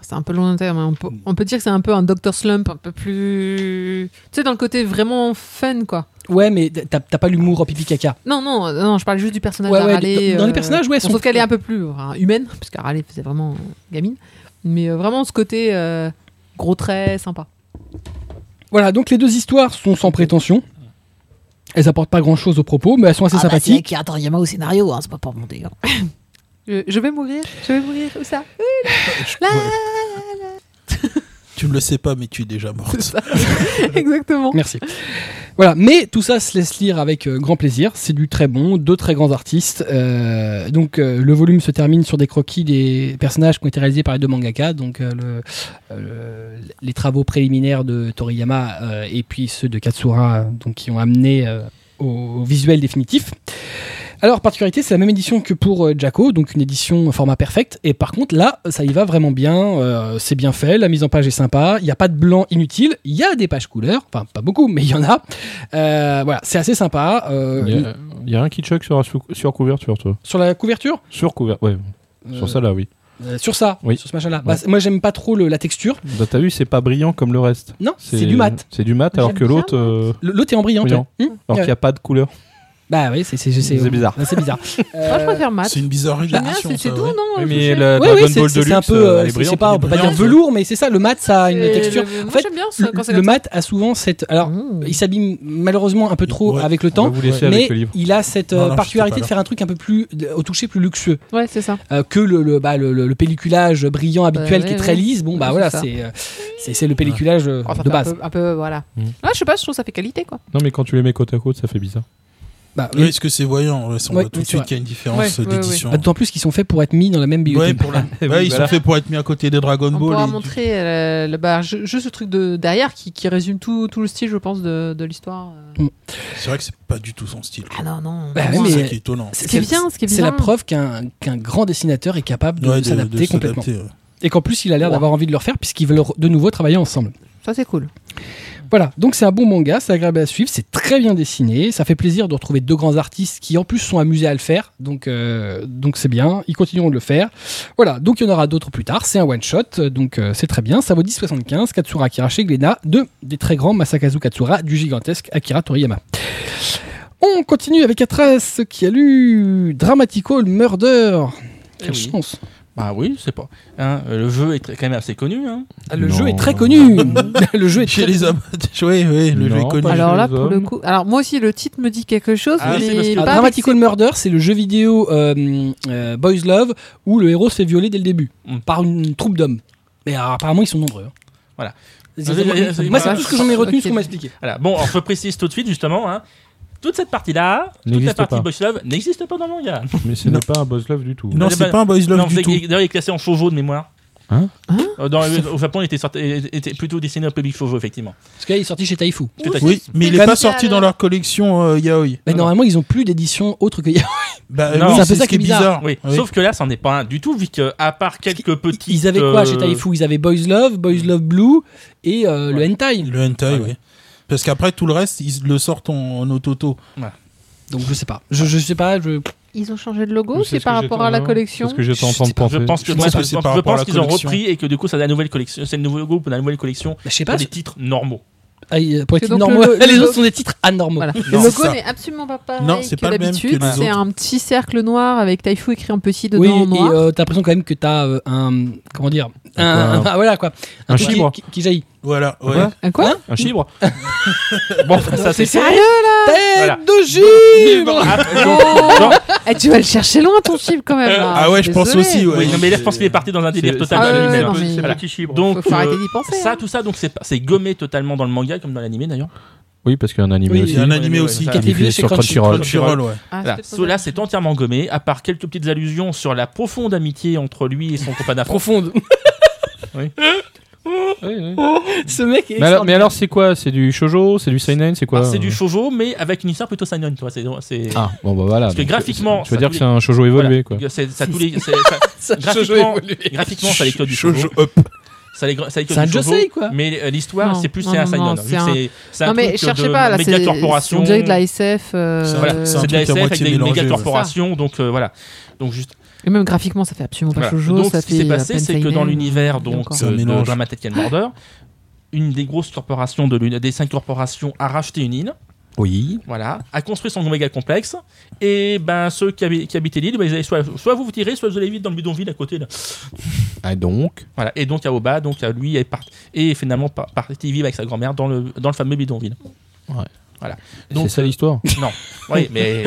C'est un peu long terme. hein. On, peut, on peut dire que c'est un peu un Dr. Slump, un peu plus. Tu sais, dans le côté vraiment fun, quoi. Ouais, mais t'as t'as pas l'humour pipi caca. Non, non, euh, non, je parle juste du personnage Ouais, à ouais, râler, dans- dans les personnages, ouais, bon, sont- Sauf qu'elle est un peu plus enfin, humaine, puisque Raleigh faisait vraiment euh, gamine. Mais euh, vraiment ce côté euh, gros trait, sympa. Voilà, donc les deux histoires sont sans prétention. Elles apportent pas grand chose au propos, mais elles sont assez Ah bah, c'est sympathiques. Qui a Toriyama au scénario, hein, c'est pas pour monter. hein. Je, je vais mourir, je vais mourir, où ça Je- ouais. Tu ne le sais pas, mais tu es déjà morte. Exactement. Merci. Voilà, mais tout ça se laisse lire avec euh, grand plaisir. C'est du très bon, deux très grands artistes. Euh, donc euh, le volume se termine sur des croquis des personnages qui ont été réalisés par les deux mangaka, donc euh, le- euh, les travaux préliminaires de Toriyama euh, et puis ceux de Katsura, euh, donc qui ont amené euh, au, au visuel définitif. Alors particularité, c'est la même édition que pour euh, Jaco, donc une édition format perfect. Et par contre là, ça y va vraiment bien, euh, c'est bien fait, la mise en page est sympa, il n'y a pas de blanc inutile, il y a des pages couleurs, enfin pas beaucoup, mais il y en a. Euh, voilà, c'est assez sympa. Euh, Il y a- il y a un qui choque sur, la sous- sur couverture, toi. Sur la couverture Sur couverture, ouais. Euh, Sur ça, là, oui. euh, sur ça, Oui. sur ce machin-là. Ouais. Bah, c'est- moi, j'aime pas trop le- la texture. Bah, T'as vu, c'est pas brillant comme le reste. Non, c'est du mat. C'est du mat, alors J'aime que bien l'autre, euh, Le- L'autre est en brillant. Brillant. toi. Hmm alors qu'il n'y a pas de couleur. Bah oui, c'est c'est- c'est- C'est bizarre. Ouais, C'est bizarre. Moi, je Euh, préfère Matt. C'est une bizarrerie de J'aime bien, l'émission, c'est- c'est ça, doux, ouais. non Oui, je mais sais. la, oui, la oui, Gun c'est- Ball c'est- Deluxe, c'est un peu, euh, euh, elle est c'est- c'est brillante. pas, on peut pas dire brillante. velours, mais c'est ça, le mat, ça a une Et texture. Euh, le- En moi, fait, j'aime bien ça, le, quand c'est le comme ça. mat a souvent cette. Alors, Mmh. il s'abîme malheureusement un peu trop Ouais. avec le On va temps. vous laisser Mais avec le livre. il a cette Non, euh, non, je particularité sais de pas, faire un truc un peu plus, de- au toucher, plus luxueux Ouais, c'est ça. euh, que le, le, bah, le, le- le pelliculage brillant habituel Bah, ouais, qui est très ouais. lisse. Bon, bah Ouais, voilà, c'est ça. c'est euh, c'est c'est le pelliculage euh, Enfin, de Oh, un base. peu- Un peu, voilà. Mm. Ouais, je sais pas, je trouve ça fait qualité, quoi. Non, mais quand tu les mets côte à côte, ça fait bizarre. Bah, Oui, parce que c'est voyant. ouais, ça, on Ouais, voit tout oui, de c'est suite vrai. qu'il y a une différence Ouais, ouais, d'édition. bah, D'autant plus qu'ils sont faits pour être mis dans la même Ouais, bibliothèque. pour la- Oui, Ouais, ils sont voilà. faits pour être mis à côté des Dragon On Ball. pourra et du- montrer euh, le- bah, ju- juste le truc de derrière qui, qui résume tout, tout le style, je pense, de, de l'histoire. euh. C'est vrai que c'est pas du tout son style. Ah non, non. Bah, C'est oui, ça mais- qui est étonnant. Ce qui est bien, ce qui est C'est la bien. preuve qu'un qu'un grand dessinateur est capable de Ouais, de- de s'adapter complètement. s'adapter, ouais. Et qu'en plus, il a l'air Ouais. d'avoir envie de le refaire puisqu'ils veulent re- de nouveau travailler ensemble. Ça, c'est cool. Voilà, donc c'est un bon manga, c'est agréable à suivre, c'est très bien dessiné, ça fait plaisir de retrouver deux grands artistes qui en plus sont amusés à le faire, donc euh, donc c'est bien, ils continueront de le faire. Voilà, donc il y en aura d'autres plus tard, c'est un one shot, euh, donc euh, c'est très bien, ça vaut 10,75, Katsura Akira chez Glénat, deux des très grands Masakazu Katsura du gigantesque Akira Toriyama. On continue avec Atras qui a lu Dramatical Murder. Quelle Eh oui. chance Bah oui, c'est pas. hein, euh, le jeu est très- quand même assez connu. Hein. Ah, Le Non. jeu est très connu Le jeu est euh. Chez très les hommes. Oui, oui, le Non, jeu est pas connu. Moi, Alors je là, les pour le aime. coup. Alors, moi aussi, le titre me dit quelque chose, Ah, c'est mais. parce que- Alors, pas avec- Dramatical Murder, c'est le jeu vidéo euh, euh, Boys Love où le héros se fait violer dès le début Mm. par une troupe d'hommes. Mais alors, apparemment, ils sont nombreux. hein. Voilà. C'est- Ah, moi, c'est- c'est c'est- tout ce que j'en ai retenu, ce Ok. qu'on m'a expliqué. Voilà. Bon, alors, je précise tout de suite justement. Hein, toute cette partie-là, toute la N'existe partie pas. Boss Love n'existe pas dans le manga. Mais ce Non. n'est pas un boss love du tout. Non, Non, c'est bah- pas un boys Non, love du vous tout. avez- D'ailleurs, il est classé en fauveau de mémoire. Hein Euh, dans- Au Japon, il était, sorti- il était plutôt dessiné au public fauveau, effectivement. Parce que là, il est sorti chez Taifu. Tout à fait. Oui, mais il Comme est pas ça, sorti le- dans leur collection euh, yaoi. Mais Non, normalement, ils ont plus d'édition autre que. Bah, Non. oui, C'est un peu c'est ça qui ce est qui est bizarre. Oui. Oui. sauf que là, ça n'en est pas un du tout, vu que, à part quelques euh, petits. Ils avaient euh, quoi chez Taifu Ils avaient Boys Love, Boys Love Blue et euh, le Ouais. Hentai. Le hentai, Ouais. oui. Parce qu'après, tout le reste, ils le sortent en, en autoto. Donc je sais pas. Bah, Je, je sais pas. Je... Ils ont changé de logo, Je sais c'est ce par que rapport j'étais à la en- collection. C'est ce que j'étais en Je train de sais pas, penser. Je pense que, Je pense ouais, que je c'est pense- par je rapport à pense la qu'ils ont collection. repris et que du coup, c'est la nouvelle collection, c'est le nouveau groupe, la nouvelle collection Je sais pour pas. des titres normaux. Ah, il- Pour les Parce que titres donc, normaux. le- le- Les autres le- sont des titres anormaux. Voilà. Non, le logo c'est ça. n'est absolument pas pareil Non, c'est que pas le même d'habitude. que les C'est autres. un petit cercle noir avec Taifu écrit en petit dedans Oui, en et noir. euh, t'as l'impression quand même que t'as euh, un. Comment dire Un un, quoi un- Voilà quoi. Un truc qui- chibre. qui- qui jaillit. Voilà, ouais. Voilà. Un Ah, quoi Hein Un chibre Bon, Ça, c'est sérieux, là Voilà. de gibre Ah, donc- Oh Eh, tu vas le chercher loin ton chiffre quand même. là. Ah ouais, je pense désolée. aussi, ouais. oui, non, mais là, je pense c'est- qu'il est parti dans un délire c'est- totalement Ah ouais, lui-même. non, mais- Voilà. c'est Donc, Faut, faut euh, arrêter d'y penser. ça, hein. tout ça, donc c'est pas- c'est gommé totalement dans le manga comme dans l'animé d'ailleurs. Oui, parce qu'il y a un anime Oui, aussi. Il y a un Oui, animé oui, aussi oui, qui ça. est Qui a été diffusé vu chez sur Crunchyroll. Crunchyroll. Crunchyroll, ouais. Ah, Voilà. c'est peut-être Cela, pas c'est entièrement gommé, à part quelques petites allusions sur la profonde amitié entre lui et son copain d'affaires. Profonde. Oui, oui. Ce mec est Mais alors, mais alors, c'est quoi C'est du shoujo C'est du seinen C'est quoi Alors, C'est du euh shoujo, mais avec une histoire plutôt seinen, toi. C'est c'est- Ah, bon, bah voilà. Parce que Donc, graphiquement, Tu veux ça dire tous que les- c'est un shoujo voilà. évolué, quoi. C'est- ça tous les- c'est- ça- graphiquement, graphiquement, ça les codes du shoujo. up. Ça les, ça les codes C'est un du shoujo, josei, quoi. Mais euh, l'histoire, Non, c'est plus non, c'est un non, non, seinen. c'est vu que un- C'est c'est un Non mais truc euh, cherchez de pas là, méga c'est corporation. on dirait de la SF euh, Ça, Voilà, c'est un c'est de la truc à SF avec moitié des mélangé, méga ouais. corporations, donc euh, voilà. Donc juste. et même graphiquement ça fait absolument pas voilà. shoujo, donc ça ce qui fait s'est à passé, peine c'est que dans seinen, l'univers et donc encore. C'est un euh, de mélange. Dramatical Murder, une des grosses corporations de l'une des cinq corporations a racheté une île. Oui. Voilà, a construit son méga complexe. Et ben ceux qui, habi- qui habitaient l'île, ben, ils allaient soit, soit vous vous tirez, soit vous allez vite dans le bidonville à côté. Là. Ah donc Voilà. Et donc à Oba, donc à lui est part- et finalement par- parti vivre avec sa grand-mère dans le dans le fameux bidonville. Ouais. Voilà. C'est Donc ça l'histoire. non. Oui, mais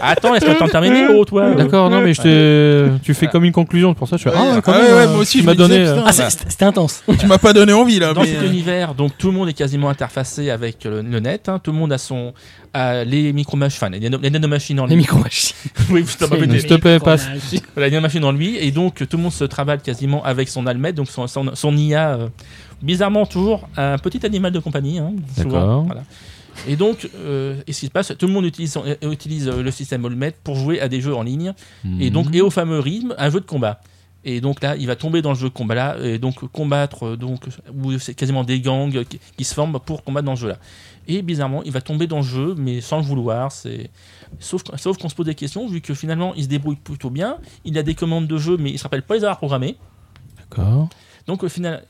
attends, laisse-moi le temps de terminer, oh toi. euh. D'accord, non, mais je t'ai- tu fais Voilà. comme une conclusion, c'est pour ça que je fais. Ouais, Ah, quand ouais, même, ouais, euh, moi aussi, tu je m'as me disais, donné. putain. euh, Ah, c'est- c'est- c'était intense. Tu m'as pas donné envie là. Dans mais, cet euh, univers, donc tout le monde est quasiment interfacé avec le, le net. hein. Tout le monde a son a les micro-machines, enfin, les, nano- les nanomachines en Les lui. micro-machines. oui, je t'en Mais rappelle. s'il te plaît, passe. Voilà, les nanomachines en lui. Et donc tout le monde se travaille quasiment avec son almet, donc son, son, son IA. euh, bizarrement toujours un petit animal de compagnie. hein, souvent. D'accord. Voilà. Et donc, euh, et ce qui se passe, tout le monde utilise, son- euh, utilise euh, le système Olmet pour jouer à des jeux en ligne. euh, Et donc, et au fameux rythme, un jeu de combat. Et donc là, il va tomber dans le jeu de combat là, et donc combattre, euh, donc, où c'est quasiment des gangs qui, qui se forment pour combattre dans le jeu là. Et bizarrement, il va tomber dans le jeu, mais sans le vouloir. C'est Sauf, qu'- sauf qu'on se pose des questions, vu que finalement, il se débrouille plutôt bien. Il a des commandes de jeu, mais il se rappelle pas les avoir programmées. D'accord. Donc au final,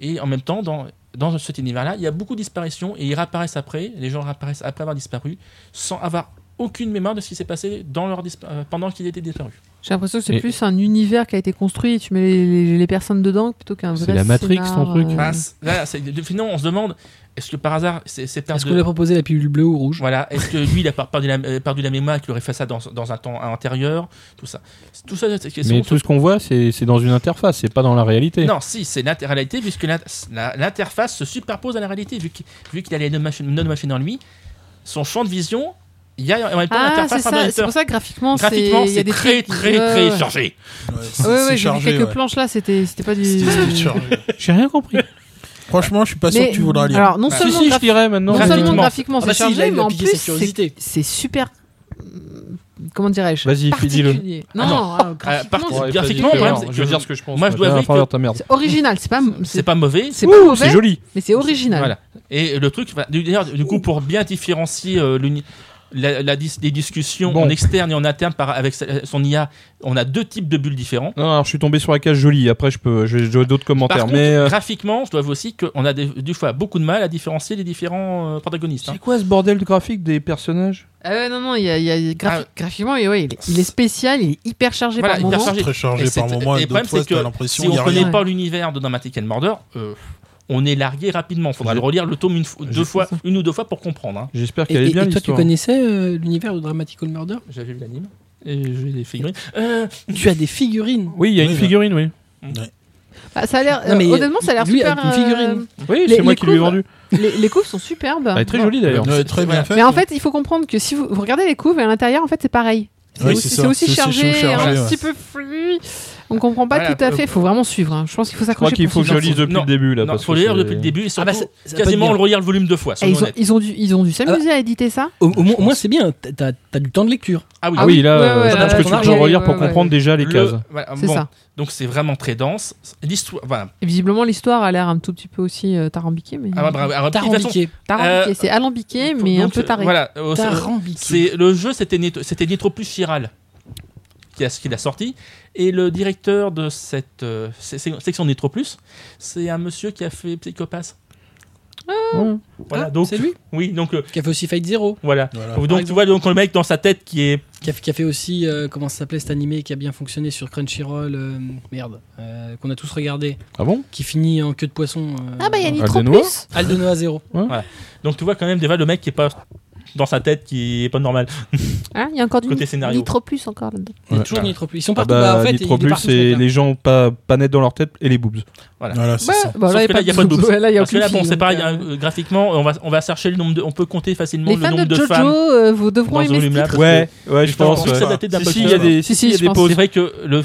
et en même temps, dans, dans cet univers-là, il y a beaucoup de disparitions et ils réapparaissent après, les gens réapparaissent après avoir disparu, sans avoir aucune mémoire de ce qui s'est passé dans leur dispa- euh, pendant qu'ils étaient disparus. J'ai l'impression que c'est Et- plus un univers qui a été construit et tu mets les, les- les personnes dedans plutôt qu'un C'est vrai la Matrix, scénar, ton truc. euh, Voilà, Ah, c'est- voilà, c'est- de- finalement, on se demande est-ce que par hasard, ces ces pertes Est-ce de- qu'on lui a proposé la pilule bleue ou rouge Voilà, est-ce que lui, il a par- perdu la, euh, perdu la mémoire et qu'il aurait fait ça dans, dans un temps antérieur Tout ça. Tout ça, c'est question. Mais tout ce qu'on voit, c'est c'est dans une interface, c'est pas dans la réalité. Non, si, c'est la réalité, puisque l'int- la- l'interface se superpose à la réalité, vu qu'il vu qu'il a les machines machines en lui, son champ de vision, il y a en même temps Ah, c'est l'interface ça, c'est ordinateur. pour ça que graphiquement, c'est Graphiquement, il y a c'est des très, trucs- très, ouais, très ouais. chargé. c'est- Ouais, c'est ouais, j'ai vu chargé, quelques ouais. planches là, c'était c'était pas du. C'était- c'était chargé. J'ai rien compris. Franchement, je suis pas sûr Mais- que tu voudras lire. Ah. Alors non Bah, si, seulement si, je hein. dirais maintenant. Non mais- seulement Graphiquement. graphiquement, Ah c'est bah si, il a- chargé, il a mais en piqué plus, sa curiosité. c'est- c'est super. mm, Comment dirais-je Vas-y, fais- dis-le. Particulier. Non, Ah non. euh, Ah, graphiquement, parti- Ouais, vas-y, graphiquement, fais-le. moi, Non, je veux dire ce que je pense. moi, je dois J'ai avouer rien à faire que- dans ta merde. c'est original. C'est pas, C'est c'est pas mauvais. c'est pas mauvais, C'est joli. mais c'est original. Voilà. Et le truc, voilà, d'ailleurs, du coup, pour bien différencier euh, l'uni- la- la dis- les discussions Bon. en externe et en interne par, avec sa- son IA, on a deux types de bulles différents. Non, alors je suis tombé sur la case jolie. Après, je peux, je vais jouer d'autres Par commentaires. contre, mais euh, graphiquement, je dois avouer aussi qu'on a des, du fois beaucoup de mal à différencier les différents euh, protagonistes. hein. c'est quoi ce bordel de graphique des personnages Ah ouais, non, non, il y a, il y a- graphi- graphiquement, il, ouais, il, est, il est spécial, il est hyper chargé Voilà, par hyper moment. chargé. Très Et chargé c'est- par moment, et et le problème, d'autres fois, c'est que t'as l'impression Si on qu'il y a connaît rien. pas l'univers de Dramatic and Murder, euh, on est largué rapidement. Faudra Je- le relire le tome une, fo- Je deux sais fois, ça. une ou deux fois pour comprendre. hein. J'espère Et, qu'elle est et- bien et toi, tu l'histoire. connaissais euh, l'univers de Dramatical Murder J'avais vu l'anime et j'ai des figurines. Euh, Tu as des figurines. Oui, il y a Oui, une voilà. figurine, oui. Bah, ça a l'air, Non, mais euh, honnêtement, ça a l'air lui, super. avec une figurine. Oui, Les- c'est moi les qui lui ai courbes. vendu. euh, les, les couves sont superbes. Elle est très Non. jolie d'ailleurs. Ouais, très bien Voilà. fait. Mais en fait, il faut comprendre que si vous, vous regardez les couves, à l'intérieur, en fait, c'est pareil. C'est Ouais, aussi, c'est c'est ça. aussi C'est aussi chargé, chargé, un ouais. petit peu fluide. On comprend pas Voilà, tout à euh, fait. Il faut vraiment suivre. hein. Je pense qu'il faut Je crois s'accrocher. qu'il pour faut que je suivre. lise depuis Non, le début. Là, non, parce faut que lire c'est- depuis le début et surtout, Ah bah, ça- ça peut être quasiment bien. on le relire le volume deux fois. Eh, soyons ils, ont, honnêtes. ils ont dû, ils ont dû Ah. s'amuser à éditer ça. Au, au moins- au moins, c'est bien, t'as- t'as t'as du temps de lecture. Ah oui, Ah oui, là, Ouais, euh, ouais, je là, pense là, que tu là, peux là, relire ouais, pour ouais. comprendre déjà les Le- cases. voilà, C'est Ah bon. ça. Donc c'est vraiment très dense. L'histoire. Voilà. Et visiblement, l'histoire a l'air un tout petit peu aussi euh, tarambiquée, mais Ah, bah, bravo. Alors, de toute façon, Tarambiqué. tarambiquée. Euh, c'est alambiqué, mais donc, un peu taré. Voilà. euh, c'est- Tarambiqué. C'est le jeu, c'était Nitro, c'était Nitro Plus Chiral qui a, qui l'a sorti. Et le directeur de cette euh, sé- sé- section Nitro Plus, c'est un monsieur qui a fait Psychopass. Ouais. Voilà, Ah, donc C'est lui oui, donc euh, qui a fait aussi Fight Zero, voilà. Ah, Voilà. Donc tu vois donc le mec dans sa tête qui est qui a, qui a fait aussi, euh, comment ça s'appelait cet animé qui a bien fonctionné sur Crunchyroll, euh, merde, euh, qu'on a tous regardé, Ah bon qui finit en queue de poisson. euh, Ah bah il y a Nitro Aldenois Plus. Aldo Noah Zero. donc tu vois quand même déjà le mec qui est pas dans sa tête qui est pas normal Hein, Il y a encore du côté ni- scénario. Nitro Plus encore là-dedans. Il y a Ouais. toujours Ah. Nitro Plus. Ils sont Ah partout. bah, bah, en fait, Nitro il est Plus, partout, ce c'est mec-là. les gens pas, pas nets dans leur tête et les boobs. Voilà, c'est Bah, ça. bah, Sauf là, que là, il y n'y a pas de boobs. Là, il y a Parce que aucune là bon fille, c'est donc, pareil euh, hein, euh, graphiquement on va on va chercher le nombre de, on peut compter facilement Les le fans nombre de, de, Jojo femmes. euh, vous dans devront ce aimer ce volume-là, titre. Ouais, ouais, Je je pense. pense que ouais. ça datait d'un Si, peu si, il y a plus. des, si, Si, si, il y a je des pense. pauses. C'est vrai que le,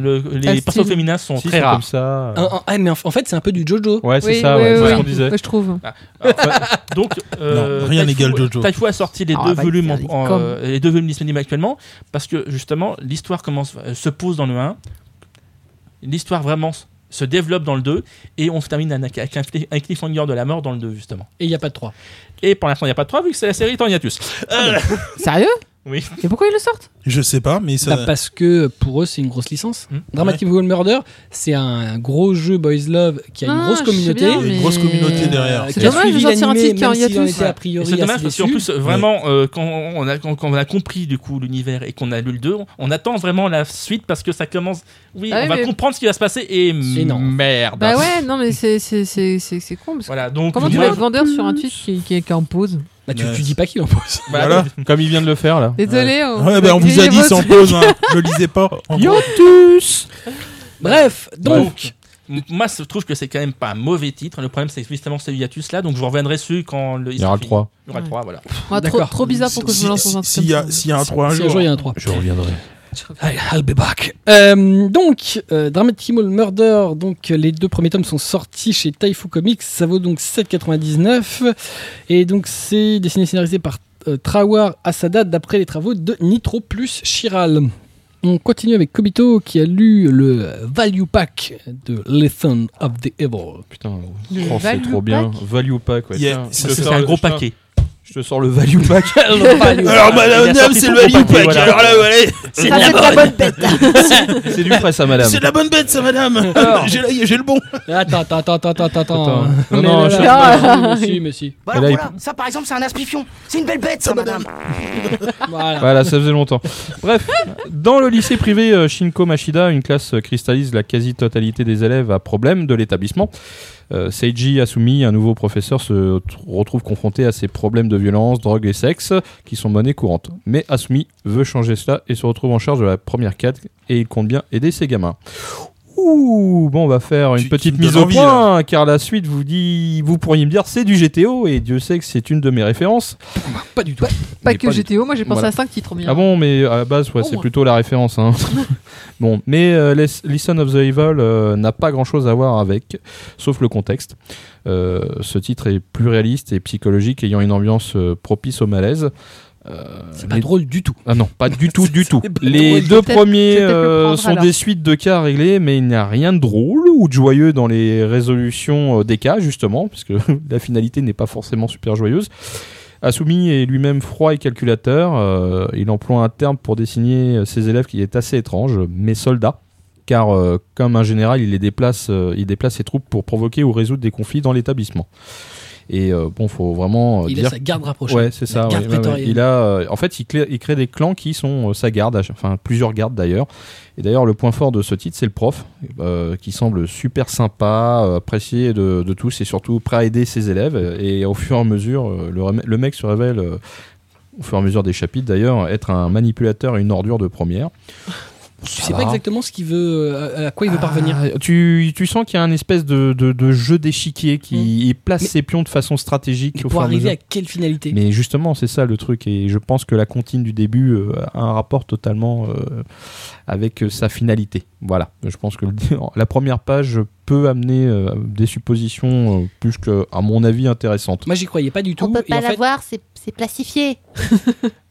le- les Ah, si. persos féminins sont Si, très c'est rares. Comme ça. Un- un- ah, mais en, en fait, c'est un peu du JoJo. Ouais, c'est Oui, ça, oui, ouais, c'est oui, ce qu'on oui. disait. Ouais, je trouve. Donc, euh, Non, rien Taifu- n'égale Jojo. Taifu a sorti les, Ah, deux bah, volumes il y a en- des en, euh, les deux volumes disponibles actuellement parce que justement, l'histoire commence, euh, se pose dans le 1, l'histoire vraiment s- se développe dans le 2 et on se termine avec avec un, cli- un cliffhanger de la mort dans le 2 justement. Et il n'y a pas de 3. Et pour l'instant, il n'y a pas de 3 vu que c'est la série est en hiatus. Euh, Sérieux Oui. Et pourquoi ils le sortent Je sais pas, mais ça. parce que pour eux, c'est une grosse licence. Hmm. Dramatic Woman Murder, c'est un gros jeu Boys Love qui a une Ah, grosse je communauté. sais bien, Il y a une mais- grosse communauté euh, derrière. qui a dommage de suivi sortir un l'animé, titre qui en même s'il en hiatus. était a Et priori c'est dommage assez parce qu'en déçu. plus, vraiment, euh, quand, on a, quand- quand on a compris du coup l'univers et qu'on a lu le 2, on, on attend vraiment la suite parce que ça commence. Oui, Ah on oui, va mais- comprendre ce qui va se passer et Et non. Mmh. merde. Bah ouais, non, mais c'est c'est- c'est- c'est- c'est con. Parce que Voilà, donc Comment tu moi, vas être vendeur sur un tweet qui, qui, qui est en pause Bah, tu, Ouais. tu dis pas qu'il en pose. voilà, Voilà. donc, Comme il vient de le faire, là. Désolé. On, Ouais, bah, on vous a dit sans pause, hein. ne lisez pas. Yotus Bref, donc. Donc, m- moi, je trouve que c'est quand même pas un mauvais titre. Le problème, c'est justement ce hiatus là. Donc, je vous reviendrai dessus quand le. Il y aura le 3. Il y aura le 3, voilà. Moi, trop, D'accord. trop bizarre pour que je me lance dans un S'il y a, truc s'il y a un 3 un Si un jour jour. il y a un 3. Je reviendrai. I'll be back. Euh, donc, euh, Dramatical Murder, donc euh, les deux premiers tomes sont sortis chez Taifu Comics, ça vaut donc 7,99. Et donc, c'est dessiné et scénarisé par euh, Trawar Asada d'après les travaux de Nitro plus Chiral. On continue avec Kobito qui a lu le Value Pack de Lesson of the Evil. Putain, Le oh, c'est value trop bien. pack. Value pack, ouais. Il y a- Tiens, ça, je c'est vais C'est faire un le- gros je vais- paquet. Je te sors le value pack. Alors, madame, c'est le value pack. Alors là, allez, c'est Ça, c'est de la bonne bête. C'est du presse à madame. c'est de la bonne bête, ça, madame. Alors. J'ai la- j'ai le bon. Attends, attends, attends, attends, attends, attends. Attends. Mais Non, non, là, je- là, mais si, mais si. Voilà, Et là, voilà. Ça, par exemple, c'est un aspifion. C'est une belle bête, ça, madame. Voilà. Voilà, ça faisait longtemps. Bref, dans le lycée privé euh, Shinko Machida, une classe euh, cristallise la quasi-totalité des élèves à problème de l'établissement. Euh, Seiji Asumi, un nouveau professeur, se tr- retrouve confronté à ces problèmes de violence, drogue et sexe qui sont monnaie courante. Mais Asumi veut changer cela et se retrouve en charge de la première cadre et il compte bien aider ses gamins. Ouh, bon, on va faire une Tu- tu petite me mise donnes au envie, point, car la suite vous dit, vous pourriez me dire, c'est du GTO, et Dieu sait que c'est une de mes références. Pas du tout. Pas Mais que pas du GTO, moi j'ai pensé Voilà. à 5 titres bien. Ah bon, mais à la base, ouais, Bon, c'est moi. plutôt la référence. hein. bon, mais euh, Les- Listen of the Evil euh, n'a pas grand-chose à voir avec, sauf le contexte. Euh, ce titre est plus réaliste et psychologique, ayant une ambiance euh, propice au malaise. Euh, C'est pas les- drôle du tout. Ah non, pas du tout, du tout. C'est pas drôle. Les Je deux vais peut-être- je premiers vais peut-être le euh, prendre, sont alors. des suites de cas réglés, mais il n'y a rien de drôle ou de joyeux dans les résolutions euh, des cas, justement, puisque la finalité n'est pas forcément super joyeuse. Asumi est lui-même froid et calculateur. euh, il emploie un terme pour désigner euh, ses élèves qui est assez étrange, mais soldats. Car, euh, comme un général, il les déplace, euh, il déplace ses troupes pour provoquer ou résoudre des conflits dans l'établissement. Et euh, bon, faut vraiment euh, Il a dire sa garde rapprochée. Ouais, c'est ça. La garde ouais, ouais, ouais. prétorienne. Il a, euh, en fait, il crée, il crée des clans qui sont euh, sa garde, à chaque- enfin plusieurs gardes d'ailleurs. Et d'ailleurs, le point fort de ce titre, c'est le prof, euh, qui semble super sympa, euh, apprécié de, de tous et surtout prêt à aider ses élèves. Et au fur et à mesure, euh, le, rem- le mec se révèle, euh, au fur et à mesure des chapitres d'ailleurs, être un manipulateur et une ordure de première. Tu Ça sais pas va. exactement ce qu'il veut, euh, à quoi il veut parvenir. Ah, tu, tu sens qu'il y a un espèce de, de- de jeu d'échiquier qui Mmh. il place ses pions de façon stratégique. Mais au pour fur et à mesure. arriver à quelle finalité Mais justement, c'est ça le truc. Et je pense que la comptine du début euh, a un rapport totalement euh, avec euh, sa finalité. Voilà. Je pense que le- la première page peut amener euh, des suppositions euh, plus que, à mon avis, intéressantes. Moi, j'y croyais pas du tout. On peut et en pas fait, l'avoir, c'est c'est plastifié.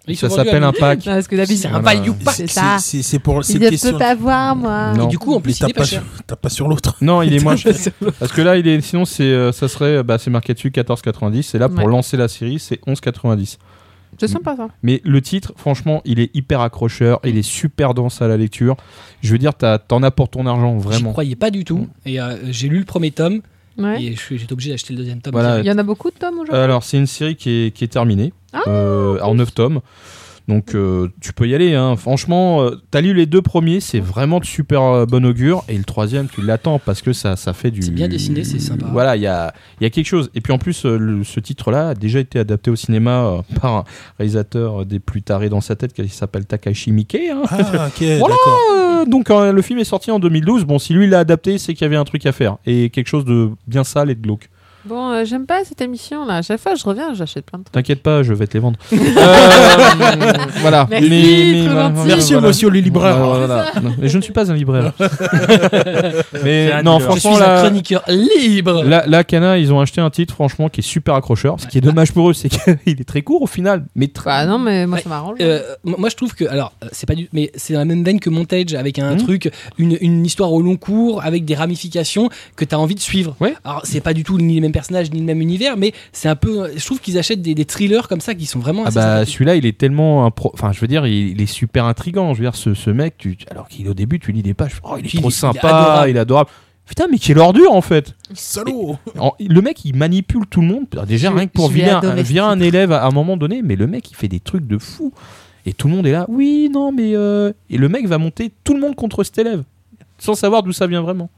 ils sont ça vendus à s'appelle un mille. pack. Non, parce que d'habitude, C'est un Voilà. value pack. C'est ça. C'est c'est pour Je cette peux question. pas voir, moi. Non. Et du coup, en Mais plus, il t'as est pas pas, cher. sur- t'as pas sur l'autre. Non, il est moins cher. C'est- Parce que là, il est, sinon, c'est, euh, ça serait, bah, c'est marqué dessus 14,90. Et là, pour Ouais. lancer la série, c'est 11,90. C'est sympa ça. Mais le titre, franchement, il est hyper accrocheur, il est super dense à la lecture. Je veux dire, t'as- t'en as pour ton argent, J'y vraiment. croyais pas du tout. Et euh, j'ai lu le premier tome Ouais. et je suis- j'étais obligé d'acheter le deuxième tome. Voilà. Il y en a beaucoup de tomes aujourd'hui. Euh, Alors, c'est une série qui est, qui est terminée, Ah, euh, en 9 tomes. Donc, euh, tu peux y aller. hein. Franchement, euh, t'as lu les deux premiers, c'est vraiment de super euh, bon augure. Et le troisième, tu l'attends parce que ça, ça fait du. C'est bien dessiné, c'est sympa. Voilà, il y a, il y a quelque chose. Et puis en plus, euh, le- ce titre-là a déjà été adapté au cinéma euh, par un réalisateur euh, des plus tarés dans sa tête qui s'appelle Takashi Miike. hein. Ah, ok, Voilà. d'accord. Euh, donc euh, le film est sorti en 2012. Bon, si lui l'a adapté, c'est qu'il y avait un truc à faire et quelque chose de bien sale et de glauque. Bon, euh, j'aime pas cette émission là. À chaque fois, je reviens, j'achète plein de trucs. T'inquiète pas, je vais te les vendre. Euh, voilà. Merci, trop voilà, gentil. voilà, Merci, voilà. monsieur le libraire. Voilà, voilà. Non, mais je ne suis pas un libraire. mais C'est un non, dealer. Je suis franchement, un là, chroniqueur libre. là, là, Cana, ils ont acheté un titre, franchement, qui est super accrocheur. Ce qui est dommage pour eux, c'est qu'il est très court au final. Mais très- Bah non, mais moi Ouais. ça m'arrange. Euh, m- moi je trouve que alors euh, c'est pas du mais c'est dans la même veine que Montage avec un Mhm. truc une, une histoire au long cours avec des ramifications que t'as envie de suivre Ouais. alors c'est pas du tout ni les mêmes personnages ni le même univers mais c'est un peu je trouve qu'ils achètent des, des thrillers comme ça qui sont vraiment Ah assez bah sympathiques. celui-là il est tellement impro- enfin je veux dire il, il est super intrigant je veux dire ce, ce mec tu alors qu'il au début tu lis des pages oh il est Puis trop il est sympa adorable. il est adorable putain mais quelle ordure en fait Salaud. En- le mec il manipule tout le monde Ah, déjà Je- rien que pour je vais virer un, adorer ce virer un titre. élève à, un moment donné mais le mec il fait des trucs de fou et tout le monde est là oui non mais euh... et le mec va monter tout le monde contre cet élève sans savoir d'où ça vient vraiment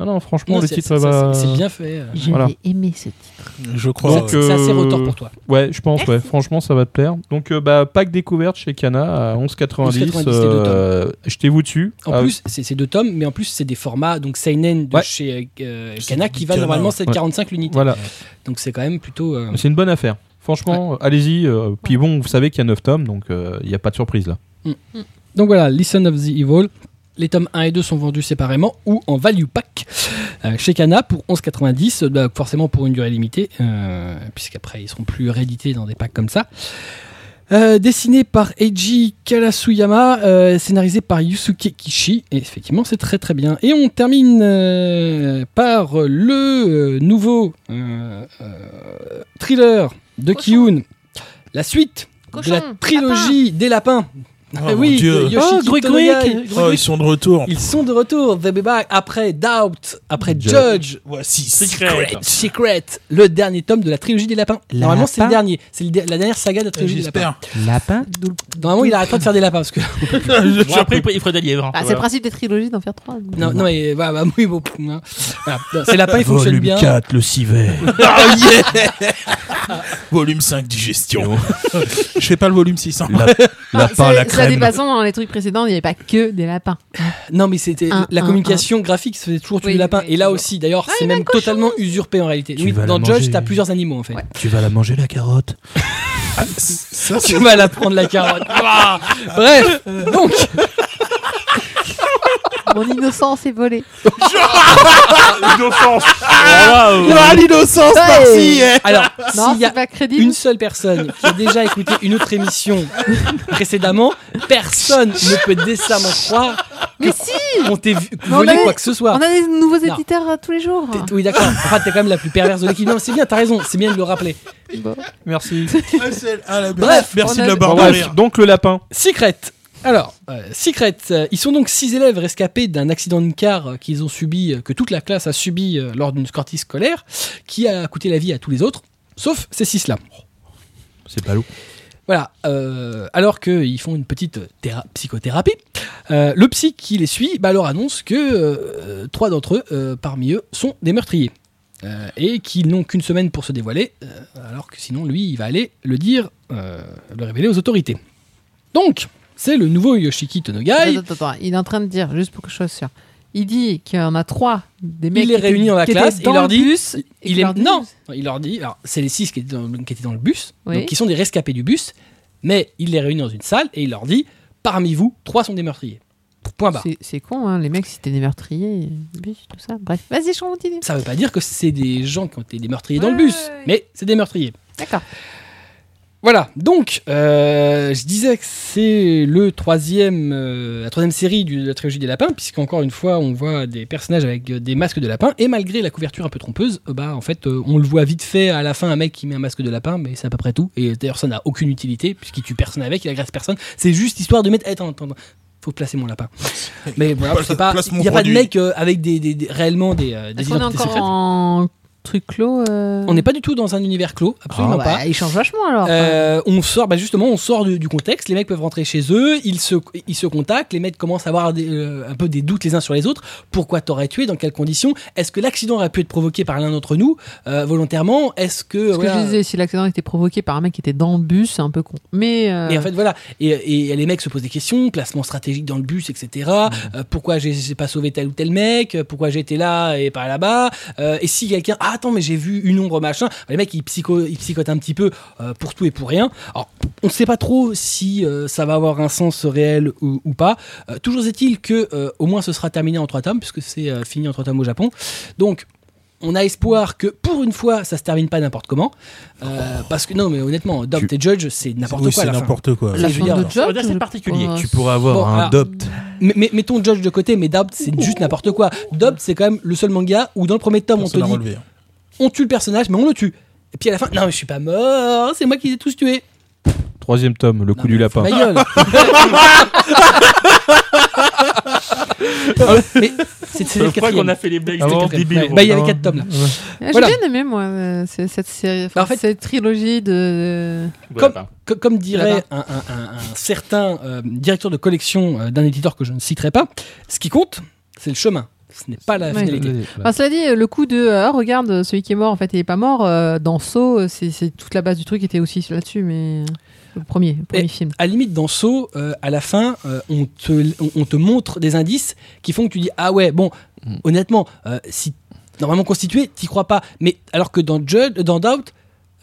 non non franchement Non, le c'est- titre c'est- va- c'est c'est bien fait Oh. euh. Je Voilà. vais aimer ce titre. Je crois. Donc, ouais. c'est assez euh, retort pour toi Ouais, je pense, ouais. Franchement, ça va te plaire. Donc, euh, bah, pack découverte chez Cana à 11,90. 11,90, les deux euh, Jetez-vous dessus. en Ah, plus c'est c'est deux tomes mais en plus c'est des formats donc seinen de Ouais. chez euh, C'est Kana du qui va Kana, normalement ouais. 7,45 l'unité Ah, Voilà, donc c'est quand même plutôt euh, c'est une bonne affaire. Franchement, euh, allez-y. euh, puis bon, vous savez qu'il y a 9 tomes, donc euh, il n'y a pas de surprise là. Donc voilà, Listen of the Evil. Les tomes 1 et 2 sont vendus séparément ou en value pack euh, chez Kana pour 11,90, euh, bah, forcément pour une durée limitée, euh, puisqu'après ils seront plus réédités dans des packs comme ça. Euh, dessiné par Eiji Karasuyama, euh, scénarisé par Yusuke Kishi, et effectivement c'est très très bien. Et on termine euh, par le euh, nouveau euh, euh, thriller de Kiyun. La suite Cochon, de la trilogie des lapins. Oh, Eh mon oui, Dieu. de Ah, Yoshiki Oh, Gruik Tonoyai. Gruik. Oh, ils sont de retour. Ils sont de retour, The Be Back, après Doubt, après Judge. Judge, Voici Euh, Secret. Secret. Secret, le dernier tome de la trilogie des lapins. Normalement, c'est le Lapin. dernier. C'est le de- la dernière saga de la trilogie des lapins. J'espère. Lapin Normalement, il arrêtera de faire des lapins parce que. Je- Bon, après, il hein. ferait- il ferait des lièvres. Bah, c'est le principe des trilogies d'en faire trois. donc. Non, non, mais bah, bah, oui, bon, poum, hein. Voilà. Non, C'est lapin, il fonctionne bien. 4, le civet. Ah, yeah volume 5, digestion. Je fais pas le volume hein. 600. Lapin à la Ah, C'est- Ça crème. dépassant dans les trucs précédents, il n'y avait pas que des lapins. Non, mais c'était Un, la un, communication graphique se faisait toujours tuer Oui, les lapins. oui, Et là toujours. aussi, d'ailleurs, c'est il a même un cochon. totalement usurpé en réalité. Tu Oui, vas la dans Judge, manger. t'as plusieurs animaux en fait. Ouais. Tu vas la manger la carotte Ah, Ça, c'est- Tu vas la prendre la carotte. Ah Bref, donc. Mon innocence est volée. Innocence. Voilà, euh, Ah, l'innocence Ouais. par-ci eh. Alors, Non, s'il y a c'est pas crédible. une seule personne qui a déjà écouté une autre émission précédemment, personne ne peut décemment croire Mais si qu'on t'ait vu- on volé avait- quoi que ce soit. On a des nouveaux Non. éditeurs euh, tous les jours. T'es- Oui, d'accord. Enfin, t'es quand même la plus perverse de l'équipe. Non, mais c'est bien, t'as raison. C'est bien de le rappeler. Merci. Ah, la- Bref, merci on de a- la barre de rire. Bref, donc le lapin. Secret. Alors, euh, Secret, euh, ils sont donc six élèves rescapés d'un accident de car euh, qu'ils ont subi, euh, que toute la classe a subi euh, lors d'une sortie scolaire, qui a coûté la vie à tous les autres, sauf ces six-là. C'est pas loup. Voilà, euh, alors qu'ils font une petite théra- psychothérapie, euh, le psy qui les suit bah, leur annonce que euh, trois d'entre eux, euh, parmi eux, sont des meurtriers. Euh, et qu'ils n'ont qu'une semaine pour se dévoiler, euh, alors que sinon, lui, il va aller le dire, euh, le révéler aux autorités. Donc, c'est le nouveau Yoshiki Attends, Tonogai. attends, attends, il est en train de dire, juste pour que je sois sûr. Il dit qu'il y en a trois des mecs Il les qui étaient- réunit dans la qui étaient classe et dans il leur le dit- bus, et qui Il est... leur dit- Non, il leur dit, alors c'est les six qui étaient dans, qui étaient dans le bus, Oui. donc qui sont des rescapés du bus, mais il les réunit dans une salle et il leur dit, parmi vous, trois sont des meurtriers. Point barre. C'est- C'est con, hein, les mecs, c'était des meurtriers, euh, bus, tout ça. Bref, vas-y, je continue. Ça veut pas dire que c'est des gens qui ont été des meurtriers dans le Ouais, bus, ouais, ouais. mais c'est des meurtriers. D'accord. Ah Voilà, donc euh, je disais que c'est le troisième, euh, la troisième série du- de la trilogie des lapins, puisqu'encore une fois on voit des personnages avec euh, des masques de lapin, et malgré la couverture un peu trompeuse, euh, bah en fait euh, on le voit vite fait à la fin un mec qui met un masque de lapin, mais c'est à peu près tout, et d'ailleurs ça n'a aucune utilité, puisqu'il tue personne avec, il agresse personne, c'est juste histoire de mettre... Attends, attends, attends, faut placer mon lapin. Mais voilà, Place- c'est pas... place Il mon n'y a pas de produit. mec euh, avec des, des- des- réellement des, euh, des Est-ce qu'on est identités encore secrètes. en truc clos euh On n'est pas du tout dans un univers clos, absolument Ah, bah, pas. Il change vachement alors. Euh, on sort, bah justement, on sort du, du contexte. Les mecs peuvent rentrer chez eux, ils se, ils se contactent, les mecs commencent à avoir des, euh, un peu des doutes les uns sur les autres. Pourquoi t'aurais tué Dans quelles conditions Est-ce que l'accident aurait pu être provoqué par l'un d'entre nous euh, volontairement Est-ce que, Ce que voilà, je disais, si l'accident était provoqué par un mec qui était dans le bus, c'est un peu con. Mais euh, Et en fait, voilà. Et, et les mecs se posent des questions, placement stratégique dans le bus, etc. Mmh. Euh, pourquoi j'ai j'ai pas sauvé tel ou tel mec Pourquoi j'étais là et pas là-bas Euh, Et si quelqu'un, ah attends, mais j'ai vu une ombre machin. Bah, Les mecs, ils, psycho, ils psychotent un petit peu euh, pour tout et pour rien. Alors, on sait pas trop si euh, ça va avoir un sens réel ou, ou pas. Euh, toujours est-il que euh, au moins ce sera terminé en trois tomes, puisque c'est euh, fini en trois tomes au Japon. Donc on a espoir que pour une fois ça se termine pas n'importe comment Euh, parce que non mais honnêtement Doubt Tu- et Judge c'est n'importe Oh. Oui, quoi à la c'est fin. n'importe quoi. La la je veux fin dire, de alors, ça veut job, dire c'est je particulier. pense. Tu pourrais avoir Oh, Bon, un alors- dopt. Mais- mais- mettons Judge de côté, mais Doubt, c'est juste n'importe quoi. Doubt, c'est quand même le seul manga où dans le premier tome, on te Personne à dit relever. on tue le personnage, mais on le tue. Et puis à la fin, non, mais je suis pas mort, c'est moi qui les ai tous tués. Troisième tome, le coup du lapin. Ma gueule. mais c'est c'est Je le crois qu'on a quatrième. fait les blagues Ah bon jusqu'au Ouais. début. Bah, il y avait quatre tomes là. J'ai Voilà. bien aimé, moi, euh, ce- cette série, enfin, Bah, en fait- cette trilogie de. Comme- Co- comme dirait un, un- un- un certain euh, directeur de collection euh, d'un éditeur que je ne citerai pas, ce qui compte, c'est le chemin. Ce n'est pas la Ouais. finalité. Enfin, cela dit, le coup de euh, Ah, regarde, celui qui est mort, en fait, il est pas mort. euh, dans Saw, euh, c'est c'est toute la base du truc était aussi là-dessus, mais. euh, Le premier, le premier Et- film. à la limite dans Saw, euh, à la fin, euh, on, te, on, on te montre des indices qui font que tu dis ah ouais bon Mm. honnêtement euh, si normalement constitué t'y crois pas mais alors que dans Judge dans Doubt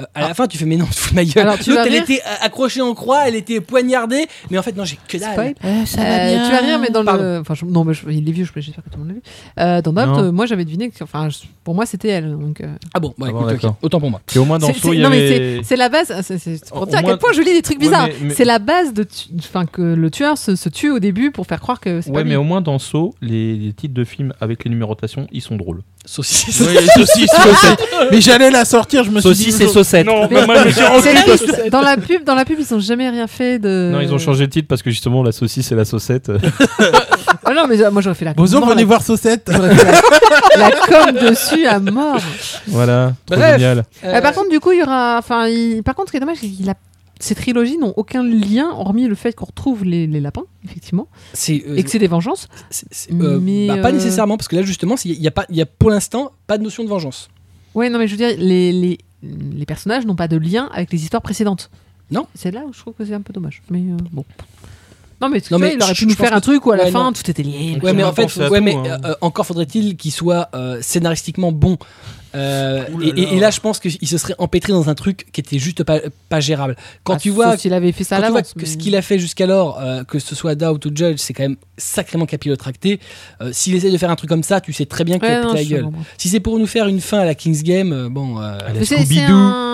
euh, à la fin tu fais mais non tu fous de ma gueule Ah. Alors, tu L'autre, vas elle rire. était euh, accrochée en croix elle était poignardée mais en fait non j'ai que dalle Spoil. ça Euh, tu vas rire, mais dans Pardon. le. Enfin, je- non, mais je- il est vieux, je- j'espère que tout le monde l'a vu. Euh, dans Doubt, Non. euh, moi j'avais deviné que. Enfin, je- pour moi c'était elle. Donc, euh, ah bon, bah, Ah bon, écoute, ok. d'accord. autant pour moi Et au moins Ah, dans C'est- Saut, c'est- il y non, mais avait. c'est- c'est la base. ah, c'est- C'est c'est Au pour dire à moins- quel point je lis des trucs Ouais, bizarres. mais- mais- C'est la base de, tu- enfin, que le tueur se, se tue au début pour faire croire que c'est Ouais, pas lui. mais au moins dans Saut, les, les titres de films avec les numérotations, ils sont drôles. saucisse Oui, saucisse, saucette. Mais j'allais la sortir, je me suis dit. saucisse chaussettes. Non, mais moi, je me suis rendu C'est compte. triste. dans la pub, dans la pub, ils ont jamais rien fait de. Non, ils ont changé le titre parce que justement la saucisse et la euh, saucette. Ah non, mais euh, moi j'aurais fait la. Bonjour, mort, venez la- voir Saucette. j'aurais fait La, la com dessus à mort. voilà, trop Bref. génial. Euh, par contre, du coup, il y aura. Enfin, il- par contre, ce qui est dommage, c'est qu'il a. Ces trilogies n'ont aucun lien, hormis le fait qu'on retrouve les, les lapins, effectivement, c'est euh, et que c'est des vengeances. c'est- c'est, euh, mais, bah, pas euh, nécessairement parce que là justement, il y a pas, il y a pour l'instant pas de notion de vengeance. Ouais, non, mais je veux dire, les, les, les personnages n'ont pas de lien avec les histoires précédentes. Non. C'est là où je trouve que c'est un peu dommage. Mais euh, bon. Non, mais, tu Non, sais, mais il aurait je- pu je nous pense faire un que- truc où à la ouais, fin non. tout était lié. Ouais, on mais a en fait, pensé à ouais, tout, mais hein. euh, euh, encore faudrait-il qu'il soit euh, scénaristiquement bon. Euh, Ouh là et, et- et là, là. je pense qu'il se serait empêtré dans un truc qui était juste pas, pas gérable. Quand tu vois s'il avait fait Ah, ça à quand tu vois l'avance. que ce qu'il a fait jusqu'alors, euh, que ce soit Doubt ou Judge, c'est quand même sacrément capillotracté. Euh, S'il essaie de faire un truc comme ça, tu sais très bien qu'il a pété la gueule. Si c'est pour nous faire une fin à la King's Game, euh, bon. euh, C'est c'est un.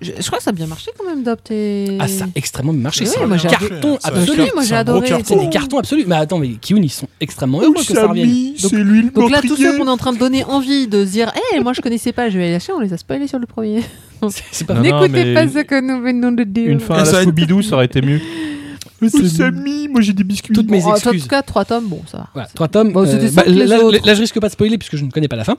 Je, je crois que ça a bien marché quand même, Dopt et. ah, ça a extrêmement bien marché. Mais C'est oui, un moi, j'ai carton Ça a absolu. fait- moi, j'ai c'est un gros adoré. carton. C'est des cartons absolus. Mais attends, mais Kiun, ils sont extrêmement heureux que ça revienne. Donc- c'est lui le Donc là, tous meurtrier. ceux qu'on est en train de donner envie de se dire, hé, moi je connaissais pas, je vais aller lâcher, on les a spoilés sur le premier. C'est- C'est pas Non, non, N'écoutez mais pas une- ce que nous venons de euh, dire. Une fin à Ah, ça la va être- Scooby-Doo, ça aurait été mieux. Oui, c'est moi j'ai des biscuits. Toutes mes Bon, en tout excuses. cas, trois tomes, bon, ça va. Voilà, trois tomes. Bon, c'était euh, ça que là, les là, autres. là, je risque pas de spoiler puisque je ne connais pas la fin.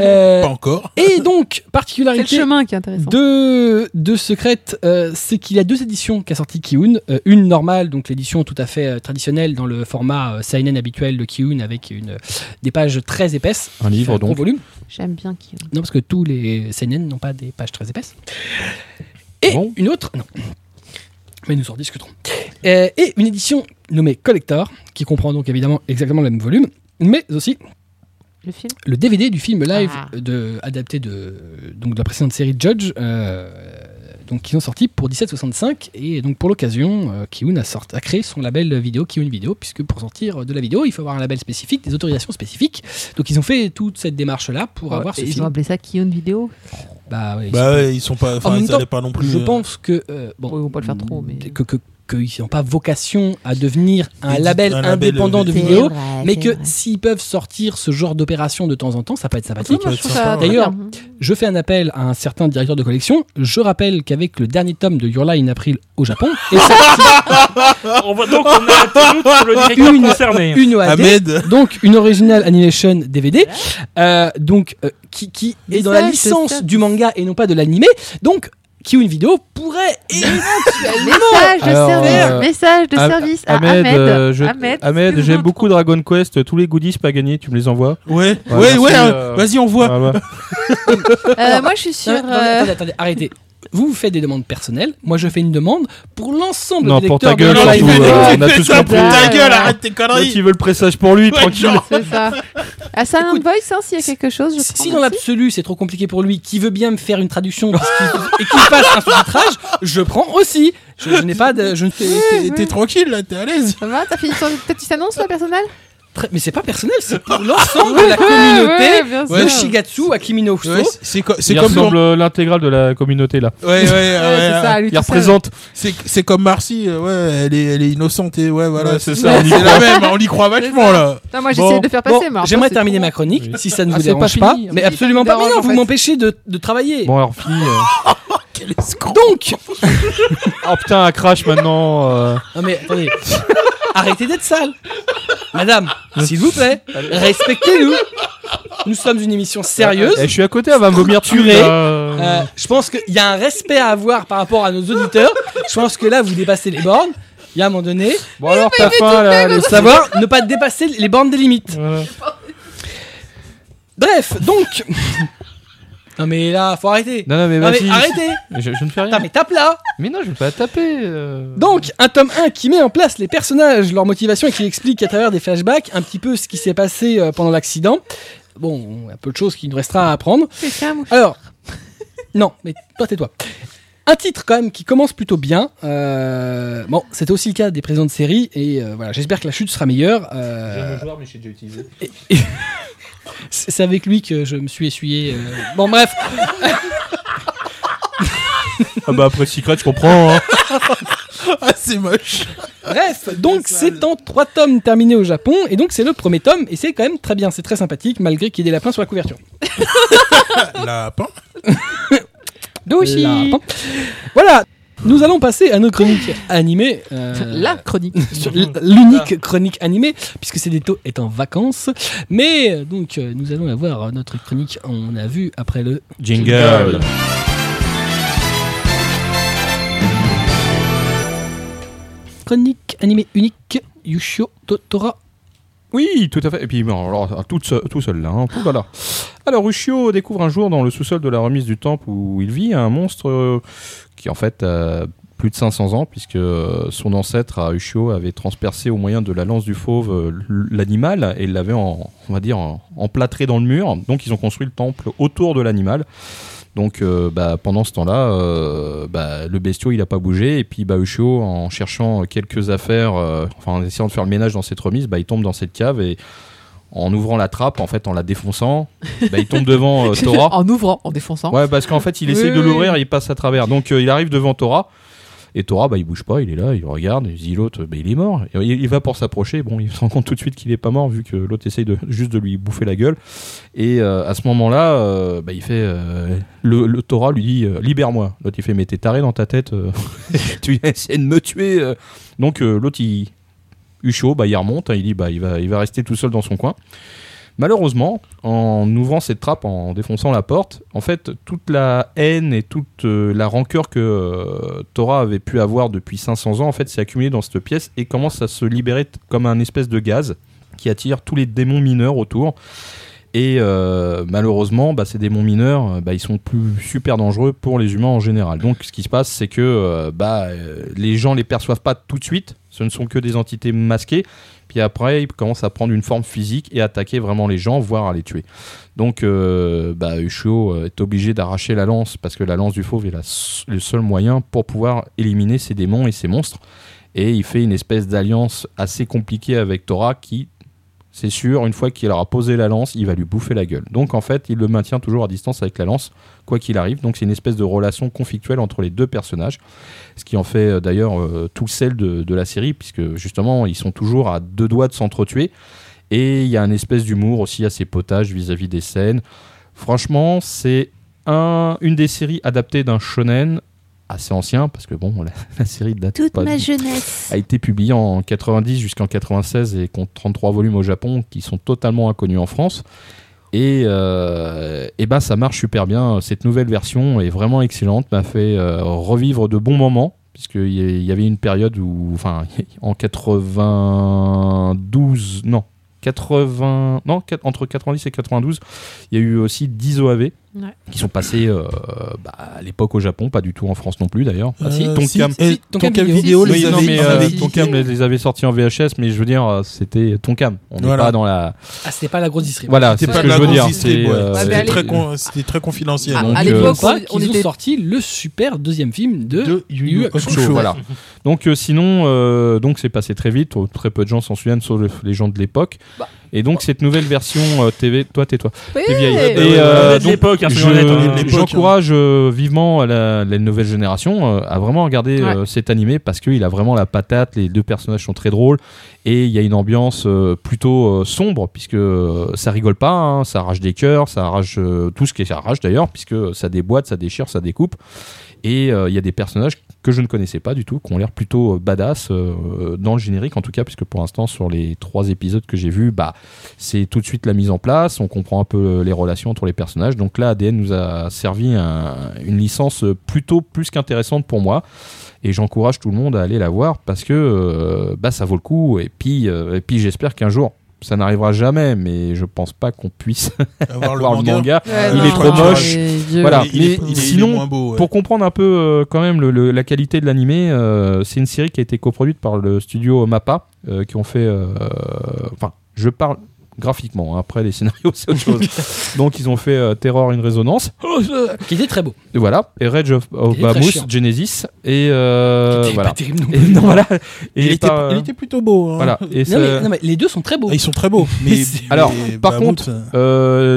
Euh, Pas encore. et donc, C'est le particularité chemin qui est intéressant. Deux, deux secrètes, euh, c'est qu'il y a deux éditions qu'a sorti Kiun. Euh, une normale, donc l'édition tout à fait euh, traditionnelle dans le format euh, seinen habituel de Kiun avec une, euh, des pages très épaisses. Un qui fait livre, gros donc. volume. J'aime bien qui. Non, parce que tous les seinen n'ont pas des pages très épaisses. Et Bon. une autre, non. Mais nous en discuterons. Euh, et une édition nommée Collector, qui comprend donc évidemment exactement le même volume, mais aussi Le film le DVD du film live Ah. de, adapté de, donc de la précédente série Judge, euh, donc qui sont sortis pour 1765. Et donc pour l'occasion, euh, Kiun a, sorti- a créé son label vidéo, Kiun Vidéo, puisque pour sortir de la vidéo, il faut avoir un label spécifique, des autorisations spécifiques. Donc ils ont fait toute cette démarche-là pour avoir ce Ils ont film. appelé ça Kion Vidéo. Bah, ouais, ils Bah sont- ouais, ils sont pas. Enfin, même ils temps, allaient pas non plus. je euh, pense que... euh, bon, Bon, ils vont pas le faire trop, mais. que, que- qu'ils n'ont pas vocation à devenir un Édite- label un label, indépendant euh, de vidéo. vidéo, mais que s'ils peuvent sortir ce genre d'opération de temps en temps, ça peut être sympathique. doit je être trouve sympa, ça ouais. d'ailleurs. Je fais un appel à un certain directeur de collection. Je rappelle qu'avec le dernier tome de Your Lie in April au Japon, et On voit donc qu'on a un doute sur le directeur Une- Ah, concerné. une OAD, Ahmed. donc une original animation DVD, euh, donc euh, qui, qui est dans la Message de licence service. du manga et non pas de l'animé. Donc, qui une vidéo pourrait Message de Alors, service, euh, message de Ah- service à Ahmed. Ahmed, euh, je- Ahmed, Ahmed, excuse-moi, j'aime beaucoup Dragon Quest. Tous les goodies pas gagnés, tu me les envoies. Ouais, Ouais, ouais, merci, ouais. euh, Vas-y, on voit. Voilà. Euh, moi, je suis euh, sur. Non, mais attendez, attendez, attendez, arrêtez. Vous vous faites des demandes personnelles. Moi, je fais une demande pour l'ensemble Non, des pour ta lecteurs de gueule, Your Lie in surtout. April. euh, on a tous Ça, pour compris. ta Ouais, gueule, ouais. arrête tes Toi, conneries. tu veux le pressage pour lui, tranquille. genre. C'est ça. À Silent Écoute, Voice, hein, s'il y a quelque chose, je prends. Si dans l'absolu c'est trop compliqué pour lui, qui veut bien me faire une traduction parce qu'il- et qu'il fasse un sous-titrage, je prends aussi. Je, je n'ai pas de, je ne fais- T'es- T'es tranquille là, t'es à l'aise. Ça va T'as fini ton ta petite annonce, toi, personnelle Très- Mais c'est pas personnel, c'est pour l'ensemble de la communauté bien de ouais. Shigatsu à Kimi no Uso. Ouais, c'est- c'est co- c'est Il comme. ressemble euh, l'intégrale de la communauté là. Ouais, ouais, ouais, Ouais, c'est ça, lui, Il tout seul. représente. C'est c'est comme Marcy, euh, ouais, elle est, elle est innocente et ouais, voilà. Ouais, c'est ça, on y C'est la même, hein, on y croit vachement là. Non, moi, Bon, j'essaie de le faire Bon, passer, mais après, J'aimerais c'est terminer trop. ma chronique Oui. si ça ne Ah, vous c'est pas dérange fini, pas. hein. mais Ça absolument me pas. Mais dérange, non, en vous fait. m'empêchez de, de travailler. Bon, alors fini. euh. Donc, Oh putain, un crash maintenant. euh. non mais attendez, arrêtez d'être sale, Madame, s'il vous plaît, respectez-nous. Nous sommes une émission sérieuse. Eh, Je suis à côté, elle va me vomir dessus. Structurée. là. Euh, je pense qu'il y a un respect à avoir par rapport à nos auditeurs. Je pense que là, vous dépassez les bornes. Il y a un moment donné, Bon, alors t'as faim là. faut le- savoir ne pas dépasser les bornes des limites. Voilà. Bref, donc. non, mais là, faut arrêter. Non, non, mais Non, mais vas-y. arrêtez. Mais Je, je ne fais Putain, rien. mais tape là. Mais non, je vais pas taper. euh. Donc, un tome 1 qui met en place les personnages, leur motivation et qui explique à travers des flashbacks un petit peu ce qui s'est passé euh, pendant l'accident. Bon, un peu de choses qui nous restera à apprendre. Quelqu'un, moi, Alors, non, mais toi, tais-toi. Un titre quand même qui commence plutôt bien. Euh, bon, c'était aussi le cas des présidents de série et euh, voilà, j'espère que la chute sera meilleure. Euh, et- et- C'est avec lui que je me suis essuyé. euh, Bon, bref, Ah bah après Secret, je comprends. hein. Ah, c'est moche. bref. Donc c'est en trois tomes terminés au Japon et donc c'est le premier tome et c'est quand même très bien, c'est très sympathique malgré qu'il y ait des lapins sur la couverture. Lapin. Douchi. Lapin. Voilà, nous allons passer à nos chroniques animées. euh, La chronique. sur l- l'unique chronique animée, puisque Cédéto est en vacances. Mais euh, donc, euh, nous allons avoir euh, notre chronique, on a vu après le. Jingle. Chronique animée unique, Yushio Totora. Oui, tout à fait. Et puis, bon, alors, tout, seul, tout seul là. hein. Ouh là là. Alors, Ushio découvre un jour dans le sous-sol de la remise du temple où il vit un monstre euh, qui, en fait, a plus de 500 ans, puisque euh, son ancêtre à Ushio avait transpercé au moyen de la lance du fauve euh, l- l'animal et l'avait, en, on va dire, en- emplâtré dans le mur. Donc, ils ont construit le temple autour de l'animal. Donc, euh, bah, pendant ce temps-là, euh, bah, le bestiau, il n'a pas bougé. Et puis, bah, Ushio, en cherchant quelques affaires, euh, enfin, en essayant de faire le ménage dans cette remise, bah, il tombe dans cette cave et en ouvrant la trappe, en fait, en la défonçant, bah, il tombe devant euh, Tora. en ouvrant, en défonçant. Ouais, parce qu'en fait, il Oui, essaye de oui, l'ouvrir oui. et il passe à travers. Donc, euh, il arrive devant Tora. Et Tora, bah, il bouge pas, il est là, il regarde, il se dit l'autre, bah, il est mort. Et il, il va pour s'approcher. Bon, il se rend compte tout de suite qu'il est pas mort, vu que l'autre essaye de, juste de lui bouffer la gueule. Et euh, à ce moment-là, euh, bah, il fait. euh, le, le Tora lui dit euh, Libère-moi. L'autre, il fait Mais t'es taré dans ta tête, euh, tu essaies de me tuer. euh. Donc, euh, l'autre, il. Ucho, bah, il remonte, hein, il dit bah, il, va, il va rester tout seul dans son coin. Malheureusement, en ouvrant cette trappe, en défonçant la porte, en fait, toute la haine et toute euh, la rancœur que euh, Tora avait pu avoir depuis 500 ans, en fait, s'est accumulée dans cette pièce et commence à se libérer t- comme un espèce de gaz qui attire tous les démons mineurs autour. Et euh, malheureusement, bah, ces démons mineurs, euh, bah, ils sont plus super dangereux pour les humains en général. Donc, ce qui se passe, c'est que euh, bah, euh, les gens les perçoivent pas tout de suite. Ce ne sont que des entités masquées. Puis après, ils commencent à prendre une forme physique et attaquer vraiment les gens, voire à les tuer. Donc, euh, bah, Ushio euh, est obligé d'arracher la lance parce que la lance du fauve est la s- le seul moyen pour pouvoir éliminer ces démons et ces monstres. Et il fait une espèce d'alliance assez compliquée avec Tora qui, c'est sûr, une fois qu'il aura posé la lance, il va lui bouffer la gueule. Donc, en fait, il le maintient toujours à distance avec la lance, quoi qu'il arrive. Donc, c'est une espèce de relation conflictuelle entre les deux personnages. Ce qui en fait euh, d'ailleurs euh, tout le sel de, de la série, puisque justement, ils sont toujours à deux doigts de s'entretuer. Et il y a un espèce d'humour aussi assez potage vis-à-vis des scènes. Franchement, c'est un, une des séries adaptées d'un shonen assez ancien, parce que bon, la, la série date Toute pas ma du- jeunesse. a été publié en 90 jusqu'en 96 et compte 33 volumes au Japon qui sont totalement inconnus en France. Et, euh, eh ben ça marche super bien. Cette nouvelle version est vraiment excellente, m'a fait euh, revivre de bons moments, puisqu'il y a- il y avait une période où, enfin, en 92, non, 80, non, quat- entre 90 et 92, il y a eu aussi 10 OAV Ouais. qui sont passés euh, bah, à l'époque au Japon, pas du tout en France non plus d'ailleurs. Euh, si, Tonkam. eh, Si, Tonkam Tonkam Vidéo. vidéo, Oui, les Ah, non, avait- mais ils euh, avaient ton dit- cam les, les avait sortis en VHS, mais je veux dire, euh, c'était ton cam. On n'est Voilà. pas dans la. Ah, c'était pas la grosse distribution. Voilà, c'est C'était ce pas que je la veux grosse dire. distrib, C'est, ouais. euh, C'était allez. très con- C'était très confidentiel. Ah, donc, hein, à euh, l'époque, Pas on qu'ils ont était sorti le super deuxième film de, De Yu Yu Hakusho. Show, voilà. Donc euh, sinon, euh, donc c'est passé très vite. Oh, Très peu de gens s'en souviennent, sauf le- les gens de l'époque. Bah. Et donc cette nouvelle version euh, TV, toi tais-toi, Ouais. t'es vieille. Ouais, Et, bah ouais, euh, on est de donc, l'époque, hein, je- soyons honnêtes, hein. on est de l'époque, J'encourage euh, vivement la, la nouvelle génération euh, à vraiment regarder Ouais. euh, cet animé parce qu'il a vraiment la patate. Les deux personnages sont très drôles et il y a une ambiance euh, plutôt euh, sombre puisque euh, ça rigole pas, hein, ça arrache des cœurs, ça arrache euh, tout ce qui arrache d'ailleurs puisque euh, ça déboîte, ça déchire, ça découpe. Et euh, il y a des personnages que je ne connaissais pas du tout, qui ont l'air plutôt euh, badass euh, dans le générique en tout cas, puisque pour l'instant sur les trois épisodes que j'ai vus, bah c'est tout de suite la mise en place, on comprend un peu euh, les relations entre les personnages. Donc là, ADN nous a servi un- une licence euh, plutôt plus qu'intéressante pour moi. Et j'encourage tout le monde à aller la voir parce que euh, bah, ça vaut le coup. Et puis, euh, et puis j'espère qu'un jour, ça n'arrivera jamais, mais je pense pas qu'on puisse Avoir voir le manga. bah, Il non, est trop non, moche. mais Dieu. Voilà. Il est- il Mais est- il est sinon, moins beau, ouais. Pour comprendre un peu euh, quand même le- le- la qualité de l'animé, euh, c'est une série qui a été coproduite par le studio Mappa, euh, qui ont fait. euh, Enfin, je parle graphiquement. hein. après, les scénarios, c'est autre chose. Donc, ils ont fait euh, Terror une résonance. qui était très beau. Et voilà. Et Rage of, of Il est très Mammoth, chiant. Genesis. Et euh, Qui était voilà. pas terrible non Et, plus. non, voilà. Euh, Et Il était, par- il était plutôt beau. hein. euh, voilà. Et ça- Non, mais, non, mais les deux sont très beaux. Ah, Ils sont très beaux. Mais, C'est- Alors, mais par Bahamut, contre, euh,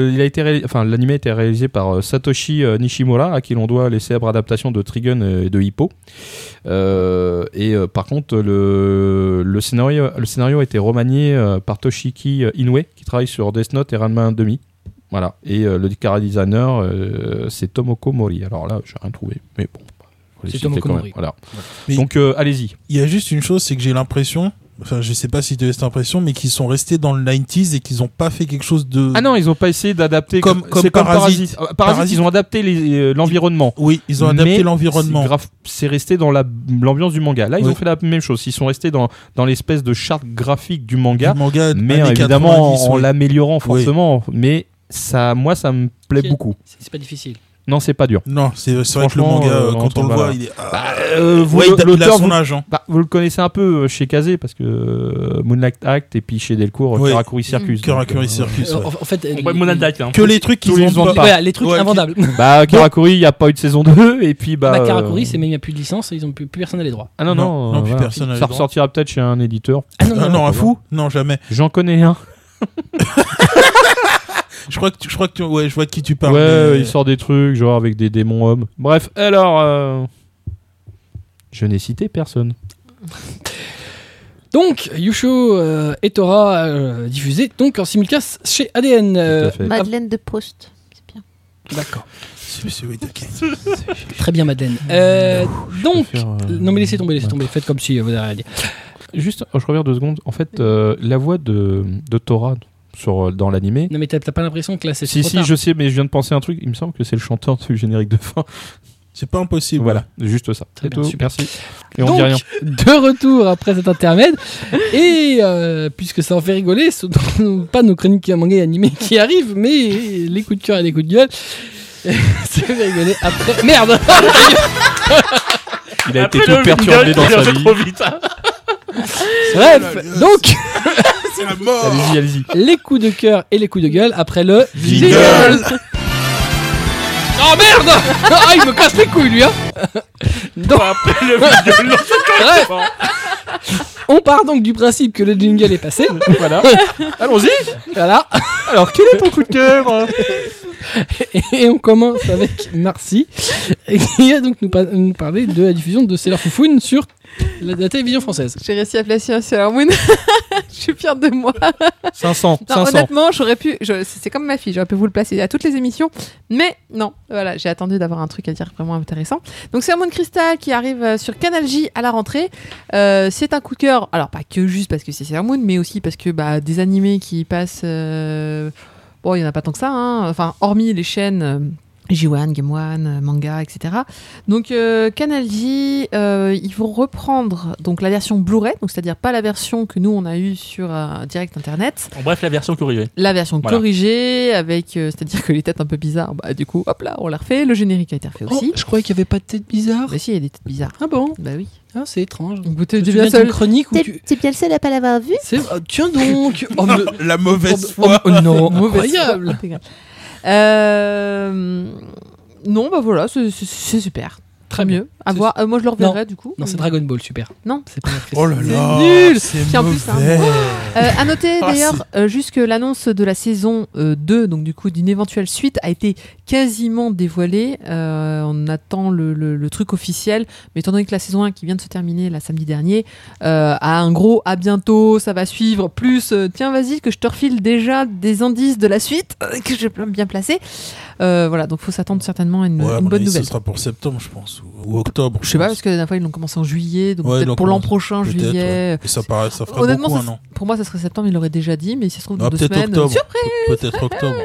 Euh, il a été réalisé- enfin l'anime a été réalisé par euh, Satoshi euh, Nishimura à qui l'on doit les célèbres adaptations de Trigun euh, et de Hippo. Euh, et euh, par contre le, le euh, scénario le scénario a été remanié euh, par Toshiki Inoue qui travaille sur Death Note et Ranma 1.5. Voilà. Et euh, le chara-designer, euh, c'est Tomoko Mori. Alors là, j'ai rien trouvé, mais bon. faut les C'est citer Tomoko quand même. Mori. Voilà. Mais- Donc euh, allez-y. Il y a juste une chose, c'est que j'ai l'impression, enfin je sais pas si tu as cette impression, mais qu'ils sont restés dans le 90s et qu'ils ont pas fait quelque chose de... Ah non, ils ont pas essayé d'adapter Comme- c'est comme Parasite. Ah, Parasite, Parasite. ils ont adapté les- euh, l'environnement. Oui, ils ont Mais adapté l'environnement. C'est, graph- c'est resté dans la, l'ambiance du manga. Là, ils Oui. ont fait la même chose. Ils sont restés dans, dans l'espèce de charte graphique du manga, Du manga mais années évidemment 90, en oui. l'améliorant forcément. Mais ça, moi, ça me plaît Ok. beaucoup. C'est c'est pas difficile. Non, c'est pas dur. Non, c'est c'est vrai que le Franchement, manga, euh, euh, quand on on le va voit, là. il est... Ah, Bah, euh, vous, ouais, il a- il a l'auteur, son vous, âge. hein. bah, vous le connaissez un peu euh, chez Kazé, parce que euh, Moonlight Act et puis chez Delcourt, Oui. Karakuri Circus. Karakuri Circus. Euh, ouais. en, en fait, euh, Ouais, les- mon attaque, hein. Que les trucs tous qu'ils les ont vendus. pas. Voilà, les trucs Ouais, ok. invendables. Bah, Karakuri, il n'y a pas eu de saison 2, et puis bah. Bah, euh, Karakuri, c'est même il n'y a plus de licence, ils ont plus, plus personne à les droits. Ah non, non, non, euh, plus voilà. personne a Ça les ressortira peut-être chez un éditeur. Ah Ah non, un fou Non, jamais. J'en connais un. Je crois que tu, je crois que tu- ouais, je vois de qui tu parles. ouais, mais- il sort des trucs, genre avec des démons hommes. Bref, alors. euh, Je n'ai cité personne. Donc, Yusho euh, et Tora euh, diffusé donc en simulcast chez ADN. euh, Ah, Tout à fait. Madeleine de Proust. C'est bien. D'accord. C'est- c'est- oui, ok. Très bien, Madeleine. Euh, donc, préfère, euh, non mais laissez tomber, laissez ouais. tomber. Faites comme si euh, vous n'avez rien dit. Juste, oh, je reviens deux secondes. En fait, euh, la voix de, de Tora sur, euh, dans l'animé. Non mais t'as t'as pas l'impression que là c'est Si, trop si, tard. je sais, mais je viens de penser à un truc. Il me semble que c'est le chanteur du générique de fin. C'est pas impossible. Voilà, juste ça. Très C'est bien, tout. super. Merci. Et on Donc, oh, dit rien. de retour après cet intermède. Et euh, puisque ça en fait rigoler, ce ne sont pas nos chroniques manga et animés qui arrivent, mais les coups de cœur et les coups de gueule. ça fait rigoler après. Merde Ah, Il a Après, été le tout perturbé jingle, dans il a sa fait vie. trop vite. hein. Bref, donc C'est la mort Allez-y, allez-y. les coups de cœur et les coups de gueule après le. Jingle. Oh merde Ah, il me casse les couilles lui hein Donc, Après, le jingle, non. bref On part donc du principe que le jingle est passé. Voilà. Allons-y. Voilà. Alors, quel est ton coup de cœur Et on commence avec Marcy, qui va donc nous, pa- nous parler de la diffusion de Sailor Foufoune sur la, la télévision française. J'ai réussi à placer un Sailor Moon. je suis fière de moi. 500. Non, 500. honnêtement, j'aurais pu. je- c'est c'est comme ma fille, j'aurais pu vous le placer à toutes les émissions. Mais non, voilà, j'ai attendu d'avoir un truc à dire vraiment intéressant. Donc, c'est Moon Crystal qui arrive euh, sur Canal J à la rentrée. Euh, c'est un coup de cœur. Alors, pas que juste parce que c'est Sailor Moon, mais aussi parce que bah, des animés qui passent. euh, Bon, il n'y en a pas tant que ça, hein. enfin, hormis les chaînes. euh, J1, Game One, euh, manga, etc. Donc euh, Canal J, euh, ils vont reprendre donc la version Blu-ray, donc c'est-à-dire pas la version que nous on a eue sur euh, direct internet, En bref, la version corrigée. la version Voilà. corrigée, avec, euh, c'est-à-dire que les têtes un peu bizarres, bah, du coup, hop là, on la refait. Le générique a été refait aussi. Oh, je croyais qu'il n'y avait pas de tête bizarre. Bah si, il y a des têtes bizarres. Ah bon Bah oui. ah, C'est étrange. Vous t'es Tu déjà viens d'une seul. chronique où T'es tu... t'es bien le seul à pas l'avoir vu C'est... ah, tiens donc oh, me- La oh, mauvaise oh, foi oh, non, Mauvaise foi incroyable intégrale. Euh, Non, bah voilà, c'est c'est- c'est super. Très bien. mieux. À Ah, C'est- voir. Euh, moi, je le reverrai du coup. Non, c'est Dragon Ball, super. Non. C'est pas Netflix. Oh là C'est là nul. C'est Puis en plus, hein. mauvais. Euh, à noter Ah, d'ailleurs euh, juste que l'annonce de la saison euh, 2, donc du coup d'une éventuelle suite, a été quasiment dévoilée. Euh, on attend le, le- le truc officiel, mais étant donné que la saison 1 qui vient de se terminer là samedi dernier euh, a un gros à bientôt, ça va suivre, plus euh, tiens vas-y que je te refile déjà des indices de la suite euh, que je peux bien placer. Euh, voilà, donc faut s'attendre certainement à une, Ouais, à une mon bonne avis, nouvelle. Ce sera pour septembre, je pense, ou, ou octobre. Je sais pas pense. parce que la dernière fois ils l'ont commencé en juillet, donc Ouais, ils peut-être l'ont pour l'an commencé. prochain Peut-être, juillet. ouais. Et ça, paraît, ça fera Honnêtement, beaucoup ça- un an. Pour moi, ça serait septembre, il l'aurait déjà dit, mais si ça se trouve, Ah, dans deux peut-être semaines. octobre. Sur- Peut- Peut-être octobre.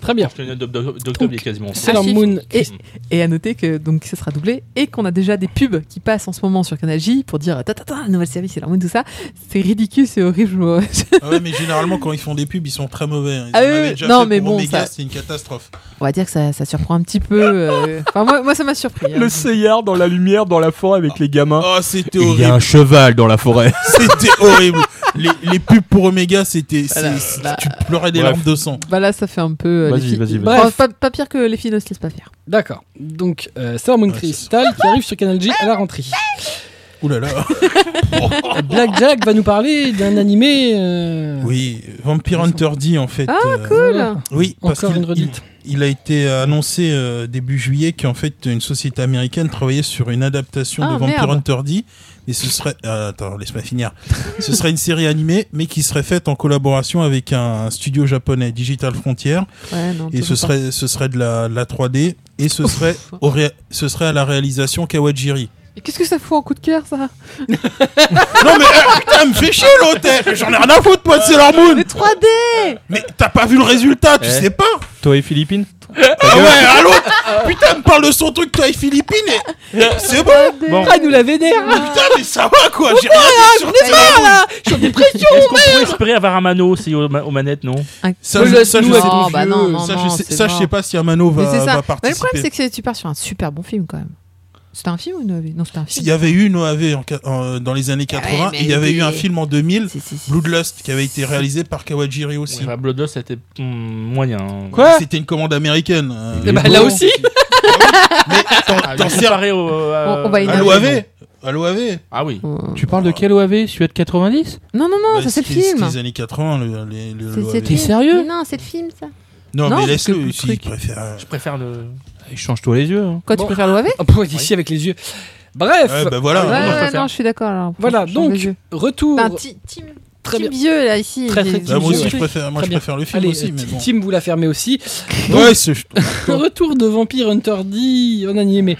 Très bien. Le note d'oc- d'octobre, il est quasiment. Sailor Merci. Moon. Et, et à noter que donc ça sera doublé et qu'on a déjà des pubs qui passent en ce moment sur Canal J pour dire ta ta ta, la nouvelle série, c'est l'hormone, tout ça. C'est ridicule, c'est horrible. je me- Ah ouais, mais généralement, quand ils font des pubs, ils sont très mauvais. hein. Ils Ah en oui, avaient oui. déjà Non, fait mais pour bon, Omega, ça- c'était une catastrophe. On va dire que ça, ça surprend un petit peu. euh, Enfin, moi, moi, ça m'a surpris. hein. Le Seyard dans la lumière, dans la forêt avec les gamins. Oh, c'était Hein Il y a un horrible. cheval dans la forêt. C'était horrible. Les, les pubs pour Omega, c'était. c'est- Voilà, c'est- bah- Tu pleurais des Bref. larmes de sang. Bah là, ça fait un peu. euh, Vas-y, les filles- vas-y, vas-y. Enfin, pas, pas pire que les filles ne se laissent pas faire. D'accord. Donc, euh, Sailor Moon Ouais, c'est Crystal qui arrive sur Canal J à la rentrée. Ouh là là. Blackjack va nous parler d'un animé. euh, Oui, Vampire Hunter D en fait. Ah, euh, Cool. voilà. Oui, parce Encore qu'il- une redite. il- il a été annoncé euh, début juillet qu'en fait une société américaine travaillait sur une adaptation Ah, de Vampire merde. Hunter D. Mais ce serait, ah, attends, laisse-moi finir. ce serait une série animée, mais qui serait faite en collaboration avec un studio japonais, Digital Frontier, Ouais, non, et toujours ce pas. serait, ce serait de la, de la 3D, et ce serait, au ré- ce serait à la réalisation Kawajiri. Et Qu'est-ce que ça fout en coup de cœur, ça Non mais eh, putain, me fait chier l'hôtel. J'en ai rien à foutre, moi de Sailor Moon. 3D Mais t'as pas vu le résultat, tu Eh. sais pas. Toi et Philippines Ah ouais, à l'autre Putain, me parle de son truc, toi et Philippines et- et C'est bon Bon, Ah, il nous la vénère Putain, mais ça va quoi J'ai rien dit sur ça Est-ce qu'on pourrait espérer avoir un mano aussi aux, ma- aux manettes, non Ça, Laisse-nous je, ça, je avec sais, ton Non, bah vieux. non, non, ça, je non, sais- c'est ça, je mort. sais pas si Amano Mais va, c'est ça. va Mais le problème, c'est participer. que tu pars sur un super bon film, quand même. C'était un film ou une OAV Non, c'était un film. S'il y avait eu une OAV en qua- en- dans les années 80, mais et il y avait eu un des- film en 2000, Si, si, si. Bloodlust, qui avait été réalisé par Kawajiri aussi. Enfin, Bloodlust, c'était hmm, moyen. Quoi C'était une commande américaine. euh, Eh bah, là bon. aussi Mais t'en- Ah, t'en il est sers comparé au, euh, On- on va y à aller. l'OAV À Bah, l'OAV Ah oui. Euh, tu parles de quel OAV Suède 90 Non, non, non, Ah, Bah, ça c'est le film. les années 80, le, les- le- C'est- l'OAV. c'était- T'es sérieux Non, c'est le film, ça. Non, Non, mais parce que laisse-le, le s'il truc- préfère. euh, Je préfère le. Change-toi les yeux. hein. Quoi, Bon. tu préfères l'OAV On peut être ici bah, avec les yeux. Bref, Ouais, bah voilà. Ah, Ouais, moi, je ouais, préfère. non, je suis d'accord. alors, voilà, franchement, je donc, change retour. les yeux. Enfin, ti- team, Très team bien. vieux, là, ici. Très, j'ai- très Bah, moi Team aussi, Dieu. je préfère, moi, Très je bien. préfère le film Allez, aussi. Mais Tim- bon. Tim, vous la fermez aussi. Ouais, c'est Le retour de Vampire Hunter D en animé.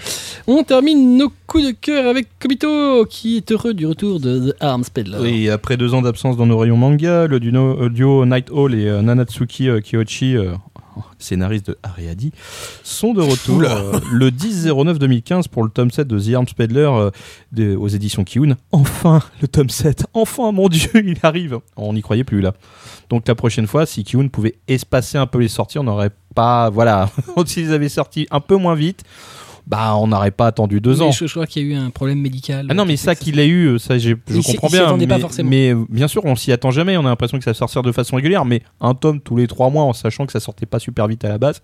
On termine nos coups de cœur avec Kobito, qui est heureux du retour de The Arms Peddler. Oui, après deux ans d'absence dans nos rayons manga, le duno- euh, duo Night Owl et euh, Nanatsuki euh, Kiyoshi, euh, scénariste de Ariadi, sont de retour Oula. euh, le 10-09-2015 pour le tome 7 de The Arms Peddler euh, des- aux éditions Kiun. Enfin, le tome 7, enfin, mon dieu, il arrive On n'y croyait plus là. Donc la prochaine fois, si Kiun pouvait espacer un peu les sorties, on n'aurait pas. Voilà, s'ils avaient sorti un peu moins vite, bah on n'aurait pas attendu deux Mais ans. Je, je crois qu'il y a eu un problème médical. Ah non, mais ça qu'il a eu, ça j'ai- je Il s'y- comprends il s'y bien. attendait Mais, pas forcément. mais, euh, bien sûr, on s'y attend jamais. On a l'impression que ça va sortir de façon régulière, mais un tome tous les trois mois, en sachant que ça sortait pas super vite à la base,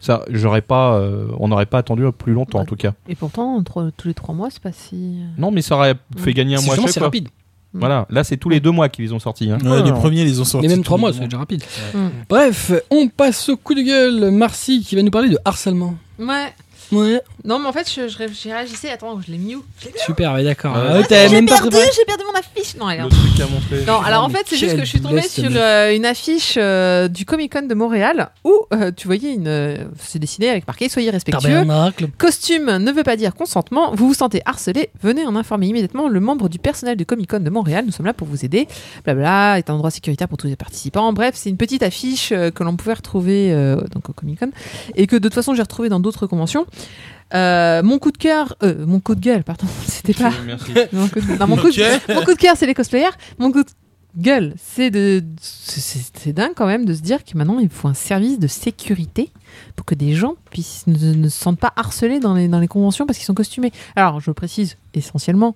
ça, j'aurais pas, euh, on n'aurait pas attendu plus longtemps en Ouais. tout cas. Et pourtant, trois- tous les trois mois, c'est pas si. Non, mais ça aurait fait gagner un C'est mois à justement, chaque c'est fois. rapide. Voilà, là c'est tous les deux mois qu'ils les ont sortis. hein. Ouais, les premiers, ils ont sorti. Mais même tous trois les mois, deux c'est déjà rapide. Mm. Bref, on passe au coup de gueule. Marcy qui va nous parler de harcèlement. Ouais. Ouais. Non, mais en fait, je, je ré- j'y réagissais. Attends, je l'ai mute. Je l'ai mute. Super, ouais, d'accord. Ouais. Euh, t'avais même pas préparé. j'ai perdu mon affiche. Non, elle est Le truc à montrer. Non, alors en mais fait, c'est juste quelle que je suis tombée blesse, sur mais- euh, une affiche euh, du Comic Con de Montréal où euh, tu voyais une. euh, c'est dessiné avec marqué Soyez respectueux. Tabernacle. Costume ne veut pas dire consentement. Vous vous sentez harcelé Venez en informer immédiatement le membre du personnel du Comic Con de Montréal. Nous sommes là pour vous aider. Blabla est un endroit sécuritaire pour tous les participants. Bref, c'est une petite affiche euh, que l'on pouvait retrouver euh, donc au Comic Con et que de toute façon j'ai retrouvé dans d'autres conventions. Euh, mon coup de cœur, euh, mon coup de gueule, pardon, c'était pas. Non, mon coup de- non, mon, coup de, Ok. mon coup de cœur, c'est les cosplayers. Mon coup de gueule, c'est de. c'est- C'est c'est dingue quand même de se dire que maintenant, il faut un service de sécurité pour que des gens puissent, ne, ne se sentent pas harcelés dans les, dans les conventions parce qu'ils sont costumés. Alors, je précise essentiellement.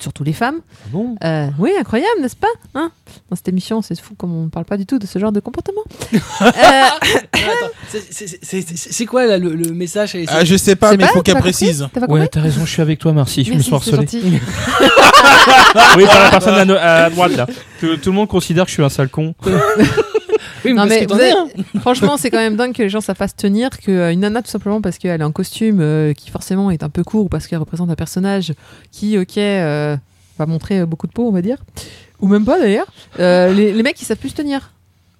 Surtout les femmes. Ah Bon. Euh, oui, incroyable, n'est-ce pas hein Dans cette émission, c'est fou comme on ne parle pas du tout de ce genre de comportement. Euh, Attends, c'est- c'est- c'est- c'est c'est quoi là, le, le message mois. Ah, je sais pas, c'est mais pas, faut t'as qu'elle pas précise. compris T'as pas compris Ouais, t'as raison, je suis avec toi, merci. Je me Merci, suis c'est harcelé. gentil. Ah Oui, par la personne à no- à, droite là. Tout, tout le monde considère que je suis un sale con. Oui, Non, parce mais que t'en vous es êtes- un. hein. Franchement, c'est quand même dingue que les gens ça fasse tenir qu'une nana, tout simplement parce qu'elle est en costume euh, qui forcément est un peu court ou parce qu'elle représente un personnage qui, ok, euh, va montrer euh, beaucoup de peau, on va dire. Ou même pas d'ailleurs. Euh, les, les mecs, ils savent plus se tenir.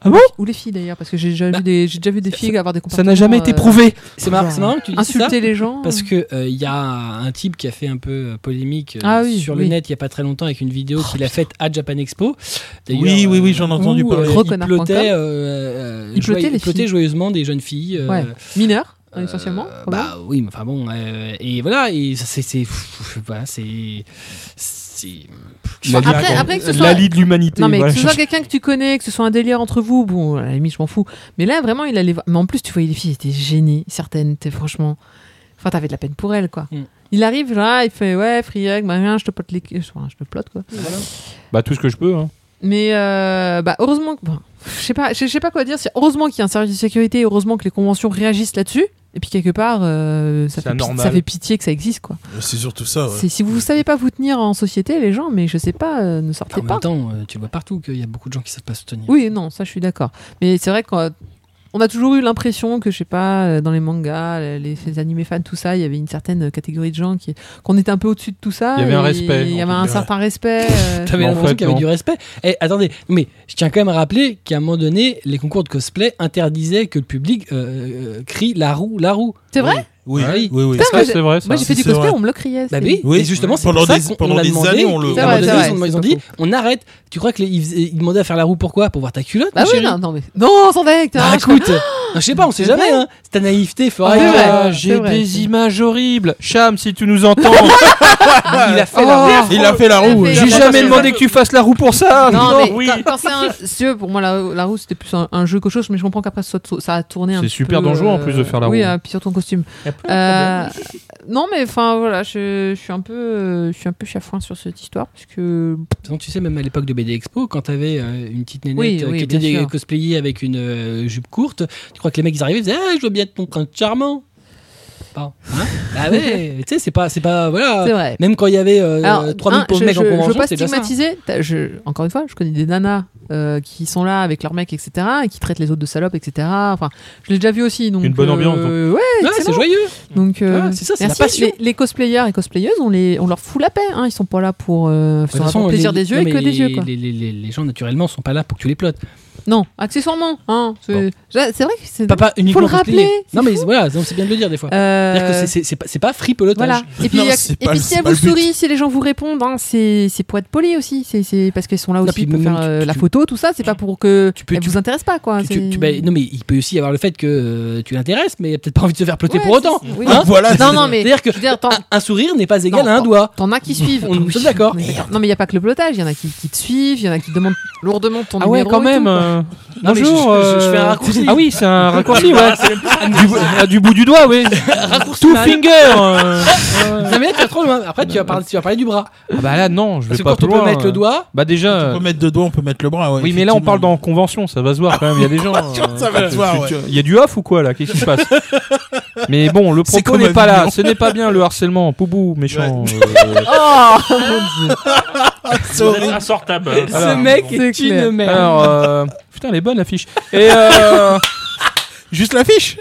Ah bon Bah, Ou les filles d'ailleurs, parce que j'ai déjà, vu des- j'ai déjà vu des filles avoir des Ça comportements. n'a jamais été euh, prouvé. C'est marrant, c'est marrant que tu dises ça. Insulter les gens. Parce que euh, il y a un type qui a fait un peu euh, polémique euh, Ah oui, sur le oui. Oh, net il y a pas très longtemps avec une vidéo qu'il a faite à Japan Expo. D'ailleurs, Oui, oui, euh, oui, j'en ai entendu où, parler. euh, il Reconnard.com. plotait, euh, euh, Il joye- plotait les il plotait filles. joyeusement des jeunes filles. euh, Ouais. Ah Mineur, euh, essentiellement. bah oui, mais enfin bon, euh, et voilà, et ça, c'est, c'est, pff, voilà, c'est, c'est, Après- après que ce soit- de l'humanité. Non mais voilà. que ce soit quelqu'un que tu connais, que ce soit un délire entre vous, bon, à la limite je m'en fous. Mais là vraiment il allait voir. Mais en plus tu voyais les filles étaient gênées, certaines, t'es franchement. Enfin t'avais de la peine pour elles quoi. Mm. Il arrive là, il fait ouais free egg, machin, je te pote les, enfin, je te plote quoi. Bah, tout ce que je peux. hein. Mais euh, bah heureusement, que- bon, je sais pas, je je sais pas quoi dire. C'est- Heureusement qu'il y a un service de sécurité, heureusement que les conventions réagissent là-dessus. Et puis quelque part, euh, ça, C'est fait, pi- anormal. ça fait pitié que ça existe quoi. Euh, C'est surtout ça, ouais. C'est- Si vous savez pas vous tenir en société les gens, mais je sais pas, euh, ne en sortez même pas. temps, euh, tu le vois partout qu'il y a beaucoup de gens qui savent pas se tenir. Oui, non, ça je suis d'accord. Mais c'est vrai que euh, on a toujours eu l'impression que, je sais pas, euh, dans les mangas, les, les animés fans, tout ça, il y avait une certaine euh, catégorie de gens qui, qu'on était un peu au-dessus de tout ça. Il y avait un et respect, Il y en avait un tout cas. certain respect. euh, T'avais Mais en l'impression fait, qu'il y avait non. du respect. Et attendez, mais je tiens quand même à rappeler qu'à un moment donné, les concours de cosplay interdisaient que le public euh, euh, crie la roue, la roue. C'est vrai Oui, Ah oui. oui, oui. Putain, Ça, moi, j'ai- Bah, c'est vrai, ça. Moi, j'ai fait du C'est cosplay, vrai. on me le criait. Bah c'est- oui, Oui. et justement, c'est pour Pendant ça des- qu'on- pendant on a des demandé années, on le- qu'à un C'est moment vrai, donné, c'est ils ont- vrai, ils ont c'est dit on arrête. Tu crois qu'ils ils demandaient à faire la roue pourquoi Pour voir ta culotte Bah mon oui, chéri non, non, mais. Non, sans deck Bah écoute, je sais pas, on sait jamais. Hein. C'est ta naïveté fera Ah, que- ouais. Ah, c'est j'ai vrai. des images horribles. Cham, si tu nous entends, Ah. Il a fait la roue. Il a fait Il la a roue. fait ouais. j'ai la- jamais demandé que tu fasses la roue pour ça. Non, mais oui. quand, quand c'est un. si tu veux, pour moi, la, la roue, c'était plus un, un jeu qu'autre chose, mais je comprends qu'après, ça, ça a tourné un C'est petit super peu, dangereux, en euh, plus, de faire la Oui, roue. euh, puis surtout en costume. Il y a plein de problèmes. Euh, non, mais enfin, voilà, je, je suis un peu, euh, je suis un peu chafouin sur cette histoire, parce que. De toute façon, tu sais, même à l'époque de BD Expo, quand t'avais euh, une petite nénette Oui, euh, oui, qui était bien dé- sûr. cosplayée avec une euh, jupe courte, tu crois que les mecs ils arrivaient, ils disaient Ah, je veux bien être ton prince charmant. Pardon. Hein ah ouais, tu sais, c'est pas, c'est pas. Voilà. C'est vrai. Même quand il y avait euh, Alors, 3000 un, pauvres je, mecs je, en je convention, veux pas c'est déjà ça. stigmatiser. T'as- je- encore une fois, je connais des nanas euh, qui sont là avec leurs mecs, etc., et qui traitent les autres de salopes, etc. Enfin, je l'ai déjà vu aussi. Donc, Une bonne ambiance, euh, ouais, Ouais, excellent. c'est joyeux. Donc, euh, Ah, c'est ça, c'est la merci. passion. Les, les cosplayers et cosplayeuses, on, les, on leur fout la paix. Hein. Ils sont pas là pour euh, De faire toute façon, le plaisir les- des yeux non, et que mais des yeux. Quoi. Les, les- les- les gens, naturellement, sont pas là pour que tu les plottes. Non, accessoirement. Hein, c'est Bon. c'est vrai que c'est. Pas, pas uniquement le pour rappeler, plier. c'est Non, mais fou. voilà, donc c'est bien de le dire des fois. Euh, C'est-à-dire que c'est- c'est- c'est pas- c'est pas fripelotage. Voilà. Et puis, Non, il y a- c'est et pas puis le- si c'est elle pas vous le but. sourit, si les gens vous répondent, hein, c'est c'est pour être poli aussi. C'est c'est parce qu'ils sont là Non, aussi puis pour même faire tu- euh, tu- la photo, tout ça. C'est pas pour que Tu peux- elle tu- vous intéresse pas, quoi. Tu- tu- Ah, c'est- tu- bah, non, mais il peut aussi avoir le fait que euh, tu l'intéresses, mais il a peut-être pas envie de se faire ploter Ouais, pour autant. c'est- oui. Hein Voilà. Non, non, mais C'est-à-dire que je veux dire, t'en- un, un sourire n'est pas égal Non, à un doigt. t'en as qui suivent. On est Oui, tous d'accord. on est Non, mais il y a pas que le plotage. Il y en a qui, qui te suivent. Il y en a qui demandent lourdement ton Ah ouais, numéro quand et même. tout, quoi. euh, Non, mais je- Bonjour. je- je- je euh, fais un raccourci. Ah oui, c'est un raccourci, ouais. du, bo- ah, du bout du doigt, oui. Raccourci Two mal. finger. euh. Non, mais là, tu vas trop loin. Après, tu vas, parler, tu vas parler du bras. Ah bah là, non, je vais Parce que pas quand plus on peut loin, mettre euh. le doigt, Bah déjà. On euh, peut mettre deux doigts, on peut mettre le bras. ouais, Oui, mais là, on parle effectivement. dans convention, ça va se voir quand même. Il y a des gens. euh, ça va se voir, tu- ouais. tu- Il y a du off ou quoi là Qu'est-ce qui se passe Mais bon, le C'est propos comme n'est pas là. Avignon. Ce n'est pas bien le harcèlement. Poubou, méchant. euh, Oh, Vous êtes insortable. hein. Voilà. ce mec C'est est clair. une merde. Alors, euh, putain, elle est bonne l'affiche. Et euh, Juste l'affiche.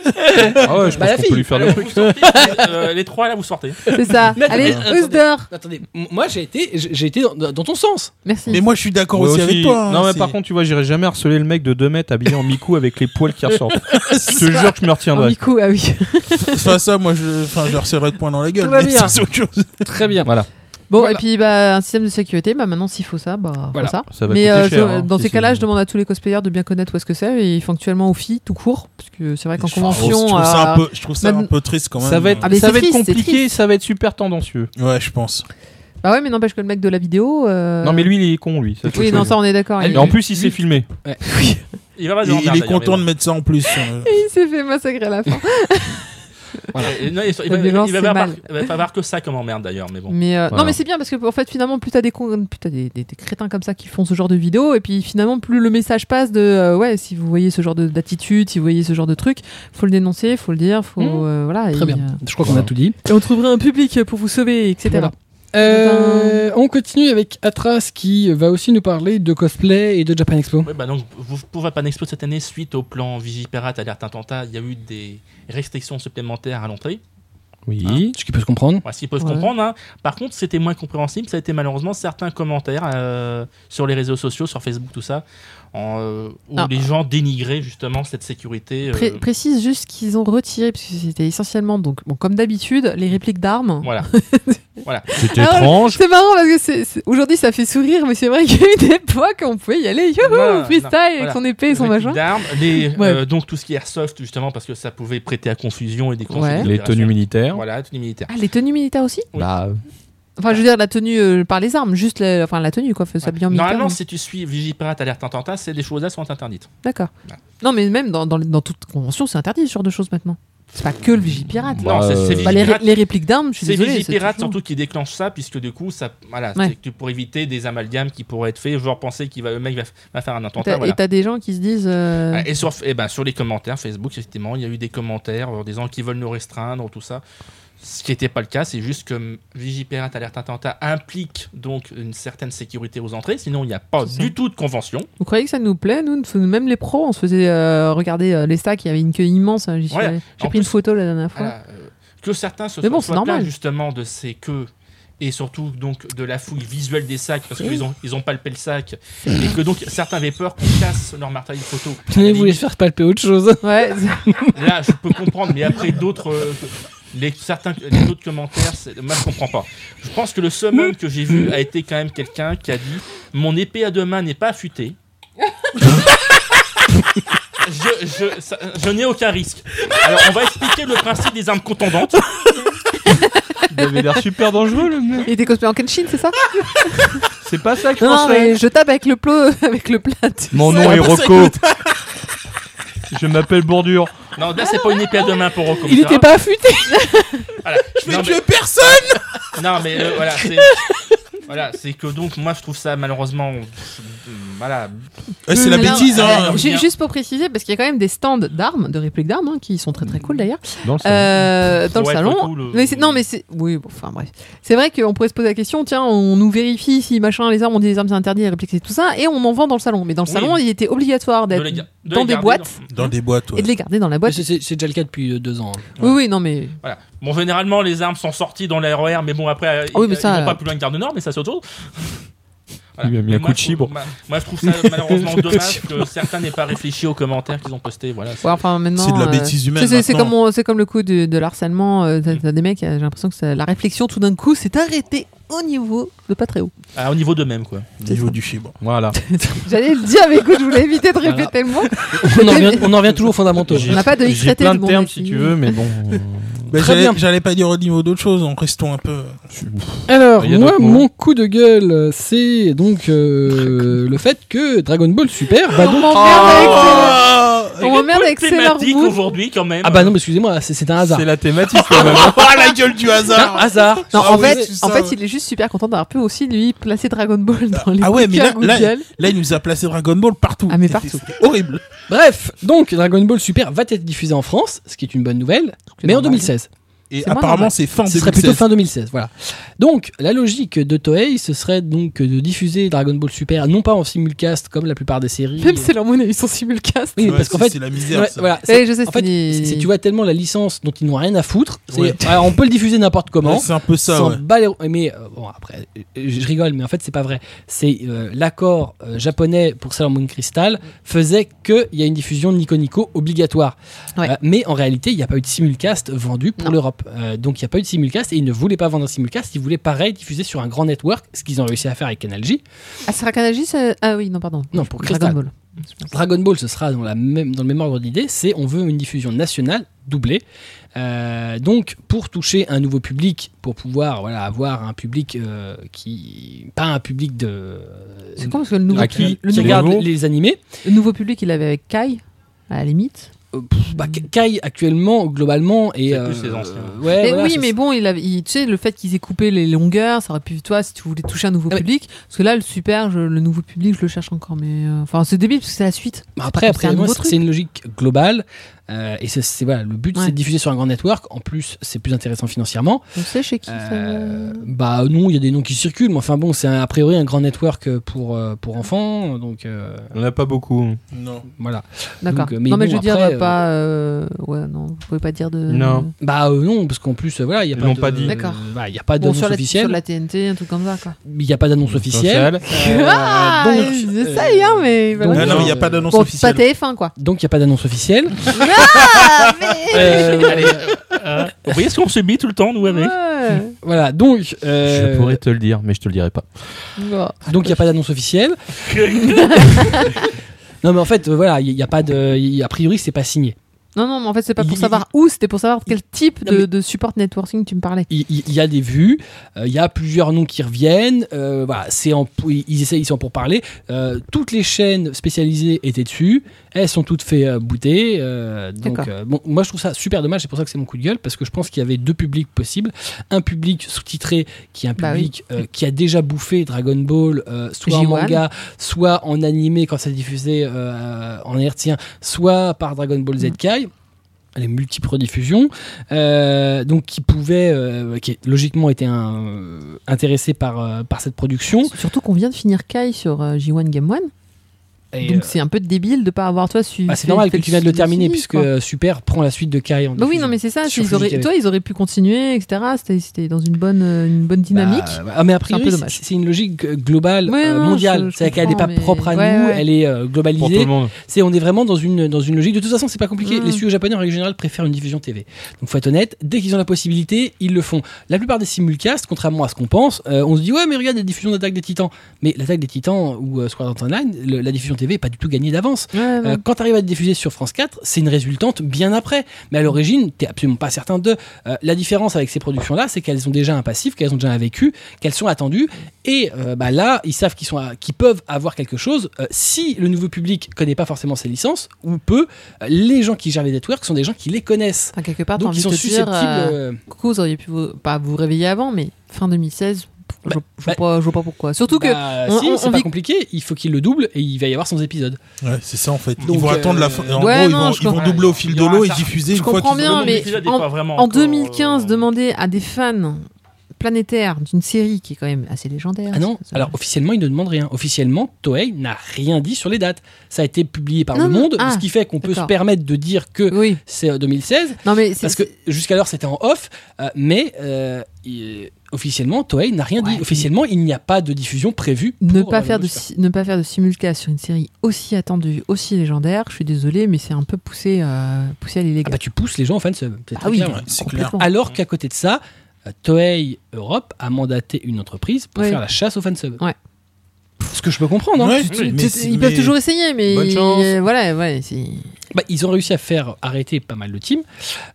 ah ouais, je Bah, pense la qu'on fille. peut lui faire des Alors, trucs. vous sortez, les- euh, les trois là, vous sortez. C'est ça. Mais- Allez, attendez. Ousdor. Attendez, m- moi j'ai été, j'ai j'ai été dans, dans- dans ton sens. Merci. Mais moi, je suis d'accord Ouais, aussi aussi. avec toi. hein, non, mais c'est- par contre, tu vois, j'irai jamais harceler le mec de 2 mètres habillé en Miku avec les poils qui ressortent. Je te jure que je me Oh, retiendrai. Miku, ah oui. ça, ça, moi, je, enfin, je harcèlerai de poing dans la gueule. Tout va mais bien. ça, c'est autre chose. Très bien. Voilà. Bon, Voilà. et puis bah, un système de sécurité, bah, maintenant s'il faut ça, bah, faut Voilà. ça. Ça va Mais coûter euh, cher, je- hein, dans si ces c'est- cas-là, je demande à tous les cosplayers de bien connaître où est-ce que c'est et factuellement aux filles tout court, parce que c'est vrai qu'en je convention, trouve ça euh, un peu, je trouve ça même- un peu triste quand même. Ça va être, Ah, mais ça c'est va être triste, c'est compliqué, ça va être super tendancieux. Ouais, je pense. bah ouais, mais n'empêche que le mec de la vidéo. euh, Non, mais lui, il est con, lui. Ça, c'est Oui, non, sûr. ça on est d'accord. Et Il, en plus, il s'est filmé. Il va pas Il, dire en il merde, est d'ailleurs, content de mais mettre ça en plus. euh. il s'est fait massacrer à la fin. bon. Euh, non, il- il La va- violence, il va c'est pas mal. avoir- il va pas avoir que ça comme emmerde d'ailleurs, mais bon. Mais euh, Voilà. non, mais c'est bien parce que en fait, finalement, plus t'as des con... plus t'as des, des- des crétins comme ça qui font ce genre de vidéos, et puis finalement, plus le message passe de euh, ouais, si vous voyez ce genre de- d'attitude, si vous voyez ce genre de truc, faut le dénoncer, faut le dire, faut Mmh. euh, voilà. Très et, bien. euh, Je crois qu'on a tout dit. et on trouverait un public pour vous sauver, etc. Voilà. Euh, on continue avec Atras qui va aussi nous parler de cosplay et de Japan Expo. Ouais, bah donc, vous pouvez pas Expo cette année, suite au plan Vigipirate Alerte Intenta, il y a eu des restrictions supplémentaires à l'entrée. Oui. Ah. Ce qui peut se comprendre. Moi, s'ils peuvent Ouais. comprendre. hein. Par contre, c'était moins compréhensible. Ça a été malheureusement certains commentaires euh, sur les réseaux sociaux, sur Facebook, tout ça, en, euh, où Ah. les gens dénigraient justement cette sécurité. euh, Pré- précise juste qu'ils ont retiré, parce que c'était essentiellement, donc, bon, comme d'habitude, les répliques d'armes. Voilà. C'est Alors, étrange. C'est marrant parce que c'est- c'est- aujourd'hui ça fait sourire, mais c'est vrai qu'il y a eu des époques où on pouvait y aller, youhou, Voilà, freestyle non, avec voilà. son épée et son Les machin. d'armes, les, Ouais. euh, donc tout ce qui est airsoft, justement, parce que ça pouvait prêter à confusion et des Ouais. Les tenues militaires. Voilà, tenues militaires. Ah, les tenues militaires aussi Bah, Enfin, je veux dire, la tenue euh, par les armes, juste la, enfin, la tenue, quoi, s'habiller en militaire. hein. Normalement, non si tu suis Vigipirate Alerte Intenta, ces des choses-là sont interdites. D'accord. Voilà. Non, mais même dans, dans, dans toute convention, c'est interdit ce genre de choses maintenant. C'est pas que le vigipirate. Bah, non, c'est euh, c'est Bah, les, ré- Vigipirate. les répliques d'armes, je suis C'est désolée. Vigipirate toujours- surtout qui déclenche ça, puisque du coup, ça, voilà, Ouais. c'est que pour éviter des amalgames qui pourraient être faits, genre penser qu'il va, le mec va, f- va faire un T'as- attentat. voilà. Et t'as des gens qui se disent. euh, Ah, Et sur, eh ben, sur les commentaires Facebook, effectivement, il y a eu des commentaires euh, des gens qui veulent nous restreindre, tout ça. Ce qui n'était pas le cas, c'est juste que hum, Vigipirate Alerte Attentat implique donc une certaine sécurité aux entrées, sinon il n'y a pas C'est ça. du tout de convention. Vous croyez que ça nous plaît Nous, nous- même les pros, on se faisait euh, regarder euh, les stacks, il y avait une queue immense. hein, j'y suis Ouais, allée. J'ai en pris une plus- photo la dernière fois. Voilà, euh, que certains se Mais bon, soient c'est soient plaints normal. justement de ces queues et surtout donc de la fouille visuelle des sacs parce qu'ils ont ils ont palpé le sac et que donc certains avaient peur qu'on casse leur matériel photo. Tenez, vous voulez faire palper autre chose Ouais, Là, je peux comprendre, mais après d'autres. euh, les, certains, les autres commentaires, c'est- moi je comprends pas. Je pense que le summum que j'ai vu a été quand même quelqu'un qui a dit Mon épée à deux mains n'est pas affûtée. je je, ça- je n'ai aucun risque. Alors on va expliquer le principe des armes contondantes. Il avait l'air super dangereux, le mec. il était cosplayé en Kenshin, c'est ça C'est pas ça que je Non, pensais. mais je tape avec le plot, avec le plat. Mon nom est Rocco. Je m'appelle Bordure. Non, là c'est pas une épée à deux mains pour Rocco. Il n'était pas affûté Je vais tuer personne Non mais euh, voilà, c'est. Voilà, c'est que donc moi je trouve ça malheureusement. Voilà. Eh, c'est la Alors, bêtise, hein. euh, ju- Bien. Juste pour préciser, parce qu'il y a quand même des stands d'armes, de répliques d'armes, hein, qui sont très très cool d'ailleurs, Non, c'est- euh, dans le Ouais, salon. pas cool, euh. Mais c'est- non, mais c'est. Oui, bon, enfin bref. C'est vrai qu'on pourrait se poser la question tiens, on nous vérifie si machin, les armes, on dit les armes c'est interdit, les répliques c'est tout ça, et on en vend dans le salon. Mais dans le Oui. salon, il était obligatoire de d'être. les ga- de dans les des garder boîtes. Dans des boîtes, ouais. et de les garder dans la boîte. C'est c'est déjà le cas depuis euh, deux ans. Oui, oui, non, mais. Voilà. Bon, généralement, les armes sont sorties dans l'AROR, mais bon, après, euh, Ah oui, ils- mais ça, ils vont euh, pas plus loin que Gare du Nord, mais ça, c'est autre chose. Il a mis Mais un moi, coup de je chibre. trouve- ma- Moi, je trouve ça malheureusement dommage que certains n'aient pas réfléchi aux commentaires qu'ils ont postés. Voilà. ouais, enfin, maintenant, C'est de la euh, bêtise humaine. c'est- C'est c'est maintenant. comme, on- c'est comme le coup de, de l'harcèlement. euh, T'as t'as des mecs, euh, j'ai l'impression que ça- la réflexion tout d'un coup s'est arrêtée au niveau de pas très haut. Ah, au niveau d'eux-mêmes, quoi. Niveau du chibre. Voilà. J'allais le dire, mais écoute, je voulais éviter de Voilà. répéter le mot. On en revient, on en revient toujours aux fondamentaux. J'ai- On n'a pas de J'ai X-rated, plein de bon, termes mais si si- tu veux, mais bon. euh, Bah, Très j'allais- bien. J'allais pas dire au niveau d'autre chose, en restons un peu. euh. je- Alors, Il y a moi, d'autres mots. mon coup de gueule, euh, c'est donc euh, le fait que Dragon Ball Super va donc. On m'emmerde avec Sailor- Oh on Avec m'emmerde peu de avec Sailor thématiques Moon. aujourd'hui, quand même. Ah bah non, mais excusez-moi, c'est c'est un hasard. C'est la thématique quand même. Ah, la gueule du hasard hasard Non, Ah en, ouais, fait, c'est en ça, fait, ouais. il est juste super content d'avoir pu aussi lui placer Dragon Ball dans les ah ouais, mais bouquins là- là- Google. Là, il nous a placé Dragon Ball partout. Ah, mais partout. C'était Horrible. Bref, donc Dragon Ball Super va être diffusé en France, ce qui est une bonne nouvelle, mais en normal. 2016. Et C'est moins apparemment, normal. c'est fin Ce serait plutôt 2016. fin 2016, voilà. Donc, la logique de Toei, ce serait donc de diffuser Dragon Ball Super, non pas en simulcast comme la plupart des séries. Même Sailor Moon a eu son simulcast. Oui, mais Ouais, parce qu'en c'est- fait, c'est la misère. ouais, ça. voilà, c'est- Oui, je sais, en fait, c'est- c'est- tu vois tellement la licence dont ils n'ont rien à foutre, c'est- Ouais. alors, on peut le diffuser n'importe comment. Ouais, C'est un peu ça, s'en ouais. bat les rou- Mais euh, bon, après, euh, je rigole, mais en fait, c'est pas vrai. C'est euh, l'accord euh, japonais pour Sailor Moon Crystal faisait qu'il y a une diffusion de Nico Nico obligatoire. Ouais. Euh, mais en réalité, il n'y a pas eu de simulcast vendu pour Non. l'Europe. Euh, donc, il n'y a pas eu de simulcast et ils ne voulaient pas vendre un simulcast. Ils voulaient pareil diffuser sur un grand network, ce qu'ils ont réussi à faire avec Canal J. Ah, c'est Rakanagi c'est- Ah oui, non, pardon. Non, pour Dragon Crystal. Ball. Dragon Ball, ce sera dans, la même, dans le même ordre d'idée, c'est on veut une diffusion nationale doublée. Euh, donc, pour toucher un nouveau public, pour pouvoir voilà, avoir un public euh, qui. Pas un public de. C'est con parce que le nouveau, À qui le qui nouveau- regarde nouveau les animés. le nouveau public, il avait avec Kai, à la limite. Bah, Ka- Kai, actuellement, globalement. Et, euh, C'est plus les anciens. ouais, Mais Eh, voilà, oui, c'est- mais bon, il avait, il- tu sais, le fait qu'ils aient coupé les longueurs, ça aurait pu, toi, si tu voulais toucher un nouveau Ah, mais- public. Parce que là, le super, je- le nouveau public, je le cherche encore. Mais euh, enfin, c'est débile parce que c'est la suite. Mais C'est Après, pas comme si après un moi, nouveau c'est c'est une logique globale. euh, et c'est- c'est voilà, le but, Ouais. c'est de diffuser sur un grand network. En plus, c'est plus intéressant financièrement. On sait chez qui. ça- Euh, bah non, il y a des noms qui circulent, mais enfin bon, c'est un- a priori un grand network euh, pour, euh, pour enfants, donc euh, On n'a pas beaucoup. Non. voilà. D'accord. donc, mais non, mais bon, je veux dire, après, euh, pas. euh, Ouais, non, vous pouvez pas dire de. Non. Bah euh, non, parce qu'en plus, euh, voilà, il n'y a Ils pas l'ont de- euh, pas dit. D'accord. voilà, il y a pas Bon, d'annonce sur, la, sur officielle. la TNT, un truc comme ça, quoi. Il n'y a pas d'annonce officielle. Euh, ah, donc, euh, j'essaye, hein, mais. donc, Ah voilà. non, il n'y a euh, pas d'annonce Bon, c'est pas officielle. TF1, quoi. Donc il n'y a pas d'annonce officielle. Ah, mais. Euh, Allez, euh, vous voyez ce qu'on subit tout le temps, nous, avec Ouais. voilà, donc euh, Je pourrais te le dire, mais je te le dirai pas. Bon. donc il n'y a pas d'annonce officielle. Non mais en fait, euh, voilà, il n'y a pas de il- a priori, c'est pas signé. Non, non, mais en fait, c'est pas pour Il- savoir où, c'était pour savoir quel type Non, de, mais- de support networking tu me parlais. Il il- il y a des vues, euh, il y a plusieurs noms qui reviennent. euh, voilà, c'est en, ils essayent, ils sont pour parler. Euh, toutes les chaînes spécialisées étaient dessus. Elles sont toutes fait euh, bouter. euh, donc, D'accord. euh, bon, moi je trouve ça super dommage. C'est pour ça que c'est mon coup de gueule parce que je pense qu'il y avait deux publics possibles. Un public sous-titré qui est un Bah public euh, qui a déjà bouffé Dragon Ball, euh, soit en J1. manga, soit en animé quand c'est diffusé euh, en hertzien, soit par Dragon Ball Z Kai. les multiples rediffusions, euh, donc qui pouvaient, euh, qui logiquement étaient euh, intéressés par, euh, par cette production. Surtout qu'on vient de finir Kai sur euh, J1 Game One. Et, donc euh, c'est un peu débile de pas avoir toi su. bah, c'est fait- normal que fait tu viennes de le terminer suivi, puisque quoi. euh, Super prend la suite de Carrie en Bah oui, diffusion. non, mais c'est ça. Sur Ils auraient, Fuji toi, ils auraient pu continuer, etc. C'était, c'était dans une bonne, euh, une bonne dynamique. Bah, bah, ah, mais a priori, peu c'est- dommage. c'est une logique euh, globale, Ouais, euh, non, je- mondiale. je C'est-à-dire qu'elle n'est comprends, pas mais- propre à ouais, nous, ouais. elle est euh, Pour tout globalisée. le monde. C'est on est vraiment dans une dans une logique. De toute façon, c'est pas compliqué. Mm. Les studios japonais en règle générale préfèrent une diffusion TV. Donc faut être honnête, dès qu'ils ont la possibilité, ils le font. La plupart des simulcasts, contrairement à ce qu'on pense, euh, on se dit ouais mais regarde la diffusion d'Attaque des Titans. Mais l'Attaque des Titans ou euh, Sword Art Online, le- la diffusion TV est pas du tout gagnée d'avance. Ouais, ouais. Euh, quand t'arrives à te diffuser sur France 4, c'est une résultante bien après. Mais à l'origine, t'es absolument pas certain de. Euh, la différence avec ces productions-là, c'est qu'elles ont déjà un passif, qu'elles ont déjà un vécu, qu'elles sont attendues. Et euh, bah là, ils savent qu'ils sont, à- qu'ils peuvent avoir quelque chose. Euh, si le nouveau public connaît pas forcément ces licences, ou peu, euh, les gens qui gèrent les networks sont des gens qui les connaissent. Enfin, quelque part, Ah, t'as Donc envie ils de sont te dire, susceptibles. euh, euh, coucou, vous auriez pu vous- pas vous réveiller avant, mais fin 2016, pff, je, je vois bah- pas, je vois pas pourquoi. Surtout que bah, on- si, on- c'est on pas vit- compliqué. Il faut qu'ils le doublent et il va y avoir 100 épisodes. Ouais, c'est ça en fait. Donc, ils vont euh, attendre la fin. En ouais, gros, ils non, vont, je ils vont comprends. doubler au fil Il y de aura l'eau et ça. diffuser Je une fois comprends qu'ils bien, auront- mais en- En euh, euh, 2015, demander à des fans planétaires d'une série qui est quand même assez légendaire. Ah non, ça, ça- alors officiellement, ils ne demandent rien. Officiellement, Toei n'a rien dit sur les dates. Ça a été publié par Non, Le non, Monde, ah, ce qui fait qu'on peut se d'accord. permettre de dire que oui, c'est euh, 2016, non mais c'est- parce que jusqu'alors c'était en off, euh, mais euh, il- officiellement, Toei n'a rien Ouais, dit. Officiellement, il n'y a pas de diffusion prévue. ne pour, pas euh, faire de Monster. si- ne pas faire de simulcast sur une série aussi attendue, aussi légendaire. Je suis désolé, mais c'est un peu poussé euh, poussé à Ah l'illégal. bah tu pousses les gens en fansub. Ah c'est Bah très oui, clair. hein. C'est clair. complètement. Alors qu'à côté de ça, euh, Toei Europe a mandaté une entreprise pour Ouais. faire la chasse aux fansub. Ouais. Ce que je peux comprendre. hein. Ouais, Tu- mais tu- c'est- ils peuvent mais- toujours essayer, mais euh, Bonne chance. voilà, ouais, c'est- Bah, ils ont réussi à faire arrêter pas mal de teams.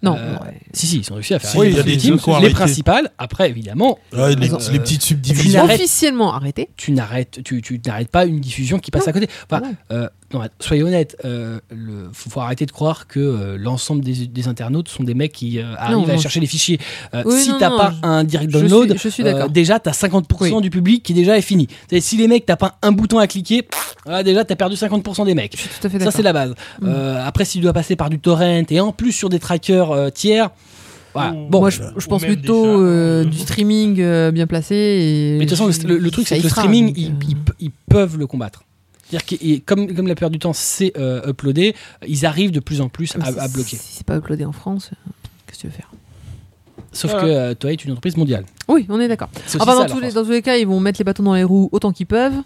non. Euh, ouais. Si, si, ils ont réussi à faire Oui, il y a arrêter des teams. trucs qu'on a Les arrêté. principales, après, évidemment, Ouais, les, Euh, les petites ils subdivisions. arrêtent. officiellement arrêté. tu n'arrêtes tu, tu n'arrêtes pas une diffusion qui passe Non. à côté. Enfin, Non. euh, non, soyez honnête, euh, le- faut, faut arrêter de croire que euh, l'ensemble des, des internautes sont des mecs qui euh, arrivent Non, à non, chercher les fichiers. Euh, Oui, si non, t'as non, pas je- un direct je suis- download, je suis d'accord. euh, déjà t'as 50% Oui. du public qui déjà est fini. C'est-à-dire, si les mecs t'as pas un bouton à cliquer, pff, voilà, déjà t'as perdu 50% des mecs. Je suis tout à Ça fait d'accord. Mm. c'est la base. Euh, après, s'il doit passer par du torrent et en plus sur des trackers euh, tiers, voilà. Mm. Ou- Bon, Moi, je, je Ou pense même plutôt des chats. euh, du streaming euh, bien placé. Et Mais de toute façon, le, le- le truc, ça c'est que y le sera, streaming, donc, ils, euh, ils pe- ils peuvent le combattre. C'est-à-dire que et comme, comme la plupart du temps, c'est euh, uploadé, ils arrivent de plus en plus mais à, si- à bloquer. Si Ah, c'est pas uploadé en France, euh, qu'est-ce que tu veux faire Sauf Ouais. que euh, Toei est une entreprise mondiale. Oui, on est d'accord. C'est aussi Enfin, ça, bah, dans, leur Ah, tous les, force. dans tous les cas, ils vont mettre les bâtons dans les roues autant qu'ils peuvent.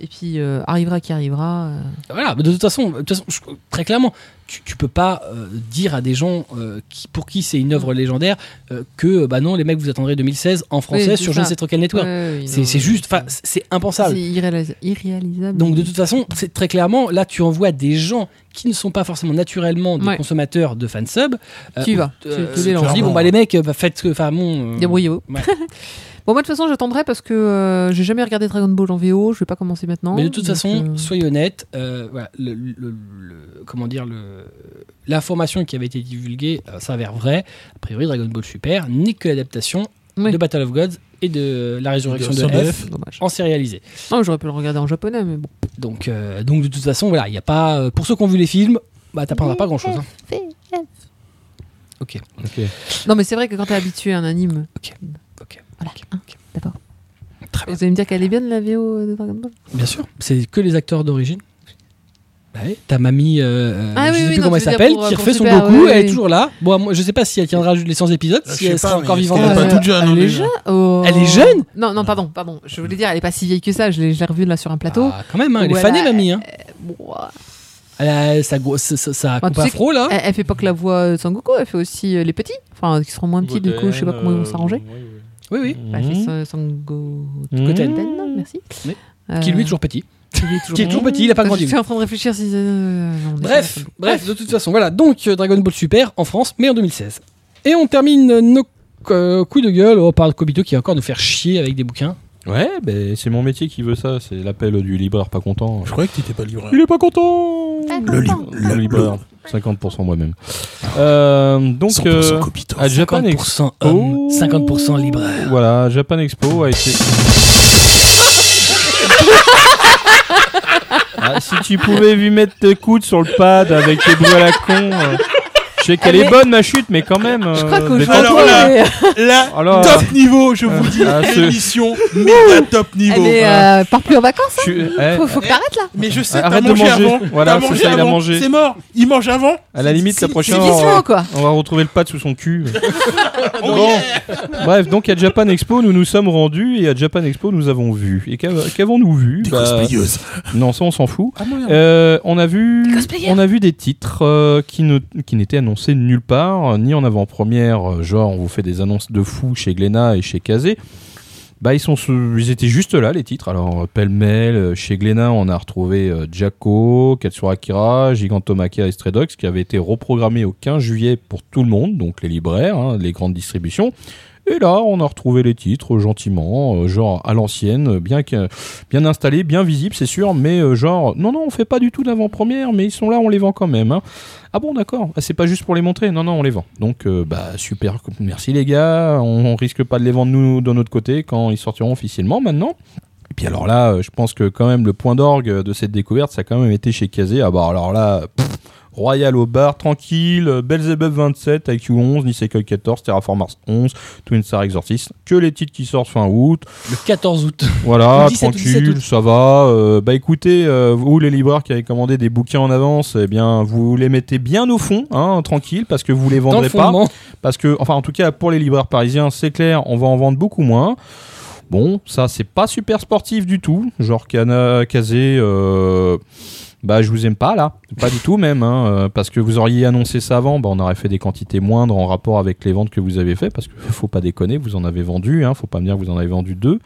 Et puis, euh, arrivera qui arrivera. euh. Voilà, mais de toute façon, de toute façon, je- très clairement, tu, tu peux pas euh, dire à des gens euh, qui, pour qui c'est une Mm. œuvre légendaire euh, que, bah non, les mecs, vous attendrez 2016 en français c'est sur je ça. ne sais trop quel network. Ouais, oui, c'est non, c'est juste, enfin, C'est c'est c'est impensable. c'est irréalisa- irréalisable. Donc de toute façon, c'est très clairement, là tu envoies des gens qui ne sont pas forcément naturellement des Ouais. consommateurs de fansub. Tu y euh, vas, ou- tu- euh, tu les on lances. se dit, bon bah les mecs, euh, bah, faites, enfin mon. euh, Débrouillez-vous. ouais. Bon, moi, de toute façon, j'attendrai parce que euh, j'ai jamais regardé Dragon Ball en VO. Je vais pas commencer maintenant. Mais de toute donc, façon, euh, soyez honnête, euh, voilà, le, le- le- comment dire, le- l'information qui avait été divulguée euh, s'avère vraie. A priori, Dragon Ball Super n'est que l'adaptation Oui. de Battle of Gods et de la résurrection de, Sur F, BF. Dommage. en sérialisé. Non, mais j'aurais pu le regarder en japonais, mais bon. Donc, euh, donc de toute façon, voilà, il y a pas, euh, pour ceux qui ont vu les films, bah t'apprendras pas grand chose. Fait. Ok. Ok. Non, mais c'est vrai que quand t'es habitué à un anime. Ok. Ok. Voilà. Hein, D'accord. Très bien. Vous allez me dire qu'elle est bien de la VO de Dragon Ball Bien sûr, c'est que les acteurs d'origine. Bah oui, ta mamie, euh, je Ah oui, sais oui, plus non, comment tu elle veux dire s'appelle, pour- euh, qui pour refait son Super, Goku, oui, elle est oui. toujours là. Bon, moi, je sais pas si elle tiendra les 100 épisodes, Je si sais elle sera pas, encore mais vivante. est-ce qu'elle est après. pas toute jeune, elle hein, est déjà jeune Oh. Elle est jeune Non, non, pardon, pardon. Je voulais dire, elle est pas si vieille que ça. Je l'ai je l'ai revue là sur un plateau. bah, Ah, quand même, hein, elle Voilà, est fanée, mamie. Hein. Ouah. Elle a sa, grosse- sa, sa- sa Bah, tu coupe sais afro, là. Elle, elle fait pas que la voix de Sangoku, elle fait aussi euh, les petits. Enfin, qui seront moins petits, du coup, je sais pas comment ils vont euh, s'arranger. Oui, oui. Bah, Elle fait hmm. Sa- Sango. Mmh. Goten. Goten, Ben, merci. Oui. Euh, Hmm. Qui, lui, est toujours petit. qui, lui, est toujours- Qui est toujours petit, il a pas Je grandi. suis en train de réfléchir si. euh, non, on est sur Bref, la fin. bref, de toute façon, voilà. Donc, euh, Dragon Ball Super en France, mais en 2016. Et on termine euh, nos euh, coups de gueule oh, par le Kobito qui va encore nous faire chier avec des bouquins. Ouais, ben c'est mon métier qui veut ça. C'est l'appel du libraire pas content. Je croyais que t'étais pas livré. Il est pas content Le lit. Le Le libre. libraire. 50% moi-même. Euh, donc, 100% euh, Copito. à Japan Expo. 50% Oh. Euh, homme, 50% libraire. Voilà, Japan Expo a été. Ah, si tu pouvais lui mettre tes coudes sur le pad avec tes bruits à la con. euh. Je sais qu'elle Mais- est bonne ma chute, mais quand même. Je crois euh, qu'au mais jour tant- Alors là, Là, Alors, top niveau, je vous euh, dis, ah, c'est- émission méga top niveau. Elle est, euh, part plus en vacances. tu- hein. euh, eh, Faut, faut que t'arrêtes là. Mais je sais, t'as Arrête de mangé manger. avant. Voilà, T'as c'est mangé ça, il a avant. mangé. C'est mort. Il mange avant. à la limite, la C'est prochaine, on vicieux va, quoi. on va retrouver le pâte sous son cul. Ah, Bon. Bref, donc à Japan Expo, nous nous sommes rendus et à Japan Expo, nous avons vu. Et qu'a- qu'avons-nous vu Des Bah, cosplayeuses. Non, ça on s'en fout. Euh, on a vu, on a vu des titres euh, qui ne, qui n'étaient annoncés nulle part, euh, ni en avant-première, euh, genre on vous fait des annonces de fou chez Glénat et chez Kazé. Bah ils sont, sous- ils étaient juste là les titres. Alors euh, pêle-mêle, euh, chez Glénat on a retrouvé euh, Jacko, Katsura Akira, Gigantomachia et Stray Dogs qui avaient été reprogrammés au 15 juillet pour tout le monde, donc les libraires, hein, les grandes distributions. Et là, on a retrouvé les titres euh, gentiment, euh, genre à l'ancienne, euh, bien que bien installé, bien visible, c'est sûr, mais euh, genre, non, non, on fait pas du tout d'avant-première, mais ils sont là, on les vend quand même. hein. Ah bon, d'accord, Ah, c'est pas juste pour les montrer, non, non, on les vend. Donc, euh, bah, super, merci les gars, on, on risque pas de les vendre nous de notre côté quand ils sortiront officiellement maintenant. Et puis alors là, euh, je pense que quand même le point d'orgue de cette découverte, ça a quand même été chez Kazé. Ah bah alors là, pff, Royal au bar, tranquille, euh, Belzebub 27, IQ11, Nisekoi 14, Terraformars 11, Twin Star Exorcist, que les titres qui sortent fin août. Le 14 août. Voilà, Ou 17, ou 17 tranquille, août. ça va. Euh, bah écoutez, euh, vous les libraires qui avez commandé des bouquins en avance, eh bien vous les mettez bien au fond, hein, tranquille, parce que vous les Dans le vendrez pas. fondement. Parce que, enfin en tout cas pour les libraires parisiens, c'est clair, on va en vendre beaucoup moins. Bon, ça c'est pas super sportif du tout. Genre Cana, Kazé, euh, bah je vous aime pas là, pas du tout même, hein, euh, parce que vous auriez annoncé ça avant, bah on aurait fait des quantités moindres en rapport avec les ventes que vous avez fait, parce que faut pas déconner, vous en avez vendu, hein, faut pas me dire que vous en avez vendu deux.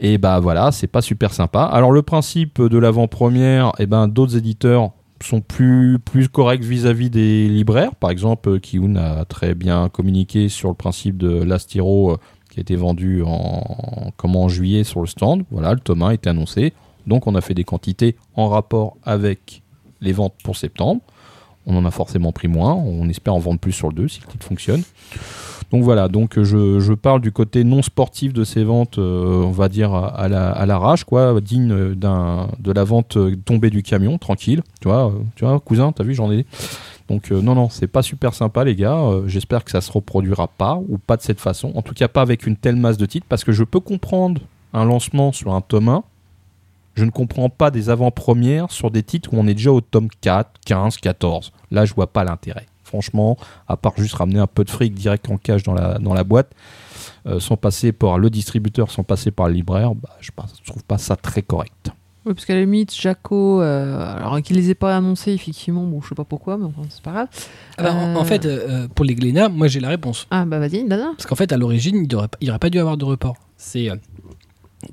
Et bah voilà, c'est pas super sympa. Alors le principe de l'avant-première, et ben d'autres éditeurs sont plus, plus corrects vis-à-vis des libraires. Par exemple, euh, Kiun a très bien communiqué sur le principe de l'Astiro euh, qui a été vendu en, comment, en juillet sur le stand. Voilà, le tome 1 était annoncé. Donc on a fait des quantités en rapport avec les ventes pour septembre. On en a forcément pris moins. On espère en vendre plus sur le 2 si le titre fonctionne. Donc voilà, donc euh, je, je parle du côté non sportif de ces ventes, euh, on va dire à, à la- à l'arrache, quoi, digne euh, d'un de la vente euh, tombée du camion, tranquille. Tu vois, euh, tu vois, cousin, t'as vu, j'en ai. Donc euh, non, non, c'est pas super sympa, les gars. Euh, J'espère que ça se reproduira pas ou pas de cette façon. En tout cas, pas avec une telle masse de titres, parce que je peux comprendre un lancement sur un tome 1. Je ne comprends pas des avant-premières sur des titres où on est déjà au tome 4, 15, 14. Là, je vois pas l'intérêt. Franchement, à part juste ramener un peu de fric direct en cash dans la, dans la boîte, euh, sans passer par le distributeur, sans passer par le libraire, bah, je pense- je trouve pas ça très correct. Oui, parce qu'à la limite, Jaco, euh, alors qu'il les ait pas annoncés, effectivement, bon, je sais pas pourquoi, mais enfin, c'est pas grave. Ah bah, en- Euh, En fait, euh, euh, pour les Glénat, moi j'ai la réponse. Ah, bah vas-y, Dana. Parce qu'en fait, à l'origine, il n'aurait pas dû avoir de report. C'est. euh,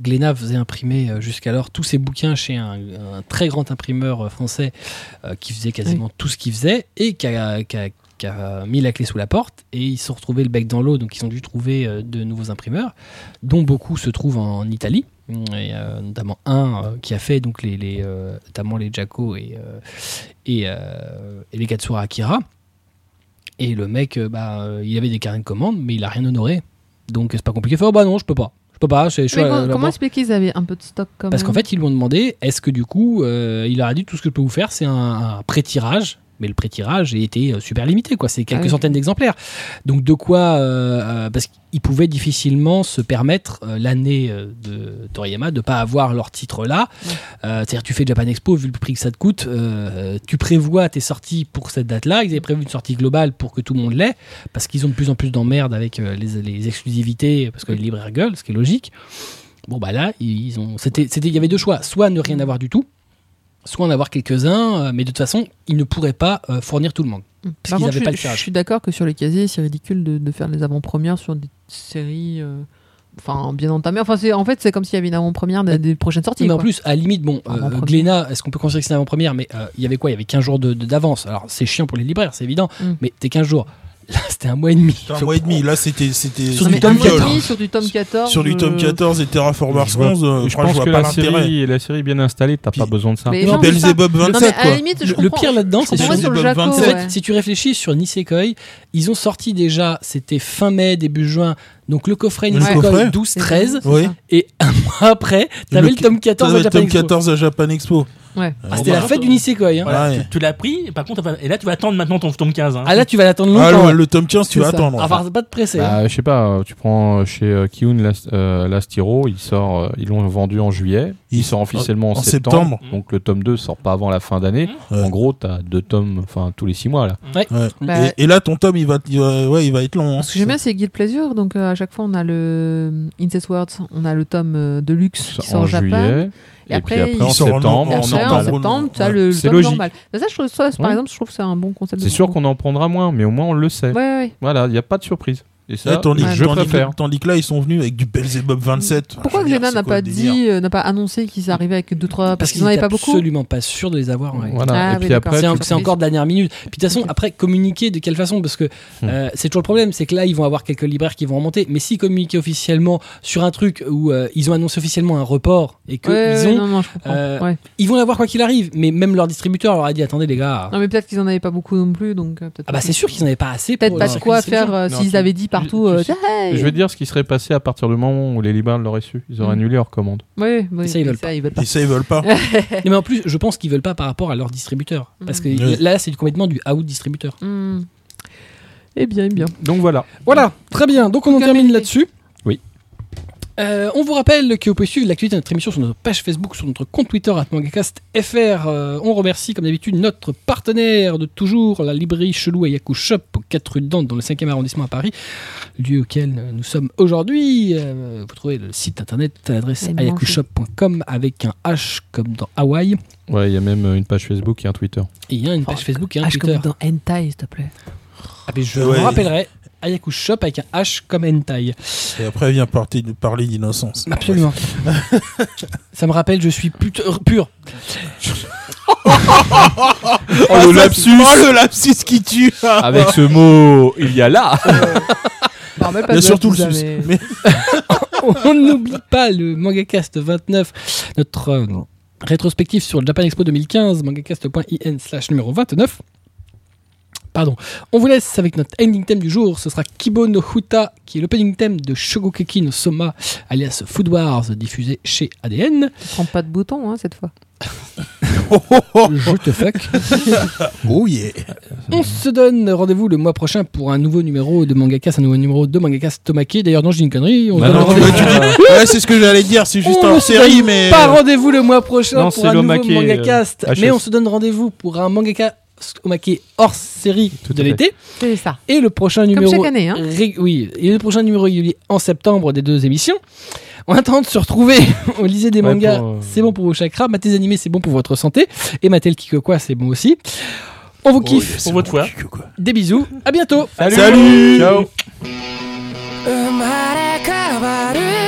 Glénat faisait imprimer euh, jusqu'alors tous ses bouquins chez un, un très grand imprimeur euh, français euh, qui faisait quasiment tout ce qu'il faisait et qui a, qui a- qui a mis la clé sous la porte. Et ils se sont retrouvés le bec dans l'eau, donc ils ont dû trouver euh, de nouveaux imprimeurs, dont beaucoup se trouvent en Italie, et, euh, notamment un euh, qui a fait donc les, les, euh, notamment les Jaco et, euh, et, euh, et les Katsura Akira. Et le mec, euh, bah, euh, il avait des carnets de commandes, mais il a rien honoré. Donc c'est pas compliqué. Il fait, oh bah non, je peux pas. Je peux pas. Je, je suis à Mais la- com- la comment banque. expliquer qu'ils avaient un peu de stock quand euh, Parce même qu'en fait, ils lui ont demandé est-ce que du coup, euh, il leur a dit tout ce que je peux vous faire, c'est un, un pré-tirage. Mais le pré-tirage a été euh, super limité, quoi. C'est quelques Ah oui. centaines d'exemplaires. Donc de quoi. euh, euh, parce qu'ils pouvaient difficilement se permettre euh, l'année euh, de Toriyama de pas avoir leur titre là. Ouais. Euh, C'est-à-dire, tu fais Japan Expo, vu le prix que ça te coûte, euh, tu prévois tes sorties pour cette date-là. Ils avaient prévu une sortie globale pour que tout le monde l'ait, parce qu'ils ont de plus en plus d'emmerdes avec euh, les, les exclusivités, parce que les libraires gueulent, ce qui est logique. Bon, bah là, ils ont. C'était, c'était, il y avait deux choix. Soit ne Mm. rien avoir du tout, soit en avoir quelques-uns, euh, mais de toute façon, ils ne pourraient pas euh, fournir tout le monde. hmm. Par qu'ils contre, avaient je, pas le je tirage. suis d'accord que sur les casiers, c'est ridicule de, de faire les avant-premières sur des séries. euh, Enfin, bien entamées. Enfin, c'est- en fait, c'est comme s'il y avait une avant-première des, des prochaines sorties. mais en quoi. plus, à la limite, bon, euh, Avant-première. Glénat, est-ce qu'on peut considérer que c'est une avant-première Mais euh, il y avait quoi Il y avait 15 jours de, de- d'avance. Alors, c'est chiant pour les libraires, c'est évident, Mm. mais t'es 15 jours. Là, c'était un mois et demi. C'était un mois et demi. Là, c'était. c'était Sur Non, du mais tome un mois et 14. demi sur du tome 14. Sur du tome euh, 14 et Terraformars Je vois- 11, euh, je crois que pense je que vois la pas l'intérêt. série, la série bien installée, t'as Puis- pas besoin de ça. mais les gens, Non, c'est ça. Belzebub Non, 27, mais à quoi. la limite, je Le- le comprends- pire là-dedans, je c'est comprends sur sur le Bob Jaco, 27. En ouais. fait, si tu réfléchis sur Nisekoi, ils ont sorti déjà, c'était fin mai, début juin, donc le coffret Le Nisekoi coffret. 12-13, C'est Oui. ça. et un mois après, t'avais Le- le tome 14 T'avais à le Japan tome bah, Expo. 14 à Japan Expo. Ouais. Ah, c'était la fête du Nice quoi. Hein. Voilà, Ouais. tu, tu l'as pris, et par contre, enfin, et là tu vas attendre maintenant ton tome 15. hein. Ah là, tu vas l'attendre Ah, longtemps. le, le tome 15, tu C'est vas ça. attendre. Enfin, pas de presser. hein. Bah, je sais pas, euh, tu prends euh, chez euh, Kiun Last, euh, Last Hero, il sort, euh, ils l'ont vendu en juillet, il Il- sort officiellement en, en septembre, septembre. Mmh. donc le tome 2 sort pas avant la fin d'année. Ouais. En gros, t'as deux tomes, enfin tous les six mois là. Ouais. Bah, Et, et là, ton tome, il va, il va- ouais, il va être long. hein. Ce que j'aime bien, c'est Guild Pleasure. Donc, euh, à chaque fois, on a le euh, Incest Words, on a le tome euh, de luxe qui sort en au Japon. juillet, et, Et après, puis après il en sort en- septembre. Et en après, en octobre. en septembre. septembre, tu as Ouais. le, le C'est tome logique. normal. Mais ça, je trouve ça, par Ouais. exemple, je trouve que c'est un bon concept. de C'est sûr bouquin. qu'on en prendra moins, mais au moins on le sait. Ouais, ouais, ouais. Voilà, il n'y a pas de surprise. Et ça, Ouais, tandis, je tandis que- préfère. tandis que là, ils sont venus avec du Belzebub 27. Pourquoi Je veux dire, Glénat c'est n'a quoi pas le délire dit, euh, n'a pas annoncé qu'ils arrivaient avec deux trois Ah, parce qu'ils n'en étaient avaient pas beaucoup absolument pas sûrs de les avoir. ouais. Voilà. Ah et oui, puis d'accord. après, C'est tu- en- c'est encore de la dernière minute. Puis de toute façon, Ok. après, communiquer de quelle façon Parce que euh, c'est toujours le problème, c'est que là, ils vont avoir quelques libraires qui vont remonter. Mais si communiquer officiellement sur un truc où euh, ils ont annoncé officiellement un report et que Ouais, ils, ouais, ont- non, non, je comprends. euh, Ouais. ils vont l'avoir quoi qu'il arrive. Mais même leur distributeur leur a dit attendez les gars. Non, mais peut-être qu'ils n'en avaient pas beaucoup non plus, donc euh, peut-être. Ah bah c'est sûr qu'ils n'en avaient pas assez. Peut-être pour pas leur de quoi circuit distribution. faire euh, Non, s'ils tu- avaient dit partout. tu- euh, tu sais- Hey Je vais dire ce qui serait passé à partir du moment où les libraires l'auraient su. Ils auraient Mm. annulé leur commande. Ouais, ouais, Et ça, ils veulent ça, ils veulent pas. Et ça, ils veulent pas. Non, mais en plus, je pense qu'ils veulent pas par rapport à leur distributeur. Parce Mm. que Oui. là, c'est complètement du out distributeur. Hmm. Eh bien, eh bien. Donc voilà. Voilà, très bien. Donc on en Aucun termine mérité. là-dessus. Oui. Euh, on vous rappelle que vous pouvez suivre l'actualité de notre émission sur notre page Facebook, sur notre compte Twitter, mangacastfr. Euh, on remercie, comme d'habitude, notre partenaire de toujours, la librairie Chelou à Yaku Shop, au 4 rue de Dante, dans le 5e arrondissement à Paris, lieu auquel euh, nous sommes aujourd'hui. Euh, vous trouvez le site internet à l'adresse Et manger. ayakushop.com avec un H comme dans Hawaï. Ouais, il y a même euh, une page Facebook et un Twitter. Et il y a une page Oh, Facebook et un H Twitter. comme dans Hentai, s'il te plaît. Ah, mais je Ouais. vous rappellerai, Ayaku Shop avec un H comme hentai. Et après, vient parler, parler d'innocence. Absolument. Ça me rappelle, je suis pute- pur. Oh, Ah, le lapsus Oh, le lapsus qui tue Avec ce mot, il y a là. Non, même pas Il y de a surtout le lapsus, sus. mais- Mais On n'oublie pas le MangaCast 29, notre euh, rétrospective sur le Japan Expo 2015, mangacast.in slash numéro 29. Pardon. On vous laisse avec notre ending theme du jour. Ce sera Kibo no Huta, qui est l'opening theme de Shogokeki no Soma, alias Food Wars, diffusé chez ADN. Tu prends pas de bouton hein, cette fois. Je te fuck. Oh yeah On se donne rendez-vous le mois prochain pour un nouveau numéro de Mangacast, un nouveau numéro de Mangacast Tomake. D'ailleurs, non, je dis une connerie. On se Bah donne non, rendez-vous- Ouais, tu dis- ouais, c'est ce que j'allais dire, c'est Oh, juste on en ne se série, donne mais. euh, Pas rendez-vous le mois prochain Non, pour c'est un nouveau l'Omake, euh, mangacast, HS. mais on se donne rendez-vous pour un mangaka omake hors série Tout à de fait. l'été C'est ça. et le prochain Comme numéro chaque année. Hein. ré- oui, et le prochain numéro régulier en septembre des deux émissions. En attendant de se retrouver, on lisait des Ouais, mangas, pour, euh, c'est bon pour vos chakras, matez des animés, c'est bon pour votre santé et matez le Kikokwa, c'est bon aussi. On vous Oh, kiffe, yes, Pour votre mon foi. cul, quoi. des bisous, à bientôt. Salut Ciao 生まれ変わる